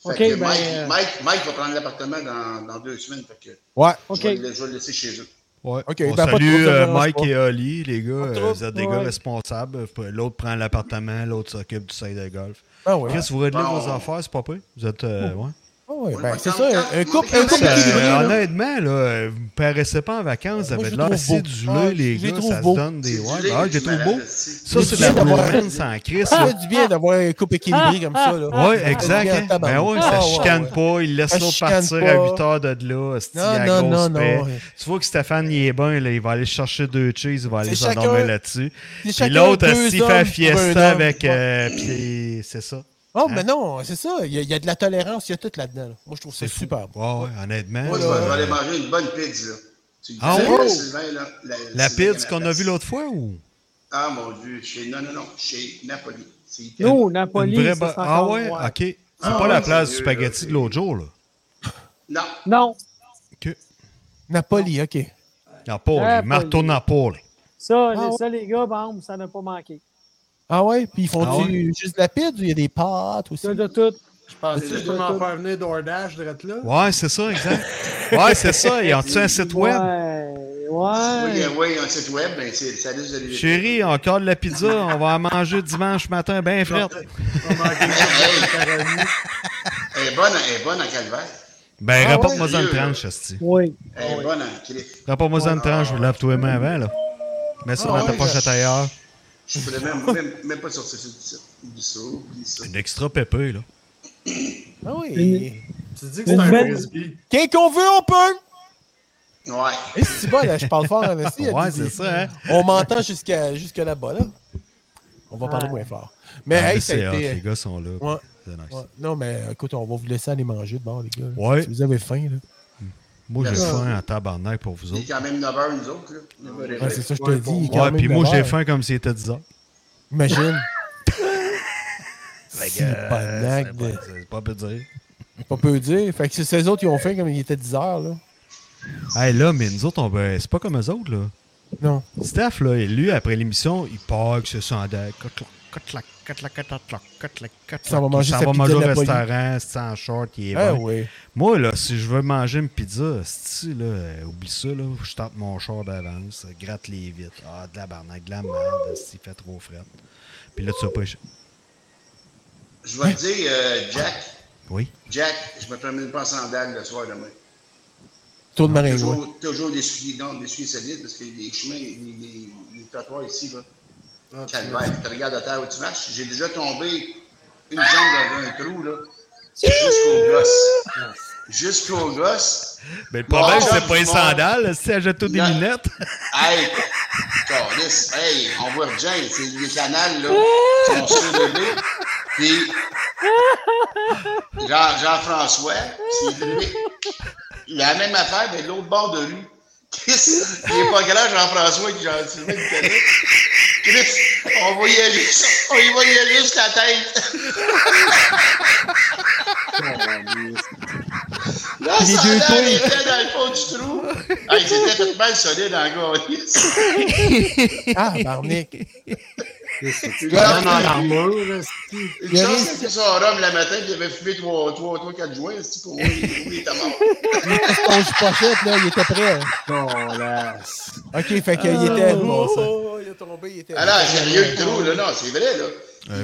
E: Fait
D: Ok,
E: que
D: ben,
E: Mike,
D: euh,
E: Mike, Mike va prendre l'appartement dans, dans deux semaines. Fait que
A: Ouais.
D: OK.
E: je, vais le, je vais le laisser chez eux.
B: Ouais.
A: Ok,
B: on
A: ben, pas de
B: salue
A: trouble, ça
B: euh,
A: me dérange
B: Mike
A: pas.
B: et Oli, les gars.
A: de
B: euh,
A: trouble.
B: vous êtes des
D: Ouais.
B: gars responsables. L'autre prend l'appartement, l'autre s'occupe du sac de golf.
A: Ah, ouais.
B: Chris, vous réglez
E: Bon.
B: vos affaires, c'est pas peu? Vous êtes. euh, ouais.
A: Ah, ouais,
E: On
A: ben,
E: va
A: c'est ça.
E: ensemble.
A: Un un couple, un
E: Euh,
A: couple
E: Comme
B: Euh,
A: équilibré, là.
B: honnêtement, là, euh, vous ne paraissez pas en vacances, vous
A: Ben, Moi,
B: avez
A: je les
B: de l'air
A: trouve beaux.
B: acidulé,
A: Ouais,
B: les
A: je les
B: gars,
A: trouve
B: ça
A: beaux.
B: se donne des.
E: C'est
B: Ouais,
E: du lait,
B: ben, je les
E: du
B: trouve
E: malade,
B: beaux.
E: c'est-
B: Ça,
A: Mais
B: c'est
A: tu
B: de la
A: viens d'avoir-
B: province en crise.
A: Ça fait du bien d'avoir un couple équilibré comme ça. Là.
B: Oui, exact. hein.
A: Ah,
B: Ben ouais,
A: ah,
B: ça
A: ouais,
B: chicane
A: ouais.
B: pas, il laisse
A: Ça
B: l'autre
A: chicane
B: partir
A: pas.
B: à 8 heures de là. hostie, à
A: Non, non,
B: grosse
A: non,
B: paix.
A: non.
B: Tu vois que Stéphane, il est bon, là, il va aller chercher deux cheese, il va aller
A: C'est chacun-
B: s'endormir là-dessus.
A: C'est
B: Puis
A: chacun
B: l'autre,
A: deux
B: s'il
A: hommes
B: fait
A: pour un
B: fiesta
A: homme.
B: avec. euh, puis c'est ça.
A: Oh, mais non, c'est ça. Il y, a, il y a de la tolérance, il y a tout là-dedans. là. Moi, je trouve ça
B: C'est fou.
A: super.
B: Ouais, ouais, honnêtement.
E: Moi, là,
B: euh,
E: je vais aller manger une bonne pizza. Tu
B: Ah
E: dis,
B: ouais?
E: Sylvain, là,
B: la
E: Sylvain,
B: pizza qu'on a
E: place.
B: vue l'autre fois ou.
E: Ah, mon Dieu, chez... Non, non, non, chez Napoli. C'est italien.
D: Nous,
B: Une
D: Napoli,
B: vraie
D: ça,
B: ba-
D: c'est
B: Ah
D: encore-
B: ouais, ok. C'est
E: Ah
B: pas la
E: ouais,
B: place
E: c'est
B: du
E: mieux,
B: spaghetti
E: là,
B: de l'autre jour, là.
E: Non,
D: Non,
B: Ok.
A: Napoli, OK.
B: Napoli,
D: Ah,
B: Marteau Napoli.
D: ça,
A: Ah
D: les,
A: ouais.
D: ça, les gars, bam, ça n'a pas manqué.
A: Ah ouais? Puis ils font
B: Ah
A: du, juste de la pizza ou il y a des pâtes aussi?
D: Ça, de tout.
C: Je pensais que je peux m'en
D: tout.
C: faire venir DoorDash, je dirais là.
B: Ouais, c'est ça, exact. ouais, c'est ça. Ils ont-tu un site web?
D: Ouais,
E: oui,
D: ouais.
E: euh, oui, un site web, ben, c'est ça risque de
B: Chérie, encore de la pizza, on va en manger dimanche matin, ben frette.
A: euh,
C: On manquait
A: Ah,
C: de pepperoni.
E: Elle est bonne, elle est bonne en calvaire.
B: Ben,
A: Ah
B: rapporte-moi
E: ouais?
B: ça une tranche, Asti.
D: Oui.
E: Elle est bonne en clé.
B: Rapporte-moi ça une tranche, je lave tous les mains avant, là. Mets ça
A: Ah
B: dans ta
A: ouais,
B: poche à tailleur.
E: Je ne même, même, même pas sortir ça, ça. Oublie ça, oublie ça.
B: Une extra pépée, là.
A: Ah oui.
D: Une-
C: Tu dis que c'est un
D: Une belle-
C: frisbee.
A: Qu'est-ce qu'on veut, on peut!
E: Ouais.
A: Et c'est bon, là, je parle fort en esti, elle
B: Ouais,
A: dit-
B: c'est ça, hein.
A: On m'entend jusqu'à jusqu'à là-bas, là. On va parler
D: Ouais.
A: moins fort. Mais,
B: Ah,
A: hey, ça a
B: c'est hot,
A: été-
B: les gars sont là.
A: Ouais.
B: C'est nice.
A: Ouais. Non, mais écoute, on va vous laisser aller manger de bord, les gars. là.
B: Ouais.
A: Si vous avez faim, là.
B: Moi, j'ai
E: Ouais.
B: faim en tabarnak pour vous
E: Il est
B: autres.
E: quand même 9h, nous autres. Là. On va
A: Ouais, c'est ça, je te
C: Ouais,
A: dis.
C: bon.
A: il est quand
B: Ouais,
A: même
B: puis moi,
A: neuf
B: j'ai
A: heures.
B: faim comme si c'était 10 heures.
A: Imagine.
B: Fait que,
A: Si,
B: euh,
A: bonnac
B: c'est
A: de-
B: pas- c'est pas peu dire.
A: On peut dire. Fait que c'est ces autres, ils ont faim comme il était 10 heures, là.
B: Hey, là, mais nous autres, on va- c'est pas comme eux autres, là.
A: Non.
B: Steph, là, lui, après l'émission, il part que ce sondage. Ça
A: Ça va manger sa
B: Ça va
A: pizza
B: manger au
A: de Napoli.
B: restaurant, c'est en short, il est
A: Ah
B: bon.
A: oui.
B: Moi, là, si je veux manger une pizza, si là, euh, oublie ça, là, je tape mon char d'avance, gratte les vitres. Ah, de la barnaque, de la merde, s'il fait trop fret. Puis là, tu vas pas... éch-
E: Je vais te dire, euh, Jack,
B: Oui?
E: Jack, je me promène pas en sandales le soir demain.
A: Tour de marée, ouais.
E: Toujours, toujours des souliers, non, des souliers solides, parce que les chemins, les, les, les trottoirs ici, là,
C: Ah, tu
E: calvaire, tu regardes à terre où tu marches. J'ai déjà tombé une jambe dans un trou, là, jusqu'au gosse. Jusqu'au gosse.
B: Mais Ben, le
E: problème,
B: problème,
E: c'est
B: Ah, c'est
E: pas
B: pas
E: les
B: un sandales, si elle jette
E: des
B: des
E: Non.
B: lunettes.
E: Hey, Carlis, hey, on voit Jane, c'est les canals, là, sont sur le bébé. Puis, Jean- Jean-François, c'est lui. Il a la même affaire, mais de l'autre bord de rue. Chris, il est pas grand, Jean-François, qui Jean-Sylvain, qui connaît. Chris, on va y aller, on y va y aller jusqu'à la tête. Là,
A: Les
E: ça
A: deux
E: allait,
A: tours.
E: il était dans le fond du trou. Hey, ils étaient tout mal solides en gars.
A: Ah, Barnick.
C: Tu rentres dans l'armure, là.
E: Une chance qu'il était sur un rhum le matin, puis il avait fumé 3-4 joints, c'est pour moi, il était mort.
A: Ton pochette, là, il était prêt. hein.
C: Colasse.
A: OK, fait qu'il était. Bon, ça. Il a tombé, il était.
E: Alors, sérieux, le trou, là, non, c'est vrai, là.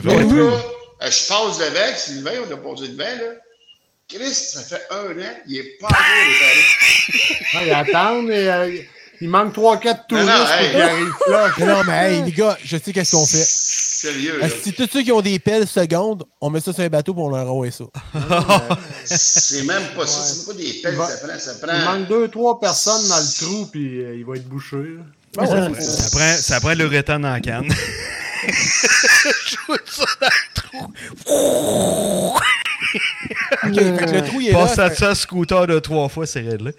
A: vrai
E: L'autre,
A: trou.
E: là, euh, je passe devant, Sylvain, on a passé devant, là. Chris, ça fait un an, il est pas encore réparé.
C: Ah, Ils attendent et euh, il manque 3-4 touristes
E: Non, non, hey.
C: pour qu'ils arrivent là.
A: Mais non, mais hey, les gars, je sais qu'est-ce qu'on fait.
E: Sérieux, là.
A: Ah, Si tous ceux qui ont des pelles secondes, on met ça sur un bateau pour on leur envoie ça.
E: C'est même pas ça, c'est pas des pelles,
C: va-
E: ça prend, ça
C: Il
E: prend.
C: manque 2-3 personnes dans le trou, puis euh, il va être bouché. là.
B: Ça prend, ça prend le rétan dans la canne.
A: OK, fait que le trou, il est là.
B: Passe à ça, scooter de trois fois, c'est réglé.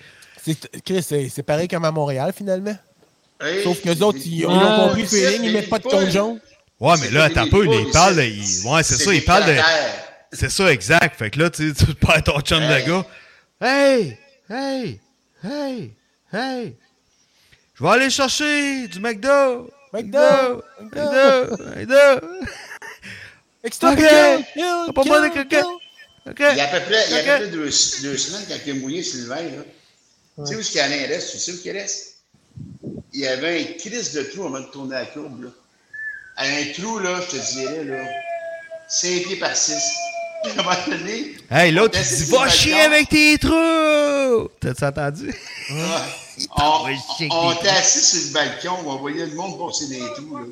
A: C'est- Chris, c'est c'est pareil comme à Montréal, finalement.
E: Hey,
A: Sauf que les autres,
E: des-
A: ils, ils ont compris le
E: Ouais.
A: feeling, ils mettent pas de compte jaune.
B: Ouais,
E: C'est
B: mais là,
E: des-
B: t'as
E: des
B: peu, là,
E: poules,
B: il parle,
E: c'est-
B: il- ouais, c'est ça,
E: des
B: il parle de.
E: cratères.
B: C'est ça, exact. Fait que là, tu, tu perds ton chum
E: Hey.
B: de gars. Hey! Hey! Hey! Hey! Je vais aller chercher du McDo!
A: McDo!
B: McDo! McDo!
A: Extra
B: Ok.
A: pickle,
B: T'as
A: kill,
B: pas besoin de
A: kill,
B: croquettes?
A: kill.
B: OK!
E: Il y a à peu près, il y a à peu
B: Ok.
E: près deux, deux semaines quand il a mouillé Sylvain. Là. Tu sais où ce qu'il y en reste? Tu sais où qu'il reste? Il y avait un crise de trou avant de tourner la courbe. Là. Un trou, là, je te dirais, là, 5 pieds par 6. À un moment donné,
B: Hey, l'autre,
E: On
B: il dit
E: teste
B: Va
E: les
B: chier
E: valeurs.
B: avec tes trous T'as-tu entendu
A: Ah,
E: on,
B: oui, je sais que
E: on
B: des
E: était assis sur le balcon, on voyait le monde bosser des trous. Là.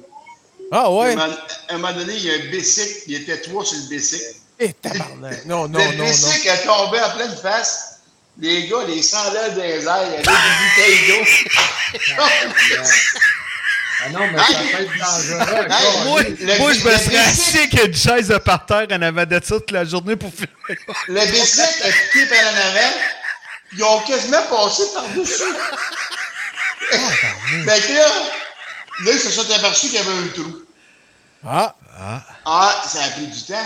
A: Ah ouais?
E: À un moment- à un moment donné, il y a un bicycle, il était trois sur le bicycle.
A: Eh, tabarnak. Non, non,
E: le
A: non, non.
E: bicycle est tombé en pleine face. Les gars, les sandales des airs, il y avait des bouteilles d'eau.
C: Ah non, mais ça peut être dangereux. encore.
B: Moi,
E: Le-
B: moi, je me
E: le
B: serais assis avec une chaise de parterre en avant de ça toute la journée pour filmer.
E: Le bicycle a piqué par en avant. Ils ont quasiment passé par-dessus. Fait que là, là, ils se sont aperçus qu'il y avait un trou.
A: Ah,
E: Ah, ça a pris du temps, là.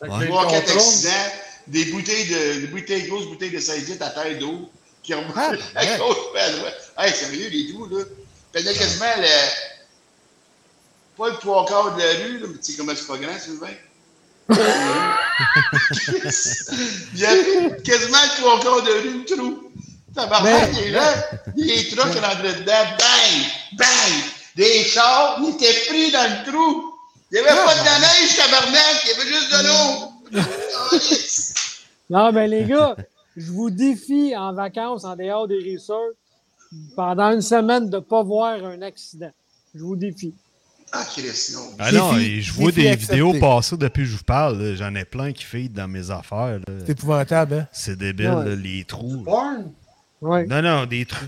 C: Fait que les
E: Trois, quatre
C: contrôles,
E: accidents, des bouteilles de, des bouteilles grosses, bouteilles de 16 litres à terre d'eau, qui ont
A: Ah,
E: à
A: ouais.
E: gauche, puis à droite. Hey, sérieux, les trous, là. Faisait quasiment le. Pas le trois quarts de la rue, là, mais tu sais comment c'est pas grand, Sylvain. il y avait quasiment le trois quarts de rue, le trou. Tabarnak,
D: Mais-
E: les gens, les trucks rentraient dedans, bang, bang, des chars, ils étaient pris dans le trou. Il n'y avait pas de la neige, tabarnak, il y avait juste de l'eau.
D: Non, mais les gars, je vous défie en vacances, en dehors des rives sud, pendant une semaine, de ne pas voir un accident. Je vous défie.
E: Ah, Chris, non.
B: Ah non,
A: Défi-
B: et je vois
A: défi
B: des
A: accepté.
B: vidéos passer depuis que je vous parle. là. J'en ai plein qui feed dans mes affaires. là.
A: c'est épouvantable, hein?
B: C'est débile,
D: Ouais.
B: là, les
C: Oh,
B: trous. là.
C: Porn?
D: Ouais.
B: Non, non, des trous.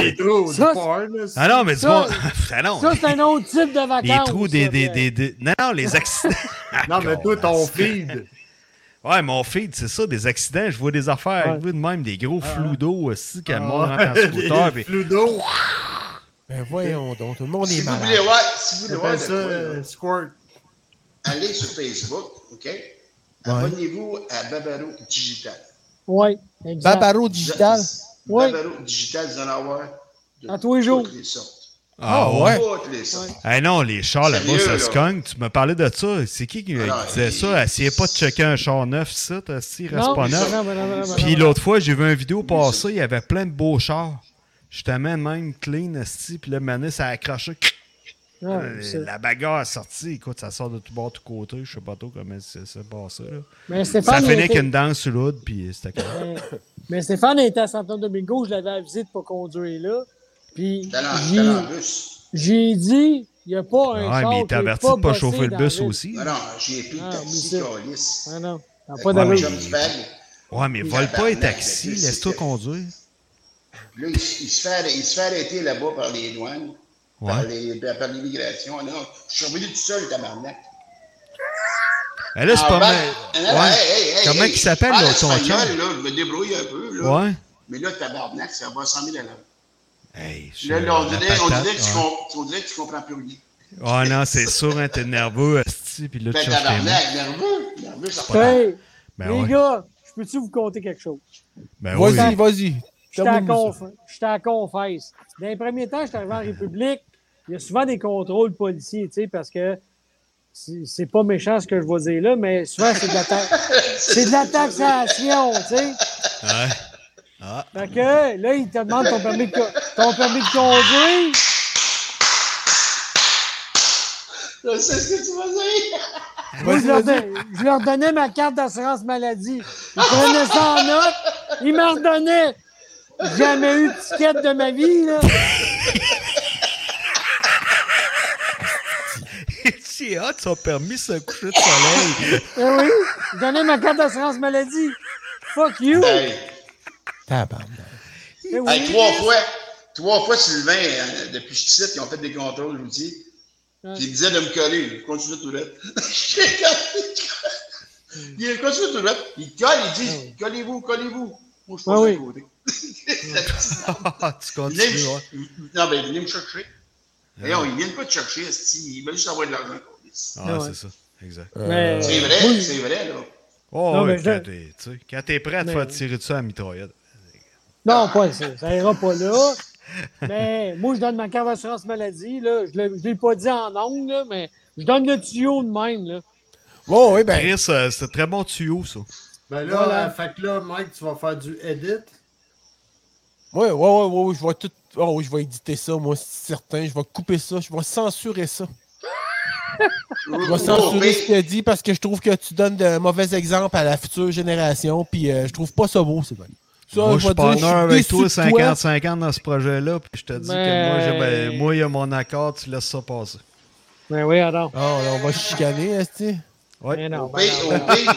C: Des trous, du
D: Ça,
C: porn, là,
B: Ah non, mais dis
D: Ça-
B: Ah non,
D: Ça, c'est un autre type de
B: des
D: vacances.
B: trous, des,
D: ça,
B: des,
D: Pierre.
B: des, des- Non, non, les accidents.
C: Non, mais toi,
B: Ah,
C: ton feed.
B: Ouais, mon feed, c'est ça, des accidents. Je vois des affaires
D: Ouais. Ah.
B: arriver de même, des gros flous d'eau aussi, quand le monde rentre en scooter.
C: Ah. Des
B: puis-
C: flous d'eau.
A: Ben voyons donc, tout le monde est
E: Si vous voulez
A: malade.
E: voir, si vous voulez voir
C: Appelle
E: de
C: ça
E: quoi, là,
C: euh, squirt.
E: allez sur Facebook, OK? Abonnez-vous à Babaro Digital.
D: Oui, exact.
A: Babaro Digital?
D: Oui.
E: Babaro Digital, vous allez avoir de
D: À tous les jours.
E: toutes les sortes.
B: Ah ouais?
E: Toutes les sortes.
B: Ah non, les chars là-bas,
E: Sérieux,
B: ça
E: là.
B: se cogne. Tu me parlais de ça. C'est qui euh, qui
E: Ah,
B: disait
E: il-
B: ça? Essayez pas de checker un char neuf, ça. t'as- Si, il reste
D: Non,
B: pas
D: non,
B: neuf.
D: non, non, non, non,
B: Puis
D: non.
B: l'autre fois, j'ai vu une vidéo passer, il y avait plein de beaux chars. Justement, même clean, esti, puis là, Mané, ça a accroché.
D: Ouais, c'est-
B: Euh, La bagarre est sortie. Écoute, ça sort de tout bord, tout côté. Je sais pas trop comment ça s'est passé. Là.
D: Mais
B: Ça
D: Stéphane, il
B: finit
D: était-
B: qu'une danse sur l'autre, puis c'était clair.
D: mais- mais Stéphane était à Santo-Domingo, je l'avais avisé de ne pas conduire là. Puis
E: T'as l'en-
D: j'ai-
E: t'as l'en russe.
D: j'ai dit, il n'y a pas un
B: Ouais,
D: char
B: mais il
D: qui
B: t'a
D: est
B: averti de pas
D: bossé
B: chauffer le
D: dans
B: bus
D: la ville.
B: aussi.
E: Non, non, j'ai pris
D: Ah,
E: le taxi,
D: mais ça-
E: Calis.
D: Ah non, t'as
E: Fait
D: pas
E: que
B: d'allure.
E: mon
D: d'allure.
E: chum se fait-
B: Ouais, mais
E: Oui,
B: vole pas les
E: tabarnak,
B: taxis,
E: mais c'est-
B: laisse-toi
E: c'est-
B: conduire.
E: Là, il, il se fait, arrêter- il se fait arrêter là-bas par les douanes, par,
B: Ouais.
E: les, par, par l'immigration. Non, je suis revenu tout seul, tabarnak.
B: Mais là, c'est
E: Ah,
B: pas
E: ben,
B: mal.
E: non,
B: Ouais.
E: hey, hey, hey,
B: Comment
E: hey,
B: il s'appelle,
E: je
B: là,
E: parle
B: ton
E: eh, espagnol,
B: chum?
E: là, je me débrouille un peu, là.
B: Ouais.
E: Mais là, tabarnak, ça va à 100 000 à l'heure.
B: Hey, je-
E: Là, là, on,
B: la
E: dirait, on
B: patate,
E: dirait que tu
B: ouais.
E: com- on dirait que tu comprends plus rien.
B: Ah non, c'est sûr, hein, t'es nerveux, esti, puis là, tu
E: Ben,
B: cherches tes mots.
E: tabarnak, nerveux, nerveux, ça
B: Ouais.
E: pas.
D: Hey,
B: Ben
D: les
B: ouais.
D: gars, je peux-tu vous conter quelque chose?
B: Ben oui.
A: Vas-y, vas-y.
D: J'étais à,
A: Termine-nous ça.
D: conf... j'étais à confesse. Dans les premiers temps, j'étais arrivé en République. Il y a souvent des contrôles policiers, tu sais, parce que c'est c'est pas méchant ce que je vais dire là, mais souvent, c'est de la, ta- c'est de la taxation, tu sais.
B: Ouais.
D: Fait que là, ils te demandent ton permis de, co- ton permis de conduire.
E: Je sais ce que tu vas dire.
D: Moi, je, leur
A: Ah, Vas-y,
D: don- je leur donnais ma carte d'assurance maladie. Ils prenaient ça en note. Ils m'en redonnaient. Jamais eu de ticket de ma vie, là.
B: Si, ah, tu as permis ce coucher de soleil.
D: Eh oui, je donnais ma carte d'assurance maladie. Fuck you.
E: Hey.
A: Tabarnak.
D: Eh oui.
E: Ben, Hey, trois fois, trois fois, Sylvain, euh, depuis que je suis ici, ils ont fait des contrôles, je vous dis.
A: Hein?
D: Ouais.
E: Puis il disait de me coller, je continue tout là. J'ai collé, collé. il continue tout là. Il colle, il dit
A: Hein?
E: collez-vous, collez-vous. Moi, je
D: Ah
E: passe
D: oui.
E: à côté. La
A: Hein?
E: petite-
B: Ah, tu
E: Venez
B: continues, ouais.
E: me- Non, ben, venez me chercher. Et on, ils viennent pas te chercher, esti, ils veulent juste avoir de l'argent.
A: Euh,
E: C'est
B: Ah,
D: Ouais.
B: c'est ça. Exact.
D: Mais-
E: vrai,
D: Oui.
E: c'est vrai, là.
B: Oh,
D: Non,
B: ouais,
D: mais
B: quand
D: je-
B: t'es- tu sais, quand t'es prêt à te
D: Mais-
B: faire tirer dessus à la mitraillette.
D: Non, pas ça. Ça ira pas là. Mais moi, je donne ma carte d'assurance maladie. Là. Je ne l'ai pas dit en ondes, là, mais je donne le tuyau de même. Là.
A: Bon, oui, ben,
B: Chris, euh, c'est un très bon tuyau, ça.
C: Ben là,
D: Voilà.
C: euh, fait que là, Mike, tu vas faire du edit.
A: ouais, ouais, ouais, ouais, ouais, je vais tout. Oh, je vais éditer ça, moi, c'est certain. Je vais couper ça, je vais censurer ça. Je vais censurer ce qu'il a dit parce que je trouve que tu donnes de mauvais exemples à la future génération, puis euh, je trouve pas ça beau, c'est vrai. Ça,
B: moi, je suis
A: vais
B: pas
A: dire,
B: honneur
A: suis
B: avec
A: déçu
B: toi
A: de
B: 50-50 dans ce projet-là. Puis je te dis que moi, j'ai-
D: Mais-
B: ben, moi, il y a mon accord, tu laisses ça passer.
D: Ben oui, alors.
A: Ah, là, on va chicaner, esti.
B: Oui.
D: Mais
E: Au
D: non, ben
E: pire,
D: non.
E: au pire,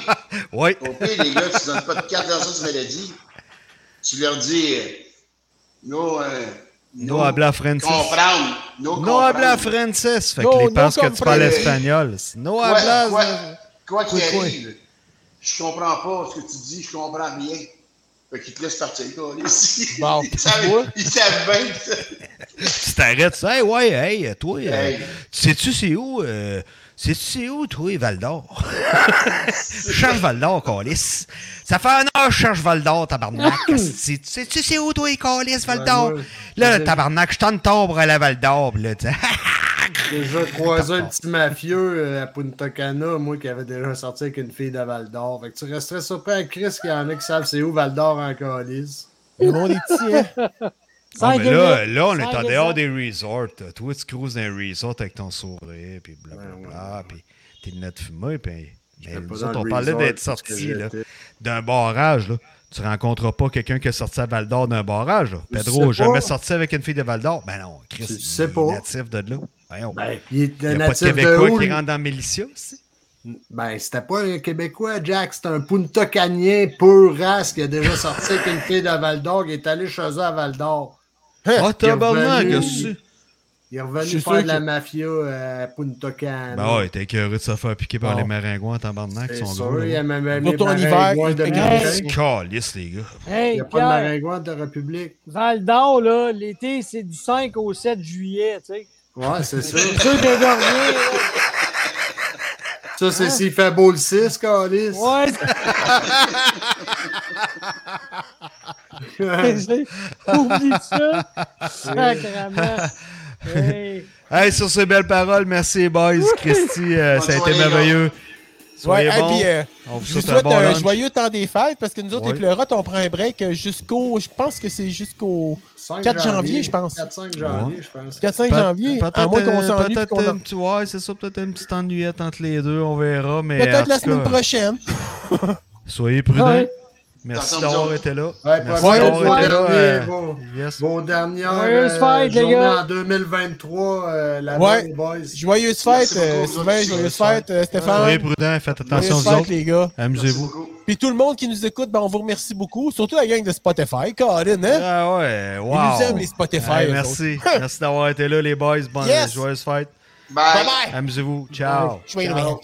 B: Oui.
E: au pire, les gars, tu donnes pas de carte d'assurance maladie. Tu leur dis, euh, no, euh,
B: No habla Francis.
E: comprendre. No,
B: No
E: comprendre.
B: habla Francis. Fait
A: No,
B: que les
A: no
B: pensent que tu parles
A: comprende.
B: espagnol. No
E: Quoi-
B: hablas.
E: quoi- Quoi qu'il
B: euh, Quoi, quoi?
E: arrive, je comprends pas ce que tu dis, je comprends rien. Fait qu'ils te laissent partir. gars, ici.
A: Bon,
E: ils,
A: tu vois?
E: savent, ils savent bien. que ça-
B: Tu t'arrêtes. tu dis, Hey, ouais, hey, toi, euh,
E: Hey.
B: tu sais-tu c'est où? euh, Sais-tu c'est où, toi, Val d'Or? Cherche Val d'Or, Calis. Ça fait un heure que je cherche Val d'Or, tabarnak. Asti. Tu Sais-tu c'est où, toi, Calis, Val d'Or?
C: Ouais, moi,
B: Là,
C: j'ai-
B: tabarnak, je t'en tombe à la Val d'Or. Puis là, tu sais, Ah,
C: Déjà croisé un petit mafieux euh, à Punta Cana, moi qui avait déjà sorti avec une fille de Val d'Or. Fait que tu resterais surpris à Chris qu'il y en a qui savent c'est où Val d'Or en calice.
A: Le monde est petit, hein?
B: Ah,
D: Cinq
B: mais là,
D: minutes.
B: là, on est
D: Cinq
B: en
D: minutes.
B: dehors des resorts. Toi, tu cruises dans les resorts avec ton sourire, puis blablabla, puis t'es de notre fumée, puis... Mais
C: J'étais pas
B: Eh, nous
C: dans
B: autres,
C: le
B: on parlait
C: resort
B: d'être
C: parce que
B: sorti là,
C: j'étais.
B: d'un barrage. Là. Tu rencontres pas quelqu'un qui est sorti à Val d'Or d'un barrage. Là.
C: Je
B: Pedro,
C: sais pas.
B: jamais sorti avec une fille de Val d'Or. Ben non, Chris,
C: Je
B: il
C: sais
B: est
C: pas.
B: natif de là. Ben, on-
C: Ben, il est
B: y
C: un
B: a pas de
C: natif de
B: Québécois
C: où?
B: qui
C: lui?
B: rentre dans Militia aussi.
C: Ben, c'était pas un Québécois, Jack. C'était un Punta Canien pur race qui a déjà sorti avec une fille de Val d'Or qui est allé chez eux à Val d'Or.
B: Ah, tabarnak,
C: revenu.
B: qu'est-ce que
C: Il est
A: Je
C: revenu
A: suis
C: faire
A: sûr
C: de la
A: que-
C: mafia euh, à Punta Cana.
B: c'est? Ben ouais, t'es écœuré de se faire piquer par
A: Bon.
B: les maringouins en tabarnak, ils
C: C'est
B: sont hein.
C: sûr,
B: gros. là.
C: il y a même même
A: Surtout en
C: les
A: hiver,
C: maringouins
A: il
C: de
A: fait
C: Québec.
B: Calisse, les gars.
C: Il n'y
D: Hey,
C: a pas de
D: Pierre,
C: maringouins de la République.
D: Val d'Or, là, l'été, c'est du 5 au 7 juillet, tu sais.
C: Ouais, c'est sûr.
D: Deux dégorgés, là.
C: Ça, c'est s'il fait beau le 6, Calis.
D: Ouais, c'est- j'ai- oublie ça. Sacrement. Hey.
B: Hey, sur ces belles paroles, merci, boys. Christy, euh,
E: Bonne
B: ça a été
E: soirée,
B: merveilleux.
A: Ouais,
B: Soyez
A: hey,
B: bons.
A: puis, euh,
B: On vous
A: je vous
B: souhaite un
A: souhaite
B: bon
A: un
B: lunch.
A: joyeux temps des fêtes parce que nous autres,
B: Ouais.
A: les pleurotes, on prend un break euh, jusqu'au. Je pense que c'est jusqu'au 4 janvier, je pense.
C: 4-5 janvier, je pense.
A: 4-5
B: Pe-
A: janvier. hein,
B: peut-être
A: À moins qu'on
B: un-
A: s'ennuie. puis
B: peut-être
A: qu'on
B: un
A: en-
B: petit- ouais, c'est ça, peut-être un petit ennuyette entre les deux, on verra. Mais en
A: Peut-être
B: tout
A: la semaine
B: cas,
A: prochaine.
B: Soyez prudents.
D: Ouais.
B: Merci
E: Ensemble,
B: d'avoir
E: nous
B: été là.
C: Ouais,
B: Merci
C: pas
B: d'avoir
C: mal,
B: été là.
C: ouais,
B: euh,
C: bon.
B: yes.
C: Vos dernières
D: Joyeuses
C: euh,
D: fêtes, les
C: journées
D: gars.
C: en 2023, euh, la
A: Ouais.
C: bonne, boys.
A: Joyeuse fête,
E: Merci beaucoup,
A: euh,
E: vous
A: Sylvain.
E: autres.
A: Joyeuse fête, euh,
B: Soyez
A: Stéphane.
B: prudents, faites attention
A: Joyeuse
B: aux
A: fête,
B: autres.
A: les gars.
E: Merci
B: Amusez-vous.
E: beaucoup.
A: Puis tout le monde qui nous écoute, ben, on vous remercie beaucoup. Surtout la gang de Spotify, Corinne, hein?
B: Ah ouais, wow.
A: nous aiment, les Spotify,
B: Hey,
A: eux
B: merci. merci d'avoir été là, les boys. Bonne
A: Yes.
B: joyeuse fête.
E: Bye.
A: Bye bye!
B: Amusez-vous. Ciao.
A: Je vais y aller.